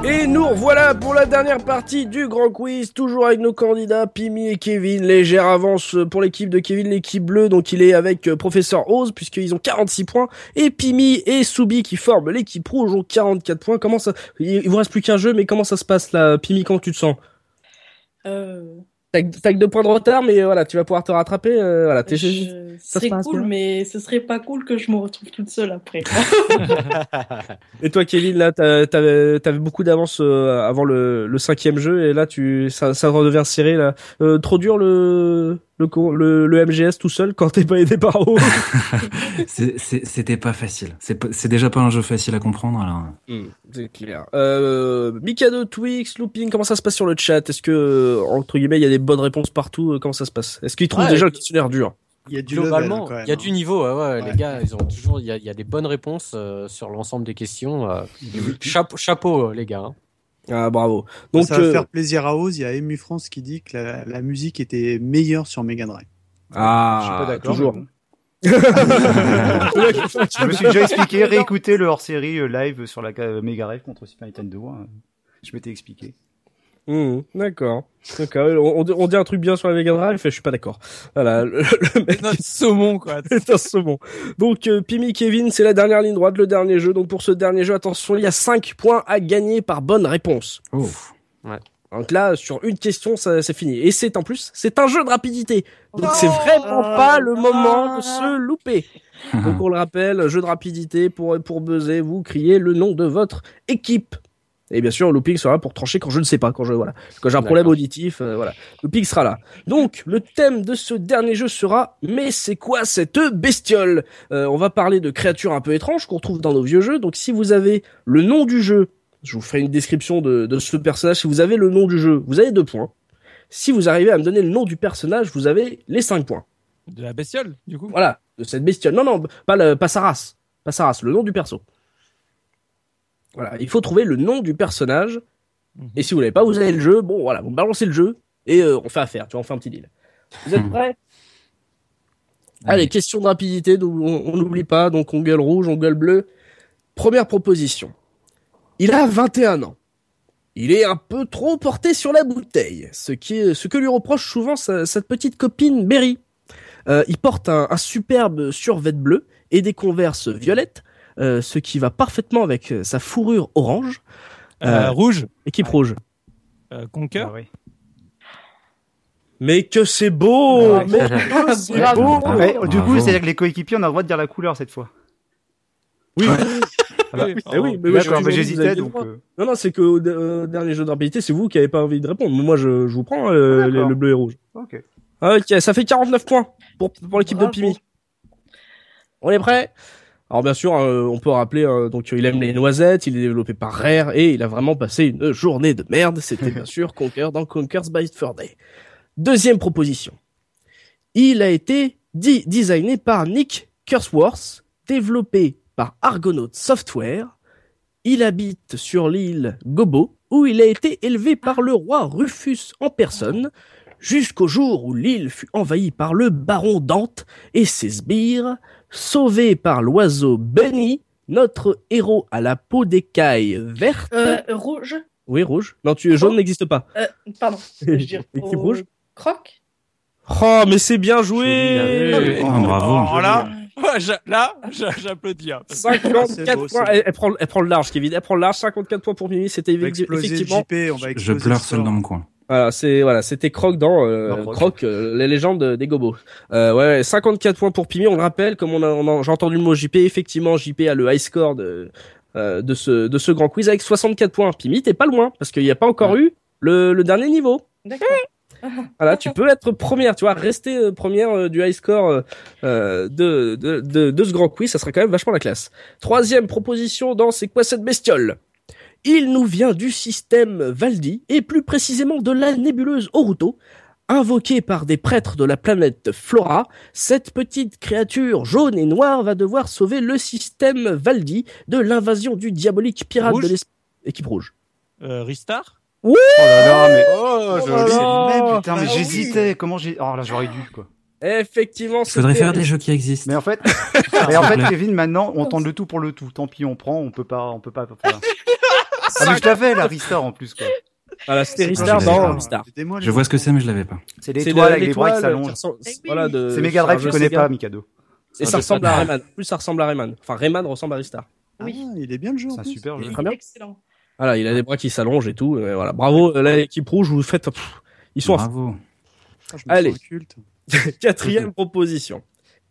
Speaker 1: Et nous voilà pour la dernière partie du grand quiz, toujours avec nos candidats Pimi et Kevin. Légère avance pour l'équipe de Kevin, l'équipe bleue, donc il est avec euh, Professeur Oz puisqu'ils ont 46 points. Et Pimi et Soubi qui forment l'équipe rouge ont 44 points. Comment ça Il il vous reste plus qu'un jeu, mais comment ça se passe là, Pimi Comment tu te sens
Speaker 5: Euh,
Speaker 1: T'as que- t'as que deux points de retard, mais euh, voilà, tu vas pouvoir te rattraper. euh, voilà, t'es
Speaker 5: je-
Speaker 1: ça se
Speaker 5: C'est
Speaker 1: passe
Speaker 5: cool,
Speaker 1: bien.
Speaker 5: mais ce serait pas cool que je me retrouve toute seule après.
Speaker 1: Et toi, Kevin, là, t'as- t'avais t'avais beaucoup d'avance euh, avant le, le cinquième jeu, et là, tu ça, ça redevient serré là. Euh, trop dur le le, co- le, le MGS tout seul quand t'es pas aidé par Raoult
Speaker 6: C'est- c'est- C'était pas facile. C'est pas- C'est déjà pas un jeu facile à comprendre. Alors. euh,
Speaker 1: C'est clair. Euh, Mikado, Twix, Looping, comment ça se passe sur le chat Est-ce que, euh, entre guillemets, il y a des bonnes réponses partout euh, Comment ça se passe Est-ce qu'ils trouvent
Speaker 2: Ouais,
Speaker 1: déjà
Speaker 2: et-
Speaker 1: le questionnaire dur
Speaker 7: Il y a du level,
Speaker 2: Globalement,
Speaker 7: quand même,
Speaker 2: il y a
Speaker 7: hein.
Speaker 2: du niveau, ouais, ouais,
Speaker 7: Ouais.
Speaker 2: les gars, ils ont toujours, il y a, il y a des bonnes réponses euh, sur l'ensemble des questions. euh. Chapeau, chapeau, euh, les gars. hein.
Speaker 1: Ah, bravo. Donc,
Speaker 7: ça va
Speaker 1: euh,
Speaker 7: faire plaisir à Oz. Il y a Emu France qui dit que la, la musique était meilleure sur Mega Drive.
Speaker 1: ah, toujours.
Speaker 3: Je me suis déjà expliqué, réécouter le hors-série euh, live sur la euh, Mega Drive contre Super Nintendo. hein. Je m'étais expliqué.
Speaker 1: Mmh, d'accord. D'accord. On, on dit- on dit un truc bien sur la Mega Drive, je suis pas d'accord. Voilà, le, le mec
Speaker 4: Notre saumon, quoi.
Speaker 1: est un saumon. Donc, euh, Pimi Kevin, c'est la dernière ligne droite, le dernier jeu. Donc, pour ce dernier jeu, attention, il y a 5 points à gagner par bonne réponse.
Speaker 6: Oh.
Speaker 1: Donc là, sur une question, ça- c'est fini. Et c'est en plus, c'est un jeu de rapidité. Donc c'est vraiment
Speaker 5: Ah,
Speaker 1: pas le moment de se louper. Donc on le rappelle, jeu de rapidité pour pour buzzer, vous criez le nom de votre équipe. Et bien sûr, looping sera là pour trancher quand je ne sais pas, quand je voilà, quand j'ai un problème
Speaker 2: D'accord.
Speaker 1: auditif, euh, voilà. Looping sera là. Donc le thème de ce dernier jeu sera mais c'est quoi cette bestiole Euh, On va parler de créatures un peu étranges qu'on retrouve dans nos vieux jeux. Donc si vous avez le nom du jeu, je vous ferai une description de, de ce personnage. Si vous avez le nom du jeu, vous avez deux points. Si vous arrivez à me donner le nom du personnage, vous avez les cinq points.
Speaker 4: De la bestiole, du coup.
Speaker 1: Voilà, de cette bestiole. Non, non, pas, le, pas sa race. Pas sa race, le nom du perso. Voilà, il faut trouver le nom du personnage.
Speaker 4: Mhm.
Speaker 1: Et si vous l'avez pas, vous avez le jeu. Bon, voilà, vous balancez le jeu et euh, on fait affaire. Tu vois, on fait un petit deal. Vous êtes prêts Allez, question de rapidité, donc on on n'oublie pas, donc on gueule rouge, on gueule bleu. Première proposition. Il a 21 ans. Il est un peu trop porté sur la bouteille, ce, qui est- ce que lui reproche souvent sa, sa petite copine Berry. Euh, il porte un, un superbe survêt bleu et des converses violettes, euh, ce qui va parfaitement avec euh, sa fourrure orange.
Speaker 4: Euh,
Speaker 1: Euh,
Speaker 4: rouge,
Speaker 1: équipe rouge.
Speaker 4: euh, Conker.
Speaker 3: Ah oui.
Speaker 1: Mais que c'est beau
Speaker 3: Ouais.
Speaker 1: mais que c'est beau
Speaker 3: Ah Ouais, du
Speaker 6: Bravo.
Speaker 3: coup, c'est-à-dire que les coéquipiers, on a le droit de dire la couleur cette fois.
Speaker 1: Oui,
Speaker 3: Ah bah,
Speaker 4: Oui,
Speaker 1: eh oui, mais
Speaker 3: D'accord,
Speaker 1: je-
Speaker 3: mais
Speaker 1: vous
Speaker 3: j'hésitais
Speaker 1: aviez le
Speaker 3: donc.
Speaker 1: droit.
Speaker 3: euh,
Speaker 1: Non, non, c'est que au de- euh, dernier jeu de rapidité, c'est vous qui avez pas envie de répondre. Mais moi, je, je vous prends euh,
Speaker 3: Ah,
Speaker 1: les-
Speaker 3: d'accord.
Speaker 1: le bleu et rouge.
Speaker 3: Ok.
Speaker 1: Ah, Ok, ça fait 49 points pour, pour l'équipe de
Speaker 5: Bravo.
Speaker 1: Pimi. On est prêt Alors bien sûr, euh, on peut rappeler, euh, donc il aime les noisettes, il est développé par Rare et il a vraiment passé une journée de merde. C'était bien sûr Conquer dans Conquer's by Furday. Deuxième proposition. Il a été di- designé par Nick Cursworth, développé par Argonaut Software. Il habite sur l'île Gobo, où il a été élevé par le roi Rufus en personne, jusqu'au jour où l'île fut envahie par le baron Dante et ses sbires, sauvé par l'oiseau Benny, notre héros à la peau d'écaille verte.
Speaker 5: Euh, rouge.
Speaker 1: Oui, rouge. Non, tu jaune
Speaker 5: Oh.
Speaker 1: n'existe pas.
Speaker 5: Euh, pardon. Je veux dire
Speaker 1: Équipe
Speaker 5: au-
Speaker 1: rouge.
Speaker 5: Croc.
Speaker 1: Oh, mais c'est bien
Speaker 2: Joli,
Speaker 7: Ah,
Speaker 1: joué
Speaker 6: Oh, bravo.
Speaker 4: Alors là, j'a- là, j'a- j'applaudis. hein.
Speaker 1: 54
Speaker 7: C'est beau, c'est
Speaker 1: points.
Speaker 7: beau.
Speaker 1: Elle, elle prend, elle prend le large, Kevin. Elle prend le large. 54 points pour Mimi. C'était
Speaker 7: On va exploser le
Speaker 1: effectivement.
Speaker 7: JP, on va
Speaker 6: Je
Speaker 7: exploser
Speaker 6: pleure
Speaker 7: le
Speaker 6: seul
Speaker 7: score.
Speaker 6: dans mon coin.
Speaker 1: Voilà, c'est voilà, c'était Croc dans euh,
Speaker 3: Dans Croc.
Speaker 1: Croc, euh, les légendes des gobos. Euh, ouais, 54 points pour Pimi. On le rappelle, comme on a, on a- j'ai entendu le mot JP. Effectivement, JP a le high score de euh, de ce de ce grand quiz avec 64 points. Pimi, t'es pas loin parce qu'il n'y a pas encore eu le, le dernier niveau.
Speaker 5: D'accord.
Speaker 1: Voilà, tu peux être première, tu vois, rester euh, première euh, du high score euh, euh, de, de, de, de ce grand quiz, ça serait quand même vachement la classe. Troisième proposition dans C'est quoi cette bestiole Il nous vient du système Valdi, et plus précisément de la nébuleuse Oruto, invoquée par des prêtres de la planète Flora. Cette petite créature jaune et noire va devoir sauver le système Valdi de l'invasion du diabolique pirate
Speaker 4: Rouge
Speaker 1: de l'espace. Équipe rouge.
Speaker 4: Euh, Ristar.
Speaker 3: Oh là là, mais.
Speaker 2: Oh,
Speaker 7: Oh là
Speaker 3: C'est le
Speaker 7: là.
Speaker 3: même, putain, mais
Speaker 7: Ah oui.
Speaker 3: j'hésitais. Comment j'ai. Oh là, j'aurais dû, quoi.
Speaker 1: Effectivement,
Speaker 6: Il faudrait
Speaker 1: c'était-
Speaker 6: faire des jeux qui existent.
Speaker 3: Mais en fait, mais en
Speaker 6: s'il
Speaker 3: fait,
Speaker 6: vous plaît.
Speaker 3: Kevin, maintenant, on tente le tout pour le tout. Tant pis, on prend, on peut pas, on peut pas faire. Ah, mais je l'avais, la Restore, en plus, quoi.
Speaker 1: Voilà, c'était
Speaker 7: C'est
Speaker 1: Ristar
Speaker 7: pas
Speaker 1: dans
Speaker 7: grave.
Speaker 1: Ristar.
Speaker 7: Aidez-moi, les
Speaker 6: Je vois ce que
Speaker 7: enfants.
Speaker 6: c'est, mais je l'avais pas.
Speaker 3: C'est
Speaker 1: C'est
Speaker 3: l'étoile
Speaker 1: le-
Speaker 3: avec les bras qui
Speaker 1: l'étoile
Speaker 3: s'allongent.
Speaker 1: qui ressemble-
Speaker 5: Eh oui.
Speaker 1: Voilà, de-
Speaker 3: C'est Mega Drive,
Speaker 1: sur
Speaker 3: tu
Speaker 1: un
Speaker 3: connais
Speaker 1: jeu Sega.
Speaker 3: pas, Mikado.
Speaker 1: Et
Speaker 4: Ah,
Speaker 1: ça
Speaker 4: je
Speaker 1: ressemble
Speaker 4: sais
Speaker 1: à
Speaker 4: pas.
Speaker 1: Rayman. Plus ça ressemble à Rayman. Enfin, Rayman ressemble à Ristar.
Speaker 5: Oui.
Speaker 7: Ah, il est bien le jeu. en
Speaker 3: C'est un
Speaker 7: plus.
Speaker 3: super jeu.
Speaker 1: Très bien.
Speaker 5: Excellent.
Speaker 1: Voilà, il a des bras qui s'allongent et tout. et voilà. Bravo, euh, là, l'équipe rouge, vous faites. pff, ils sont en
Speaker 6: Bravo.
Speaker 7: Ah, je me
Speaker 1: Allez.
Speaker 7: sens culte.
Speaker 1: quatrième proposition.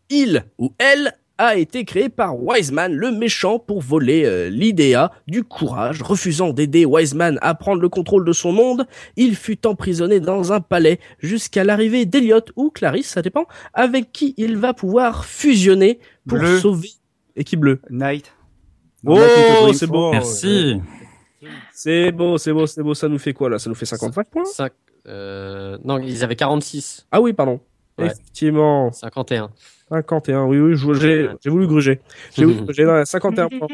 Speaker 1: Il ou elle a été créé par Wiseman, le méchant, pour voler euh, l'idéa du courage. Refusant d'aider Wiseman à prendre le contrôle de son monde, il fut emprisonné dans un palais jusqu'à l'arrivée d'Eliot ou Clarisse, ça dépend, avec qui il va pouvoir fusionner pour
Speaker 3: Bleu.
Speaker 1: sauver. Et qui bleu
Speaker 3: Night.
Speaker 1: Oh, c'est bon.
Speaker 6: Merci.
Speaker 1: C'est beau, c'est beau, c'est beau. Ça nous fait quoi là Ça nous fait 55 points
Speaker 2: Cinq- euh, non, ils avaient 46,
Speaker 1: Ah oui, pardon.
Speaker 2: Ouais.
Speaker 1: Effectivement,
Speaker 2: 51.
Speaker 1: 51. Oui, oui, je- j'ai j'ai voulu gruger. J'ai voulu gruger. Non, 51 points.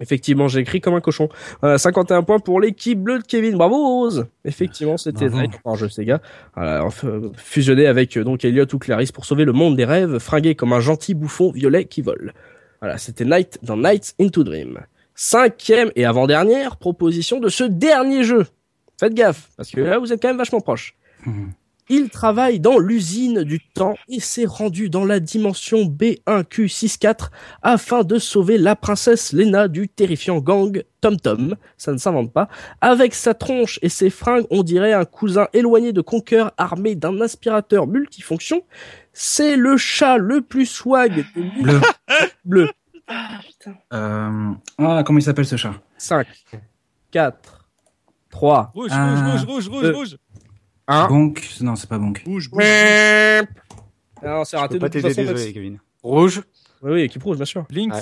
Speaker 1: Effectivement, j'ai écrit comme un cochon. Euh, Voilà, 51 points pour l'équipe bleue de Kevin. Bravo, Rose. Effectivement, c'était
Speaker 6: Bravo.
Speaker 1: Night, un jeu Sega. Voilà, f- fusionné avec euh, donc Elliot ou Clarisse pour sauver le monde des rêves, fringué comme un gentil bouffon violet qui vole. Voilà, c'était Night dans Nights into Dream. Cinquième et avant-dernière proposition de ce dernier jeu. Faites gaffe, parce que là, vous êtes quand même vachement proche.
Speaker 6: Mhm.
Speaker 1: Il travaille dans l'usine du temps et s'est rendu dans la dimension B1Q64 afin de sauver la princesse Lena du terrifiant gang Tom Tom, ça ne s'invente pas, avec sa tronche et ses fringues, on dirait un cousin éloigné de Conquer armé d'un aspirateur multifonction. C'est le chat le plus swag de l'univers
Speaker 6: Bleu.
Speaker 1: bleu.
Speaker 5: Ah putain.
Speaker 6: Euh, Ah, comment il s'appelle ce chat
Speaker 1: 5, 4, 3,
Speaker 8: Rouge,
Speaker 6: Ah.
Speaker 8: rouge, rouge, rouge,
Speaker 1: Euh.
Speaker 8: rouge, rouge.
Speaker 1: Hein
Speaker 6: Bonk Non, c'est pas Bonk.
Speaker 7: Bouge, bouge.
Speaker 1: Ah Non, c'est
Speaker 3: Je peux
Speaker 1: raté de
Speaker 3: pas
Speaker 1: toute
Speaker 3: t'aider,
Speaker 1: façon.
Speaker 3: désolé,
Speaker 1: Max.
Speaker 3: Kevin.
Speaker 2: Rouge.
Speaker 1: Oui, oui, qui prouve, bien sûr.
Speaker 4: Blinks.
Speaker 2: Ouais.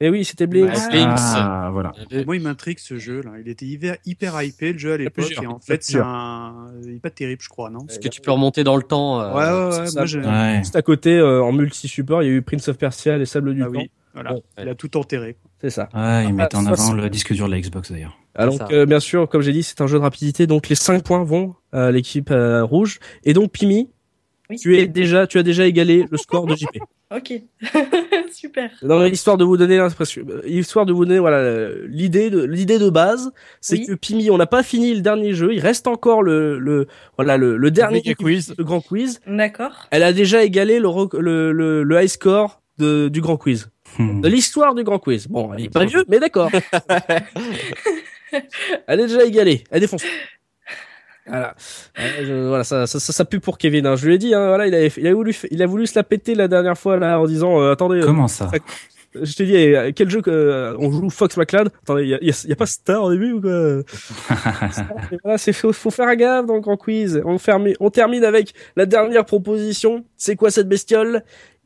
Speaker 1: Et oui, c'était Blink.
Speaker 2: Ouais.
Speaker 6: Ah, voilà.
Speaker 2: J'avais-
Speaker 7: Moi, il m'intrigue ce jeu là. Il était hyper, hyper hypé le jeu à l'époque
Speaker 1: plusieurs,
Speaker 7: et en
Speaker 1: il y a
Speaker 7: fait, c'est un. Il est pas terrible, je crois, non
Speaker 2: Parce que tu peux remonter dans le temps.
Speaker 7: Ouais,
Speaker 2: euh,
Speaker 7: ouais, bah ouais.
Speaker 1: ça,
Speaker 7: Moi, j'ai.
Speaker 6: Ouais.
Speaker 1: Juste à côté, euh, en multi-support, il y a eu Prince of Persia, les sables du
Speaker 7: Ah
Speaker 1: temps.
Speaker 7: oui, voilà.
Speaker 1: Bon,
Speaker 7: Il a tout enterré.
Speaker 1: C'est ça.
Speaker 6: Ouais, ils
Speaker 1: Ah,
Speaker 6: mettent en
Speaker 1: ça,
Speaker 6: avant le disque dur de la Xbox d'ailleurs.
Speaker 1: Ah,
Speaker 2: C'est
Speaker 1: donc
Speaker 2: ça.
Speaker 1: euh, bien sûr, comme j'ai dit, c'est un jeu de rapidité, donc les 5 points vont à l'équipe euh, rouge. Et donc Pimi,
Speaker 5: Oui.
Speaker 1: tu es déjà, tu as déjà égalé le score de JP.
Speaker 5: Ok. Super.
Speaker 1: Non, mais histoire de vous donner l'impression, euh, histoire de vous donner voilà euh, l'idée de l'idée de base, c'est
Speaker 5: Oui.
Speaker 1: que Pimi, on n'a pas fini le dernier jeu, il reste encore le le voilà le, le dernier
Speaker 4: Méga quiz.
Speaker 1: le grand quiz.
Speaker 5: D'accord.
Speaker 1: Elle a déjà égalé le rec- le, le, le high score de, du grand quiz,
Speaker 6: Hmm.
Speaker 1: de l'histoire du grand quiz. Bon, elle est pas vieux, mais d'accord. elle est déjà égalée, elle défonce. Voilà, Euh, je- voilà ça, ça, ça, ça pue pour Kevin. hein. Je lui ai dit, hein, voilà, il, avait, il a voulu, il a voulu se la péter la dernière fois là en disant, euh, attendez, euh,
Speaker 6: Comment ça
Speaker 1: je t'ai dit, eh, quel jeu que, euh, on joue Fox McCloud Attendez, il y a, y a- y a pas Star au début ou quoi Star, mais Voilà, c'est faut, faut faire gaffe dans le grand quiz. On, ferme, on termine avec la dernière proposition. C'est quoi cette bestiole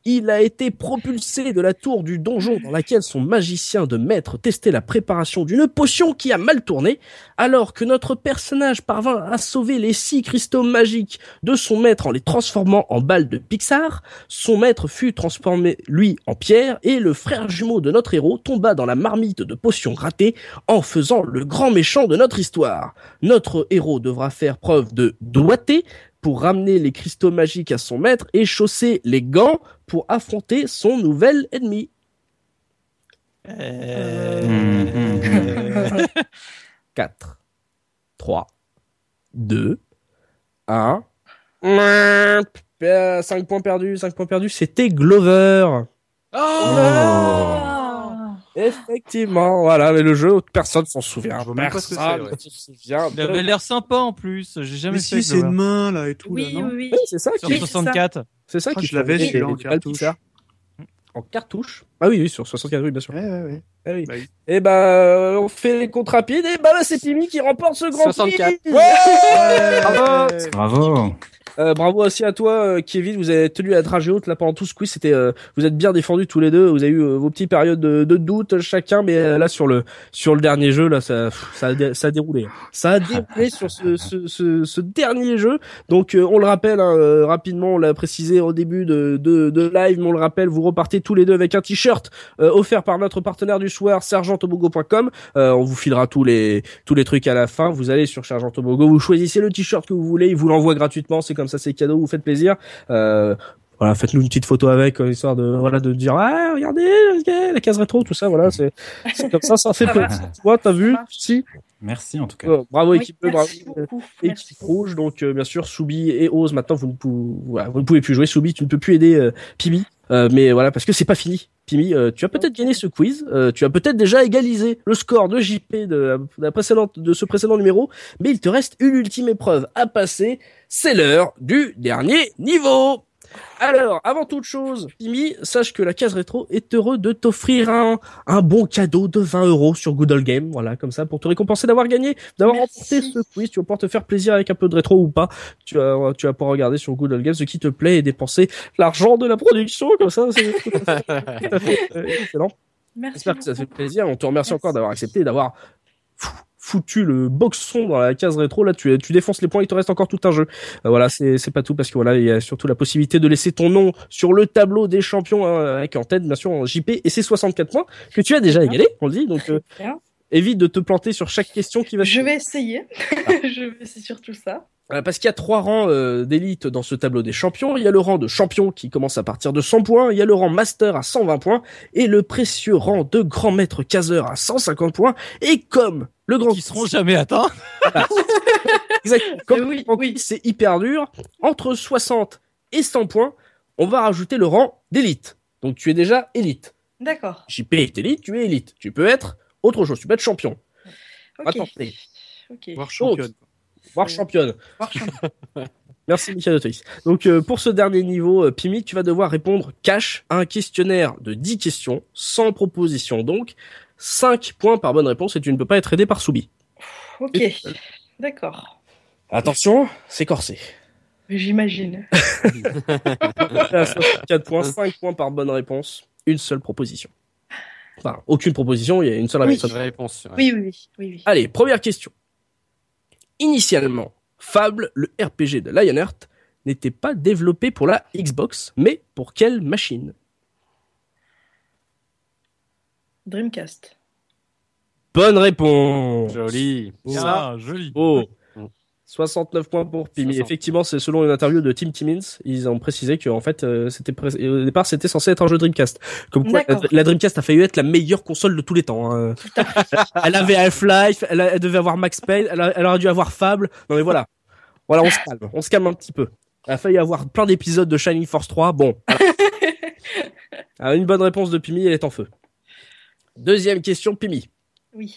Speaker 1: il a été propulsé de la tour du donjon dans laquelle son magicien de maître testait la préparation d'une potion qui a mal tourné, alors que notre personnage parvint à sauver les six cristaux magiques de son maître en les transformant en balles de Pixar, son maître fut transformé, lui, en pierre, et le frère jumeau de notre héros tomba dans la marmite de potions ratées en faisant le grand méchant de notre histoire. Notre héros devra faire preuve de doigté pour ramener les cristaux magiques à son maître et chausser les gants pour affronter son nouvel ennemi.
Speaker 6: Euh,
Speaker 1: 4, 3, 2, 1. 5 euh, points perdus, 5 points perdus, c'était Glover.
Speaker 5: Ah.
Speaker 1: Effectivement, voilà, mais le jeu, personne s'en souvient.
Speaker 6: Oh.
Speaker 3: Je vois même pas ce que c'est,
Speaker 1: Personne
Speaker 3: ouais.
Speaker 1: s'en souvient.
Speaker 4: Il avait l'air sympa en plus. J'ai jamais
Speaker 7: Mais
Speaker 4: fait
Speaker 7: si, c'est une
Speaker 4: Glover.
Speaker 7: main là et tout
Speaker 5: Oui,
Speaker 7: là, non
Speaker 5: oui, oui.
Speaker 1: Oui, c'est ça
Speaker 4: sur
Speaker 5: Oui,
Speaker 1: qui,
Speaker 5: c'est ça.
Speaker 4: 64.
Speaker 1: c'est ça
Speaker 7: Ah,
Speaker 1: qui
Speaker 7: je l'avais,
Speaker 1: faisait
Speaker 7: celui-là,
Speaker 1: les
Speaker 7: en
Speaker 1: balles
Speaker 7: cartouche.
Speaker 1: Pixar. En cartouche. Ah oui, oui, sur 64, oui, bien sûr.
Speaker 7: Ouais, ouais, ouais.
Speaker 1: Ah oui.
Speaker 7: Bah oui.
Speaker 1: Et ben, euh, on fait les comptes rapides. Et bah là, c'est Pimi qui remporte ce grand
Speaker 2: 64.
Speaker 1: prix.
Speaker 7: Bravo
Speaker 6: Bravo
Speaker 1: Euh, bravo aussi à toi, euh, Kevin. Vous avez tenu la dragée haute là pendant tout ce quiz. C'était, euh, vous êtes bien défendus tous les deux. Vous avez eu euh, vos petites périodes de, de doute euh, chacun, mais euh, là sur le sur le dernier jeu, là ça pff, ça a, dé- ça a déroulé. Ça a déroulé sur ce, ce, ce, ce dernier jeu. Donc euh, on le rappelle hein, euh, rapidement, on l'a précisé au début de, de, de live, mais on le rappelle, vous repartez tous les deux avec un t-shirt euh, offert par notre partenaire du soir, sergentobogo.com. Euh, on vous filera tous les tous les trucs à la fin. Vous allez sur Sergent Tobogo, vous choisissez le t-shirt que vous voulez, il vous l'envoie gratuitement. C'est comme ça, c'est cadeau, vous faites plaisir. Euh, voilà, faites-nous une petite photo avec, euh, histoire de voilà de dire ah regardez regardez, la case rétro, tout ça. Voilà, c'est c'est comme ça, ça fait
Speaker 5: Ça
Speaker 1: plaisir. Tu vois, t'as vu
Speaker 5: Ça marche.
Speaker 1: Si.
Speaker 6: Merci en tout cas.
Speaker 1: Oh, bravo
Speaker 5: Oui,
Speaker 1: équipe, bleue, bravo Euh,
Speaker 5: merci beaucoup. Merci.
Speaker 1: équipe rouge. Donc euh, bien sûr, Soubi et Oz. Maintenant, vous ne, pou- voilà, vous ne pouvez plus jouer. Soubi, tu ne peux plus aider euh, Pimi. Euh, mais voilà, parce que c'est pas fini. Pimi, euh, tu as peut-être gagné ce quiz. euh, tu as peut-être déjà égalisé le score de JP de, la- de la précédente, de ce précédent numéro. Mais il te reste une ultime épreuve à passer. C'est l'heure du dernier niveau. Alors, avant toute chose, Pimi, sache que la case rétro est heureux de t'offrir un, un bon cadeau de 20 euros sur Good Old Game. Voilà, comme ça, pour te récompenser d'avoir gagné, d'avoir remporté ce quiz. Tu vas pouvoir te faire plaisir avec un peu de rétro ou pas. Tu vas, tu vas pouvoir regarder sur Good Old Game ce qui te plaît et dépenser l'argent de la production. Comme ça, c'est tout à fait- tout à fait, euh, excellent.
Speaker 5: Merci.
Speaker 1: J'espère que ça
Speaker 5: beaucoup.
Speaker 1: fait plaisir. On te remercie encore d'avoir accepté, d'avoir fou- foutu le boxon dans la case rétro. Là, tu, tu défonces les points. Il te reste encore tout un jeu. Euh, voilà, c'est c'est pas tout parce que voilà, il y a surtout la possibilité de laisser ton nom sur le tableau des champions hein, avec en tête, bien sûr, en JP. Et c'est 64 points que tu as déjà égalé, on le dit. Donc, euh,
Speaker 5: Bien.
Speaker 1: évite de te planter sur chaque question qui va
Speaker 5: Je vais essayer.
Speaker 1: Ah.
Speaker 5: je vais essayer surtout ça.
Speaker 1: euh, Parce qu'il y a trois rangs euh, d'élite dans ce tableau des champions. Il y a le rang de champion qui commence à partir de 100 points, il y a le rang master à 120 points et le précieux rang de grand maître caseur à 150 points. Et comme le grand
Speaker 4: Qui seront jamais atteints.
Speaker 1: Exact. Comme
Speaker 5: Mais oui,
Speaker 1: le rang quiz, c'est hyper dur, entre 60 et 100 points, on va rajouter le rang d'élite. Donc tu es déjà élite.
Speaker 5: D'accord.
Speaker 1: JP est élite, tu es élite. Tu peux être autre chose, tu peux être champion,
Speaker 5: Ok.
Speaker 1: Attends, allez.
Speaker 5: Ok.
Speaker 7: Voir championne.
Speaker 1: voire
Speaker 5: C'est-
Speaker 1: championne.
Speaker 5: Voir champion.
Speaker 1: Merci Michael Autolis. Donc euh, pour ce dernier niveau, euh, Pimi, tu vas devoir répondre cash à un questionnaire de 10 questions, sans proposition donc, 5 points par bonne réponse et tu ne peux pas être aidé par Soubi.
Speaker 5: Ok. D'accord.
Speaker 1: Attention, c'est corsé.
Speaker 5: J'imagine.
Speaker 1: 64 points, 5 points par bonne réponse, une seule proposition. Enfin, aucune proposition, il y a une seule
Speaker 5: Oui.
Speaker 1: réponse.
Speaker 2: Bonne réponse. ouais.
Speaker 5: Oui, oui, oui. oui, oui.
Speaker 1: Allez, première question. Initialement, Fable, le RPG de Lionheart, n'était pas développé pour la Xbox, mais pour quelle machine
Speaker 5: Dreamcast.
Speaker 1: Bonne réponse
Speaker 2: Joli.
Speaker 4: Ah, joli.
Speaker 1: Oh. 69 points pour Pimi.
Speaker 2: 60.
Speaker 1: Effectivement, c'est selon une interview de Tim Timmins, ils ont précisé que en fait, euh, c'était pré- au départ, c'était censé être un jeu Dreamcast. Comme quoi, la,
Speaker 5: D'accord.
Speaker 1: la Dreamcast a failli être la meilleure console de tous les temps. hein. elle avait Half-Life, elle, a- elle devait avoir Max Payne, elle, a- elle aurait dû avoir Fable. Non mais voilà, voilà, on se calme, on se calme un petit peu. Elle a failli avoir plein d'épisodes de Shining Force 3. Bon, voilà. Ah, une bonne réponse de Pimi, elle est en feu. Deuxième question, Pimi.
Speaker 5: Oui.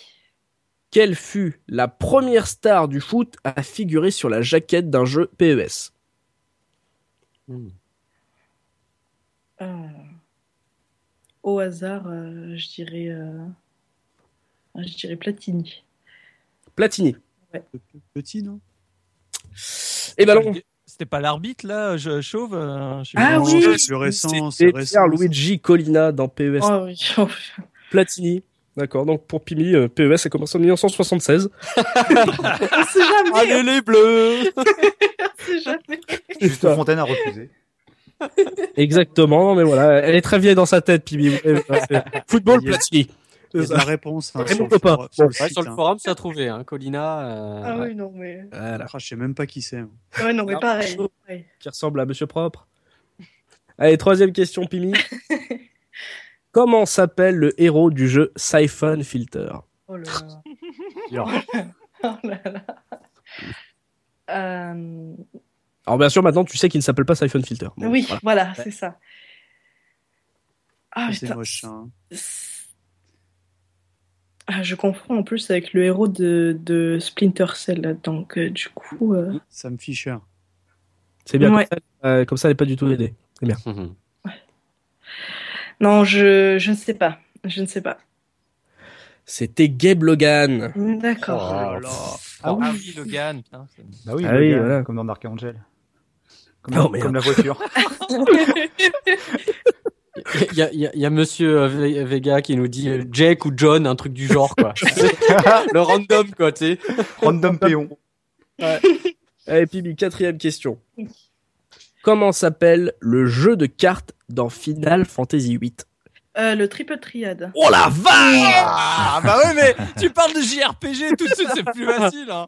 Speaker 1: Quelle fut la première star du foot à figurer sur la jaquette d'un jeu E PES
Speaker 5: Euh, Au hasard, euh, je dirais. euh, Je dirais Platini.
Speaker 1: Platini.
Speaker 7: Petit, non
Speaker 1: Eh ben non,
Speaker 4: C'était pas l'arbitre là, je chauve. euh, je sais pas.
Speaker 5: Ah
Speaker 7: Non,
Speaker 5: oui.
Speaker 7: c'est Le récent, c'est
Speaker 1: c'était
Speaker 7: récent.
Speaker 1: Pierluigi Collina dans PES.
Speaker 5: Oh, oui.
Speaker 1: Platini. D'accord, donc pour Pimi, euh, PES a commencé en 1976.
Speaker 5: On sait jamais.
Speaker 4: Allez les bleus.
Speaker 5: On sait jamais.
Speaker 3: Juste Fontaine a refusé.
Speaker 1: Exactement, non mais voilà, elle est très vieille dans sa tête, Pimi. Vous savez, voilà. Football,
Speaker 7: Il y a-
Speaker 1: Platini.
Speaker 7: Il y a de la réponse. hein,
Speaker 1: Raymond
Speaker 7: sur le
Speaker 1: Coppa.
Speaker 7: forum- sur le
Speaker 2: Ouais,
Speaker 7: site,
Speaker 2: sur le
Speaker 7: hein.
Speaker 2: forum, ça a trouvé, hein. Colina. euh,
Speaker 5: Ah
Speaker 2: ouais.
Speaker 5: oui, non, mais.
Speaker 1: Voilà,
Speaker 7: Ah, Je sais même pas qui c'est. hein.
Speaker 5: Ouais, non, mais
Speaker 1: Ah,
Speaker 5: pareil.
Speaker 1: chaud.
Speaker 5: pareil.
Speaker 1: qui ressemble à Monsieur Propre. Allez, troisième question, Pimi. Comment s'appelle le héros du jeu Siphon Filter
Speaker 5: Oh là là. oh là là. Euh,
Speaker 1: Alors bien sûr, maintenant, tu sais qu'il ne s'appelle pas Siphon Filter. Bon,
Speaker 5: oui,
Speaker 1: voilà.
Speaker 5: voilà, c'est ça. Ah,
Speaker 7: Ah, C'est
Speaker 5: putain.
Speaker 7: moche. hein.
Speaker 5: Ah, je confonds en plus avec le héros de, de Splinter Cell, donc euh, du coup. euh,
Speaker 7: Sam Fisher.
Speaker 1: C'est bien.
Speaker 5: Ouais.
Speaker 1: Comme, ça, euh, comme ça, elle n'est pas du tout aidée.
Speaker 2: Mhm.
Speaker 5: Non, je, je ne sais pas. Je ne sais pas.
Speaker 1: C'était Gabe Logan.
Speaker 5: D'accord.
Speaker 3: Oh là
Speaker 4: Ah oui, Logan. putain, c'est-
Speaker 3: Bah oui,
Speaker 1: Ah
Speaker 3: le
Speaker 1: oui,
Speaker 3: gars,
Speaker 1: voilà.
Speaker 3: comme dans Dark Angel. Comme,
Speaker 1: Oh, merde.
Speaker 3: comme la voiture.
Speaker 2: Il y, a- il y a- il y a Monsieur euh, Ve- Vega qui nous dit euh, Jake ou John, un truc du genre quoi. le random quoi, tu sais.
Speaker 3: Random péon.
Speaker 1: Allez, Pibi, quatrième question. Comment s'appelle le jeu de cartes dans Final Fantasy VIII
Speaker 5: Euh, le triple triade.
Speaker 1: Oh la vache
Speaker 4: Ah bah ouais mais tu parles de JRPG tout de suite c'est plus facile hein.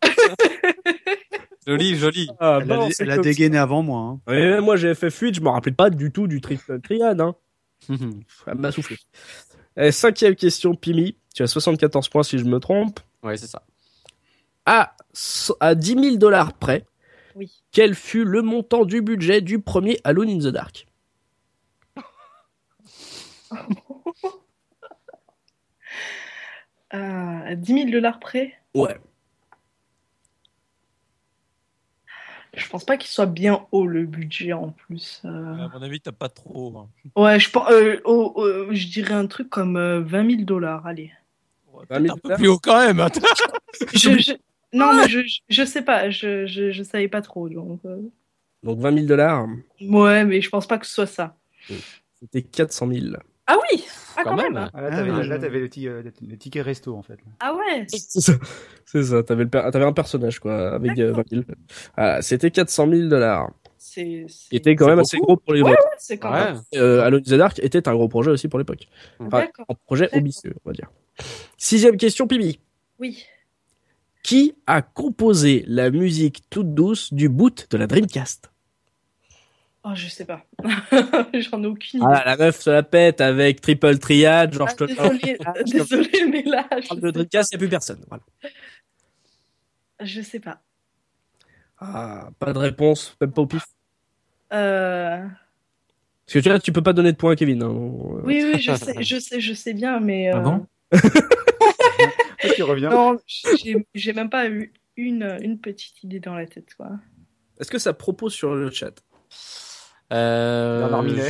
Speaker 2: Joli, joli.
Speaker 1: Ah,
Speaker 7: Elle,
Speaker 1: bon,
Speaker 7: a,
Speaker 1: c'est
Speaker 7: elle a
Speaker 1: comme
Speaker 7: dégainé avant moi. hein.
Speaker 1: ça. Ouais, Moi, j'ai fait fuite, je me rappelais pas du tout du triple triade. Hein.
Speaker 2: Mhm.
Speaker 1: Ça m'a soufflé. Allez, cinquième question, Pimi. Tu as 74 points si je me trompe.
Speaker 2: ouais, c'est ça.
Speaker 1: À, so- à 10 000 dollars près,
Speaker 5: Oui.
Speaker 1: quel fut le montant du budget du premier Alone in the Dark
Speaker 5: Ah, 10 000 dollars près.
Speaker 1: Ouais.
Speaker 5: Je pense pas qu'il soit bien haut le budget en plus. euh.
Speaker 4: À mon avis, t'as pas trop. hein.
Speaker 5: Ouais, je, pense, euh, oh, euh, je dirais un truc comme euh, 20 000 dollars, allez.
Speaker 4: Ouais,
Speaker 3: Bah,
Speaker 4: peut-être un peu plus haut quand même. hein, attends.
Speaker 5: Je- je- Non, mais je, je- je sais pas, je, je, je savais pas trop. Donc, euh,
Speaker 1: Donc 20 000 dollars,
Speaker 5: Ouais, mais je pense pas que ce soit ça.
Speaker 1: c'était 400 000.
Speaker 5: Ah oui Ah
Speaker 2: Quand
Speaker 5: quand même,
Speaker 2: même.
Speaker 3: Ah, là, t'avais, là, t'avais le, ti- euh, le ticket resto, en fait.
Speaker 5: Ah ouais
Speaker 1: C'est ça. C'est ça. T'avais le per- t'avais un personnage, quoi, avec euh, 20 000. Voilà, c'était 400 000 dollars. Qui
Speaker 5: C'est c'est-
Speaker 1: était quand même
Speaker 2: beaucoup.
Speaker 1: assez gros pour les
Speaker 5: Ouais,
Speaker 1: votes.
Speaker 5: ouais, c'est quand
Speaker 2: Ouais.
Speaker 5: même.
Speaker 1: Euh, Alone in the Dark était un gros projet aussi pour l'époque. Enfin,
Speaker 5: D'accord.
Speaker 1: un projet
Speaker 5: D'accord.
Speaker 1: ambitieux, on va dire. Sixième question, Pimi.
Speaker 5: Oui.
Speaker 1: Qui a composé la musique toute douce du boot de la Dreamcast
Speaker 5: Oh, je sais pas. J'en ai aucune idée.
Speaker 1: Ah, la meuf se la pète avec Triple Triad,
Speaker 5: Ah,
Speaker 1: George ah,
Speaker 5: désolé, désolé, mais là,
Speaker 1: Le
Speaker 5: je,
Speaker 1: Dreamcast, il n'y a plus personne. Voilà.
Speaker 5: je sais pas.
Speaker 1: Ah, pas de réponse, même pas au pif.
Speaker 5: Euh,
Speaker 1: Parce que tu vois, tu peux pas donner de points à Kevin. hein. Euh,
Speaker 5: Oui, oui, je sais, je sais, je sais bien, mais.
Speaker 6: Ah
Speaker 5: euh,
Speaker 6: bon
Speaker 3: Toi, tu reviens.
Speaker 5: Non, j'ai- j'ai même pas eu une, une petite idée dans la tête, quoi.
Speaker 1: Est-ce que ça propose sur le chat
Speaker 2: Euh,
Speaker 3: Bernard Minet.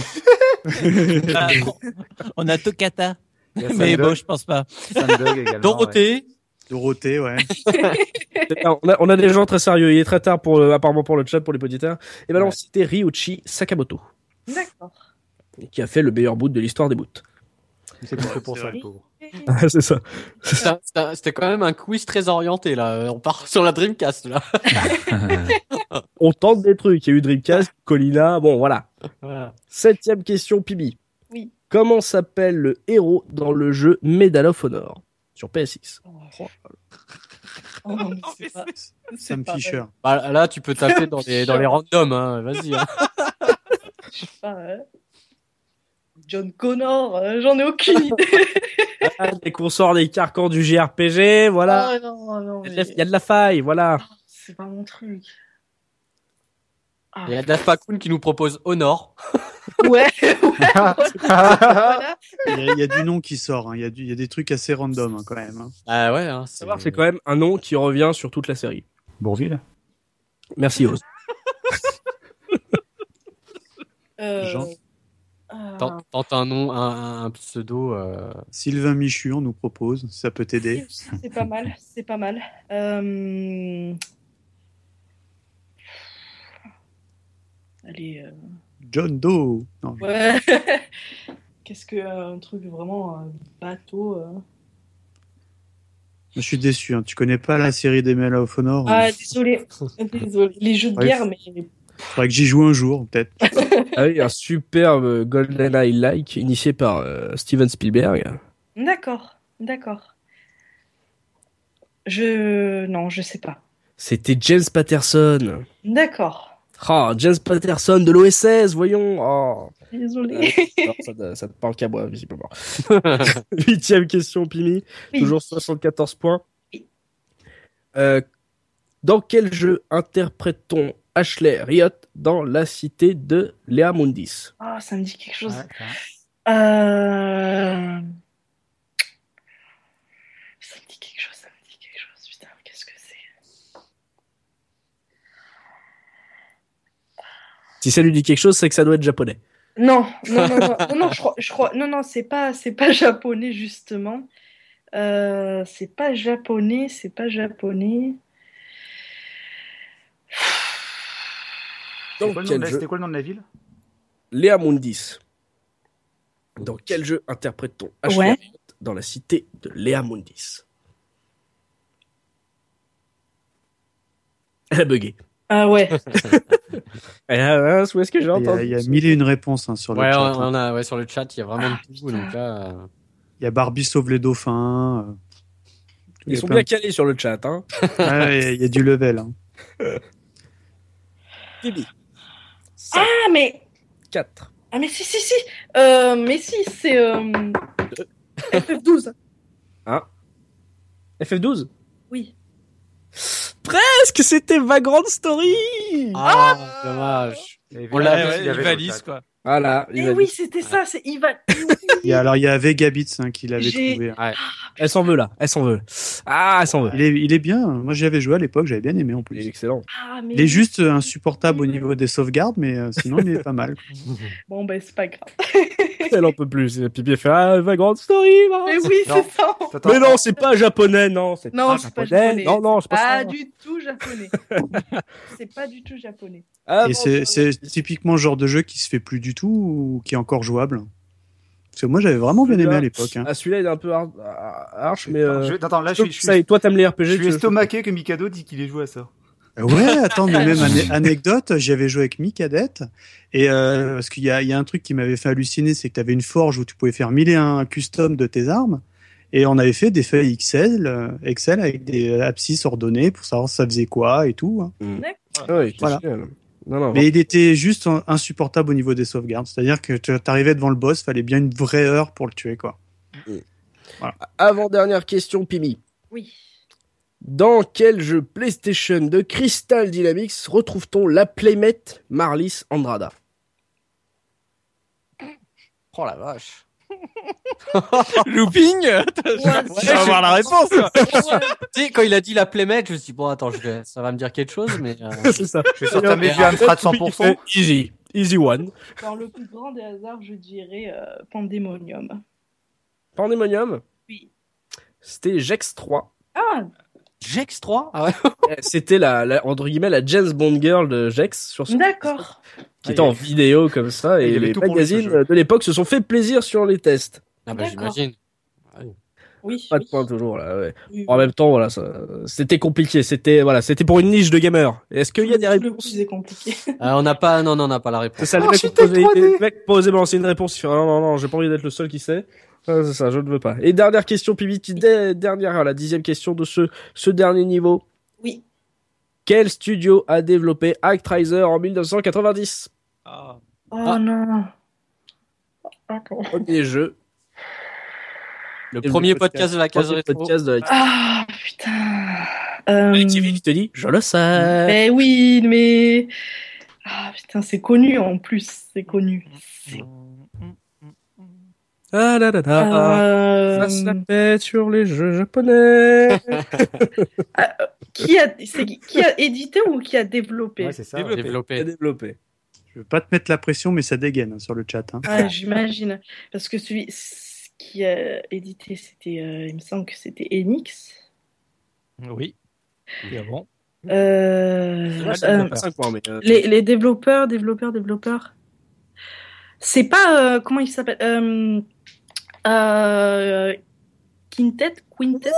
Speaker 4: Ah, on a Tokata.
Speaker 3: Il y a
Speaker 4: Mais
Speaker 3: Sandog-
Speaker 4: bon, je pense pas.
Speaker 3: Sandog également, ouais.
Speaker 4: Dorothée.
Speaker 7: Dorothée, ouais.
Speaker 1: Ah, on, a, on a des gens très sérieux. Il est très tard pour le- apparemment pour le chat, pour les auditeurs. Et ben non, c'était Ryuichi Sakamoto
Speaker 5: D'accord.
Speaker 1: qui a fait le meilleur boot de l'histoire des boots.
Speaker 3: C'est pour, pour
Speaker 7: C'est
Speaker 3: ça,
Speaker 7: vrai.
Speaker 3: le pauvre.
Speaker 1: c'est ça.
Speaker 2: C'est un- c'est un- C'était quand même un quiz très orienté là. On part sur la Dreamcast là.
Speaker 1: On tente des trucs. Il y a eu Dreamcast, Colina. Bon, voilà.
Speaker 2: Voilà.
Speaker 1: Septième question, Pibi.
Speaker 5: Oui.
Speaker 1: Comment s'appelle le héros dans le jeu Medal of Honor sur PS6
Speaker 5: Oh, mais c'est pas- c'est
Speaker 7: Sam
Speaker 5: pas-
Speaker 7: Fisher.
Speaker 2: Bah, là, tu peux taper dans les dans les randoms. Hein. Vas-y. hein.
Speaker 5: je sais pas, euh, John Connor, euh, j'en ai aucune idée.
Speaker 1: ah, Les consorts des carcans du JRPG, voilà.
Speaker 5: Ah, non, non,
Speaker 1: Il y
Speaker 5: mais
Speaker 1: a de la- il y a de la faille, voilà.
Speaker 5: c'est pas mon truc. Ah,
Speaker 2: Il y a Daft Pacoon qui nous propose Honor.
Speaker 5: Ouais, voilà.
Speaker 7: Il y, a, il y a du nom qui sort. hein. Il y, a du- il y a des trucs assez random hein, quand même. hein.
Speaker 2: Ah ouais. Hein,
Speaker 1: Faut savoir que C'est quand même un nom qui revient sur toute la série.
Speaker 3: Bourville
Speaker 1: Merci Oz.
Speaker 5: Euh,
Speaker 7: Jean.
Speaker 5: euh,
Speaker 2: Tente, tente un nom, un, un- un pseudo. euh,
Speaker 7: Sylvain Michu, on nous propose. Ça peut t'aider.
Speaker 5: C'est pas mal, c'est pas mal. Euh, Allez, euh,
Speaker 7: John Doe. Non, je-
Speaker 5: ouais. Qu'est-ce que euh, un truc vraiment euh, bateau euh.
Speaker 7: je suis déçu. hein. Tu connais pas la série des Medal of Honor hein.
Speaker 5: Ah, désolé, désolé. Les jeux de
Speaker 7: Ouais.
Speaker 5: guerre, mais
Speaker 7: Faudrait que j'y joue un jour, peut-être.
Speaker 1: Ah oui, un superbe GoldenEye like initié par euh, Steven Spielberg.
Speaker 5: D'accord, d'accord. Je. Non, je sais pas.
Speaker 1: C'était James Patterson.
Speaker 5: D'accord.
Speaker 1: Ah, James Patterson de l'OSS, voyons. Oh.
Speaker 7: Euh,
Speaker 5: Désolé.
Speaker 1: Non, ça, ne- ça ne parle qu'à moi, visiblement. Huitième question, Pimi.
Speaker 5: Oui.
Speaker 1: Toujours 74 points.
Speaker 5: Oui.
Speaker 1: Euh, dans quel jeu interprète-t-on Ashley Riot dans la cité de Lea Mundis
Speaker 5: Ah, ça me dit quelque chose.
Speaker 3: Ouais, ça.
Speaker 5: Euh, Ça me dit quelque chose, ça me dit quelque chose. Putain, qu'est-ce que c'est
Speaker 1: Si ça lui dit quelque chose, c'est que ça doit être japonais.
Speaker 5: Non, non, non, non, non, non, je crois, je crois, non, non, c'est pas, c'est pas japonais justement. Euh, c'est pas japonais, c'est pas japonais.
Speaker 1: Dans
Speaker 3: C'est quoi le nom
Speaker 1: quel
Speaker 3: de la-
Speaker 1: jeu
Speaker 3: C'était quoi le nom de la ville
Speaker 1: Léa Mundis. Dans quel jeu interprète-t-on Ashley
Speaker 5: Ouais.
Speaker 1: Elliott dans la cité de Léa Mundis Elle a bugué.
Speaker 5: Ah ouais.
Speaker 1: Elle a, hein, où est-ce que j'ai
Speaker 7: Il y a,
Speaker 1: entendu
Speaker 7: il y a
Speaker 1: ça
Speaker 7: mille et une réponses hein, sur le
Speaker 2: Ouais, on,
Speaker 7: chat. hein.
Speaker 2: on a ouais sur le chat, il y a vraiment
Speaker 5: Ah,
Speaker 2: de tout. Donc là, euh,
Speaker 7: Il y a Barbie sauve les dauphins. euh,
Speaker 1: Ils
Speaker 7: tous les
Speaker 1: sont
Speaker 7: plein
Speaker 1: bien
Speaker 7: de-
Speaker 1: calés sur le chat. Hein.
Speaker 7: Ah ouais, Il y a du level. hein.
Speaker 1: Tibi.
Speaker 5: Ah mais,
Speaker 1: 4.
Speaker 5: ah mais si, si, si. Euh, mais si, c'est euh, FF12.
Speaker 1: FF12
Speaker 5: Oui.
Speaker 1: Est-ce que c'était Vagrant Story
Speaker 2: Ah, dommage.
Speaker 3: Il y avait-
Speaker 2: On l'a-
Speaker 3: il y
Speaker 4: Ouais,
Speaker 3: avait
Speaker 4: ouais,
Speaker 3: sur
Speaker 4: il
Speaker 3: le
Speaker 4: valise
Speaker 3: chat.
Speaker 4: quoi.
Speaker 1: Voilà.
Speaker 5: Eh oui, c'était ça, c'est Ivan.
Speaker 7: Il y a- alors il y a Vegabits hein, qui l'avait
Speaker 5: J'ai-
Speaker 7: trouvé.
Speaker 1: Elle s'en veut là, elle s'en veut. Ah, elle s'en veut.
Speaker 7: Il est, il est bien. Moi j'y avais joué à l'époque, j'avais bien aimé en
Speaker 1: Il
Speaker 7: plus.
Speaker 1: est excellent.
Speaker 5: Ah, mais...
Speaker 7: Il est juste euh, insupportable au niveau des sauvegardes, mais euh, sinon il est pas mal.
Speaker 5: Bon, ben, c'est pas grave.
Speaker 1: Elle en peut plus. Et Pipi fait ah, Vagrant Story. non.
Speaker 5: Mais Eh oui,
Speaker 3: Non.
Speaker 5: c'est ça.
Speaker 3: Attends,
Speaker 1: Mais non, c'est pas japonais, non. C'est
Speaker 5: Non,
Speaker 1: pas
Speaker 5: c'est pas
Speaker 1: japonais.
Speaker 5: japonais.
Speaker 1: Non, non, c'est pas
Speaker 5: Pas
Speaker 1: ça.
Speaker 5: du tout japonais. c'est pas du tout japonais.
Speaker 1: Ah,
Speaker 7: Et
Speaker 1: bon,
Speaker 7: c'est c'est typiquement le genre de jeu qui se fait plus du tout ou qui est encore jouable. Parce que moi j'avais vraiment bien aimé à l'époque. hein.
Speaker 1: Ah, celui-là, il est un peu har- har- harsh, mais.
Speaker 3: Attends,
Speaker 1: Euh...
Speaker 3: je- attends, là, je
Speaker 1: donc,
Speaker 3: suis, je suis-
Speaker 1: ça, et toi, t'aimes les RPG
Speaker 3: je suis
Speaker 1: tu-
Speaker 3: estomaqué que Mikado dit qu'il est joué à ça.
Speaker 7: Euh, Ouais, attends, mais même ane- anecdote, j'avais joué avec Mikadette et euh, parce qu'il y a, il y a un truc qui m'avait fait halluciner, c'est que tu avais une forge où tu pouvais faire mille et un custom de tes armes, et on avait fait des feuilles Excel, euh, Excel avec des abscisses ordonnées pour savoir ça faisait quoi et tout. hein.
Speaker 1: Ah ouais, il était
Speaker 7: Voilà.
Speaker 1: génial. Non, non.
Speaker 7: Mais il était juste in- insupportable au niveau des sauvegardes, c'est-à-dire que tu arrivais devant le boss, fallait bien une vraie heure pour le tuer quoi.
Speaker 1: Avant dernière question, Pimi.
Speaker 5: Oui.
Speaker 1: Dans quel jeu PlayStation de Crystal Dynamics retrouve-t-on la playmate Marlis Andrada
Speaker 2: Oh la vache.
Speaker 4: Looping Tu vas avoir la réponse
Speaker 2: Tu sais, quand il a dit la playmate, je me suis dit, bon, attends, je vais- ça va me dire quelque chose, mais. euh,
Speaker 1: C'est ça.
Speaker 3: Je vais sortir mes vieux Amstrad 100%.
Speaker 1: Easy. Easy one.
Speaker 5: Dans le plus grand des hasards, je dirais euh, Pandemonium.
Speaker 1: Pandemonium
Speaker 5: Oui.
Speaker 1: C'était Jex 3.
Speaker 5: Ah,
Speaker 2: Jex 3 Ah ouais
Speaker 1: Euh, C'était la, la- entre guillemets, la James Bond Girl de Jex sur son-
Speaker 5: d'accord.
Speaker 3: Ah,
Speaker 1: qui était en vidéo comme ça.
Speaker 3: Il y
Speaker 1: Et
Speaker 3: avait
Speaker 1: les
Speaker 3: tout pour lui, ce
Speaker 1: magazines
Speaker 3: jeu.
Speaker 1: de l'époque se sont fait plaisir sur les tests.
Speaker 2: Ah bah,
Speaker 5: D'accord.
Speaker 2: j'imagine.
Speaker 5: Oui.
Speaker 1: Pas de Oh,
Speaker 5: oui,
Speaker 1: point toujours là. ouais.
Speaker 5: oui,
Speaker 1: En même temps, voilà, ça- c'était compliqué. C'était voilà, c'était pour une niche de gamers. Est-ce qu'il y a des
Speaker 5: Le
Speaker 1: réponses
Speaker 5: plus est compliqué.
Speaker 2: Euh, on n'a pas, non, non, on n'a pas la
Speaker 1: C'est
Speaker 2: réponse.
Speaker 1: ça, le mec
Speaker 3: Architecte
Speaker 1: posait,
Speaker 3: 3D.
Speaker 1: le mec posait balancer une réponse, il fait, ah, non, non, non, j'ai pas envie d'être le seul qui sait. Ah, c'est ça, je ne veux pas. Et dernière question, Pibi, qui- dé- dernière, la dixième question de ce, ce dernier niveau.
Speaker 5: Oui.
Speaker 1: Quel studio a développé Actraiser en 1990
Speaker 8: Ah.
Speaker 5: Oh non. Attends.
Speaker 1: Premier jeu,
Speaker 2: Le
Speaker 1: Et le
Speaker 2: premier podcast
Speaker 7: podcast.
Speaker 2: de la case
Speaker 1: premier
Speaker 2: rétro.
Speaker 1: podcast de la
Speaker 5: Ah putain. Euh...
Speaker 1: Activision Ah, qui te dit, je le sais.
Speaker 5: Mais oui, mais. Ah putain, c'est connu en plus, c'est connu. C'est-
Speaker 1: Ah là là là.
Speaker 5: Euh,
Speaker 1: Ça se la pète sur les jeux japonais.
Speaker 5: qui, a... c'est qui- qui a édité ou qui a développé
Speaker 3: Ouais, c'est ça.
Speaker 8: Développe.
Speaker 1: Qui a
Speaker 2: Développé.
Speaker 1: développé.
Speaker 7: Je veux pas te mettre la pression, mais ça dégaine hein, sur le chat. hein.
Speaker 5: Ouais, Ah, j'imagine. Parce que celui ce qui a édité, c'était, euh, il me semble que c'était Enix.
Speaker 4: Oui. ah Et avant
Speaker 5: Euh,
Speaker 4: C'est vrai, c'est
Speaker 5: euh,
Speaker 4: pas
Speaker 1: Cinq points, mais, euh,
Speaker 5: les, les développeurs, développeurs, développeurs. C'est pas euh, comment il s'appelle euh, euh, Quintet, Quintet.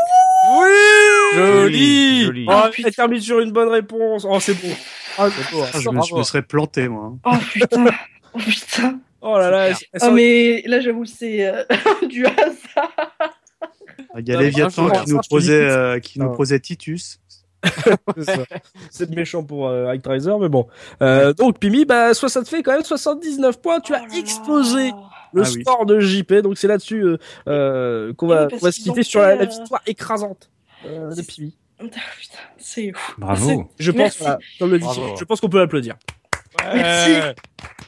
Speaker 1: Joli.
Speaker 3: Joli.
Speaker 1: Oh,
Speaker 5: Ah,
Speaker 1: elle termine sur une bonne réponse. Oh, c'est beau. Oh, c'est beau.
Speaker 7: Ah, Je, me, je me serais planté moi. hein.
Speaker 5: Oh putain, oh putain.
Speaker 1: Oh là là. elle- elle
Speaker 5: Oh
Speaker 1: s'en-
Speaker 5: mais là j'avoue c'est euh, du hasard.
Speaker 7: Il y a
Speaker 1: Ah,
Speaker 7: Léviathan
Speaker 1: franchement,
Speaker 7: qui nous
Speaker 1: ça,
Speaker 7: posait,
Speaker 1: Philippe,
Speaker 7: euh, qui nous
Speaker 1: Ah.
Speaker 7: posait Titus.
Speaker 1: C'est ça. C'est méchant pour euh, Actraiser, mais bon. Euh, donc, Pimi, bah, soit ça te fait quand même 79 points. Tu
Speaker 5: Oh
Speaker 1: as
Speaker 5: là là.
Speaker 1: explosé le
Speaker 7: Ah oui.
Speaker 1: score de JP. Donc, c'est là-dessus euh, euh, qu'on va,
Speaker 5: Oui, parce
Speaker 1: qu'on va se
Speaker 5: qu'ils ont
Speaker 1: quitter sur la,
Speaker 5: fait,
Speaker 1: la
Speaker 5: euh,
Speaker 1: victoire écrasante euh, de Pimi.
Speaker 5: Ah, putain, c'est ouf.
Speaker 6: Bravo.
Speaker 1: Je pense,
Speaker 5: Merci.
Speaker 1: voilà, comme le dit,
Speaker 2: Bravo.
Speaker 1: je pense qu'on peut l'applaudir.
Speaker 5: Merci.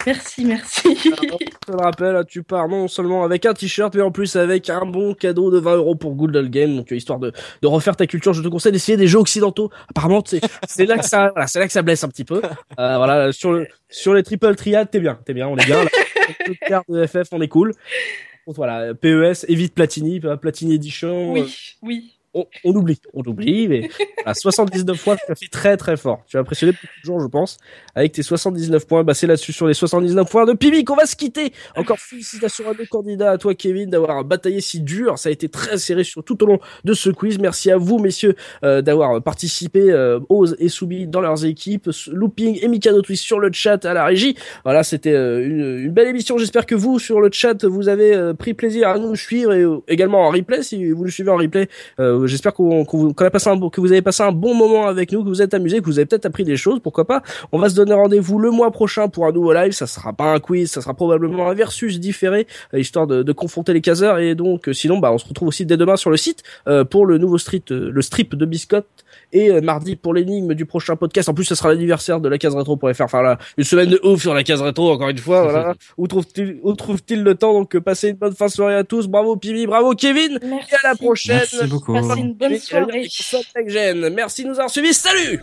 Speaker 5: Merci, merci.
Speaker 1: Je te le rappelle, hein, tu pars non seulement avec un t-shirt, mais en plus avec un bon cadeau de 20 euros pour Good Old Game. Donc, euh, histoire de, de refaire ta culture, je te conseille d'essayer des jeux occidentaux. Apparemment, c'est c'est là que ça, voilà, c'est là que ça blesse un petit peu. Euh, voilà, sur le, sur les triple triades, t'es bien, t'es bien, on est bien. Là. Toute carte de FF, on est cool. Par contre, voilà, PES, évite Platini, euh, Platini Edition. euh,
Speaker 5: Oui, oui.
Speaker 1: on, on oublie, on oublie, mais à 79 points, tu as fait très très fort. Tu as impressionné beaucoup de gens, je pense, avec tes 79 points. Bah, c'est là-dessus sur les 79 points de Pimi qu'on va se quitter. Encore félicitations à nos candidats, à toi Kevin, d'avoir bataillé si dur. Ça a été très serré sur tout au long de ce quiz. Merci à vous, messieurs, euh, d'avoir participé, euh, Oz et Soubi dans leurs équipes, S- Looping et Mikado Twist sur le chat à la régie. Voilà, c'était euh, une, une belle émission. J'espère que vous, sur le chat, vous avez euh, pris plaisir à nous suivre et euh, également en replay. Si vous nous suivez en replay, euh, j'espère qu'on qu'on- qu'on a passé un bon- que vous avez passé un bon moment avec nous, que vous êtes amusés, que vous avez peut-être appris des choses, pourquoi pas. On va se donner rendez-vous le mois prochain pour un nouveau live. Ça sera pas un quiz, ça sera probablement un versus différé, euh, histoire de, de confronter les caseurs. Et donc, euh, sinon, bah, on se retrouve aussi dès demain sur le site euh, pour le nouveau street, euh, le strip de Biscotte. Et euh, mardi pour l'énigme du prochain podcast. En plus, ça sera l'anniversaire de la case rétro.fr. Enfin, là, une semaine de ouf sur la case rétro, encore une fois. Voilà. où trouve-t-il où trouve-t-il le temps Donc, euh, passez une bonne fin de soirée à tous. Bravo, Pimi. Bravo, Kevin.
Speaker 5: Merci.
Speaker 1: Et à la prochaine.
Speaker 6: Merci beaucoup.
Speaker 5: Passez une bonne
Speaker 1: Et à la
Speaker 5: soirée.
Speaker 1: prochaine, Tech Gen. Merci de nous avoir suivis. Salut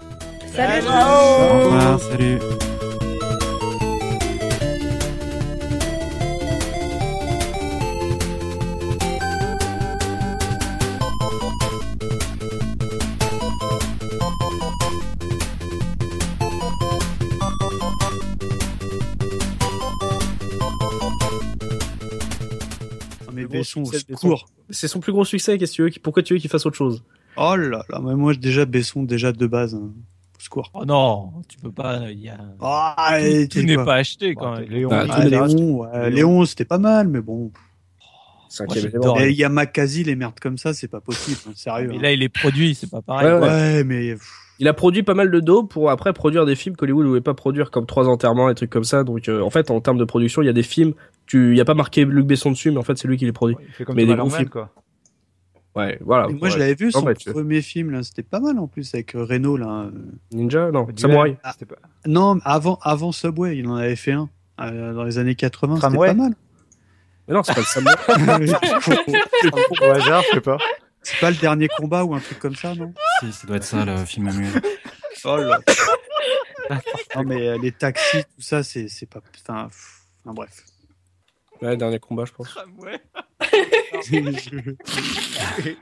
Speaker 5: Salut.
Speaker 6: Au revoir, salut.
Speaker 7: Non, mais
Speaker 1: Le gros
Speaker 7: Besson, au
Speaker 1: succès de Besson.
Speaker 7: secours.
Speaker 1: C'est son plus gros succès. Qu'est-ce que tu veux Pourquoi tu veux qu'il fasse autre chose
Speaker 7: Oh là là, mais moi déjà Besson, déjà de base, hein. au secours.
Speaker 4: Oh non, tu peux pas. il Y a...
Speaker 7: Ah, et
Speaker 4: Tout
Speaker 7: tu
Speaker 4: n'est
Speaker 7: quoi.
Speaker 4: pas acheté
Speaker 3: Bon,
Speaker 4: quand même.
Speaker 3: Léon,
Speaker 6: Bah,
Speaker 3: il-
Speaker 7: Ah,
Speaker 1: Tout n'est
Speaker 7: Léon, ouais, Léon, c'était pas mal, mais bon.
Speaker 1: Cinquième
Speaker 4: Moi,
Speaker 1: élément.
Speaker 4: j'adore.
Speaker 7: Et Il y a Macasi, les merdes comme ça, c'est pas possible, hein, sérieux.
Speaker 4: Ah, Mais
Speaker 7: hein.
Speaker 4: là, il est produit, c'est pas pareil.
Speaker 1: Ouais,
Speaker 7: Ouais,
Speaker 1: ouais.
Speaker 7: mais pff,
Speaker 1: Il a produit pas mal de dos pour après produire des films qu'Hollywood ne voulait pas produire, comme Trois enterrements et trucs comme ça. Donc euh, en fait, en termes de production, il y a des films. Tu, il y a pas marqué Luc Besson dessus, mais en fait, c'est lui qui les produit.
Speaker 3: il fait comme
Speaker 1: Mais
Speaker 3: Thomas
Speaker 1: les bons
Speaker 3: Lanman,
Speaker 1: films.
Speaker 3: quoi.
Speaker 1: Ouais, voilà.
Speaker 7: mais moi je
Speaker 1: Ouais.
Speaker 7: l'avais vu son
Speaker 1: bah, tu-
Speaker 7: premier film, là, c'était pas mal en plus avec euh, Renault là. euh.
Speaker 1: Ninja, non,
Speaker 3: Duel,
Speaker 1: Samouraï.
Speaker 3: c'était pas-
Speaker 7: Non, mais avant avant Subway, il en avait fait un euh, dans les années 80, c'était
Speaker 3: Tramway
Speaker 7: pas mal.
Speaker 1: Mais non, c'est pas le Samouraï.
Speaker 3: Au hasard, je sais pas.
Speaker 7: c'est pas le dernier combat ou un truc comme ça, non
Speaker 6: Si, ça doit être ça, le film à muet.
Speaker 7: Oh là. non mais euh, les taxis, tout ça, c'est c'est pas enfin pff, enfin, bref.
Speaker 1: ouais, dernier combat, je pense.
Speaker 7: Je-
Speaker 6: Merci.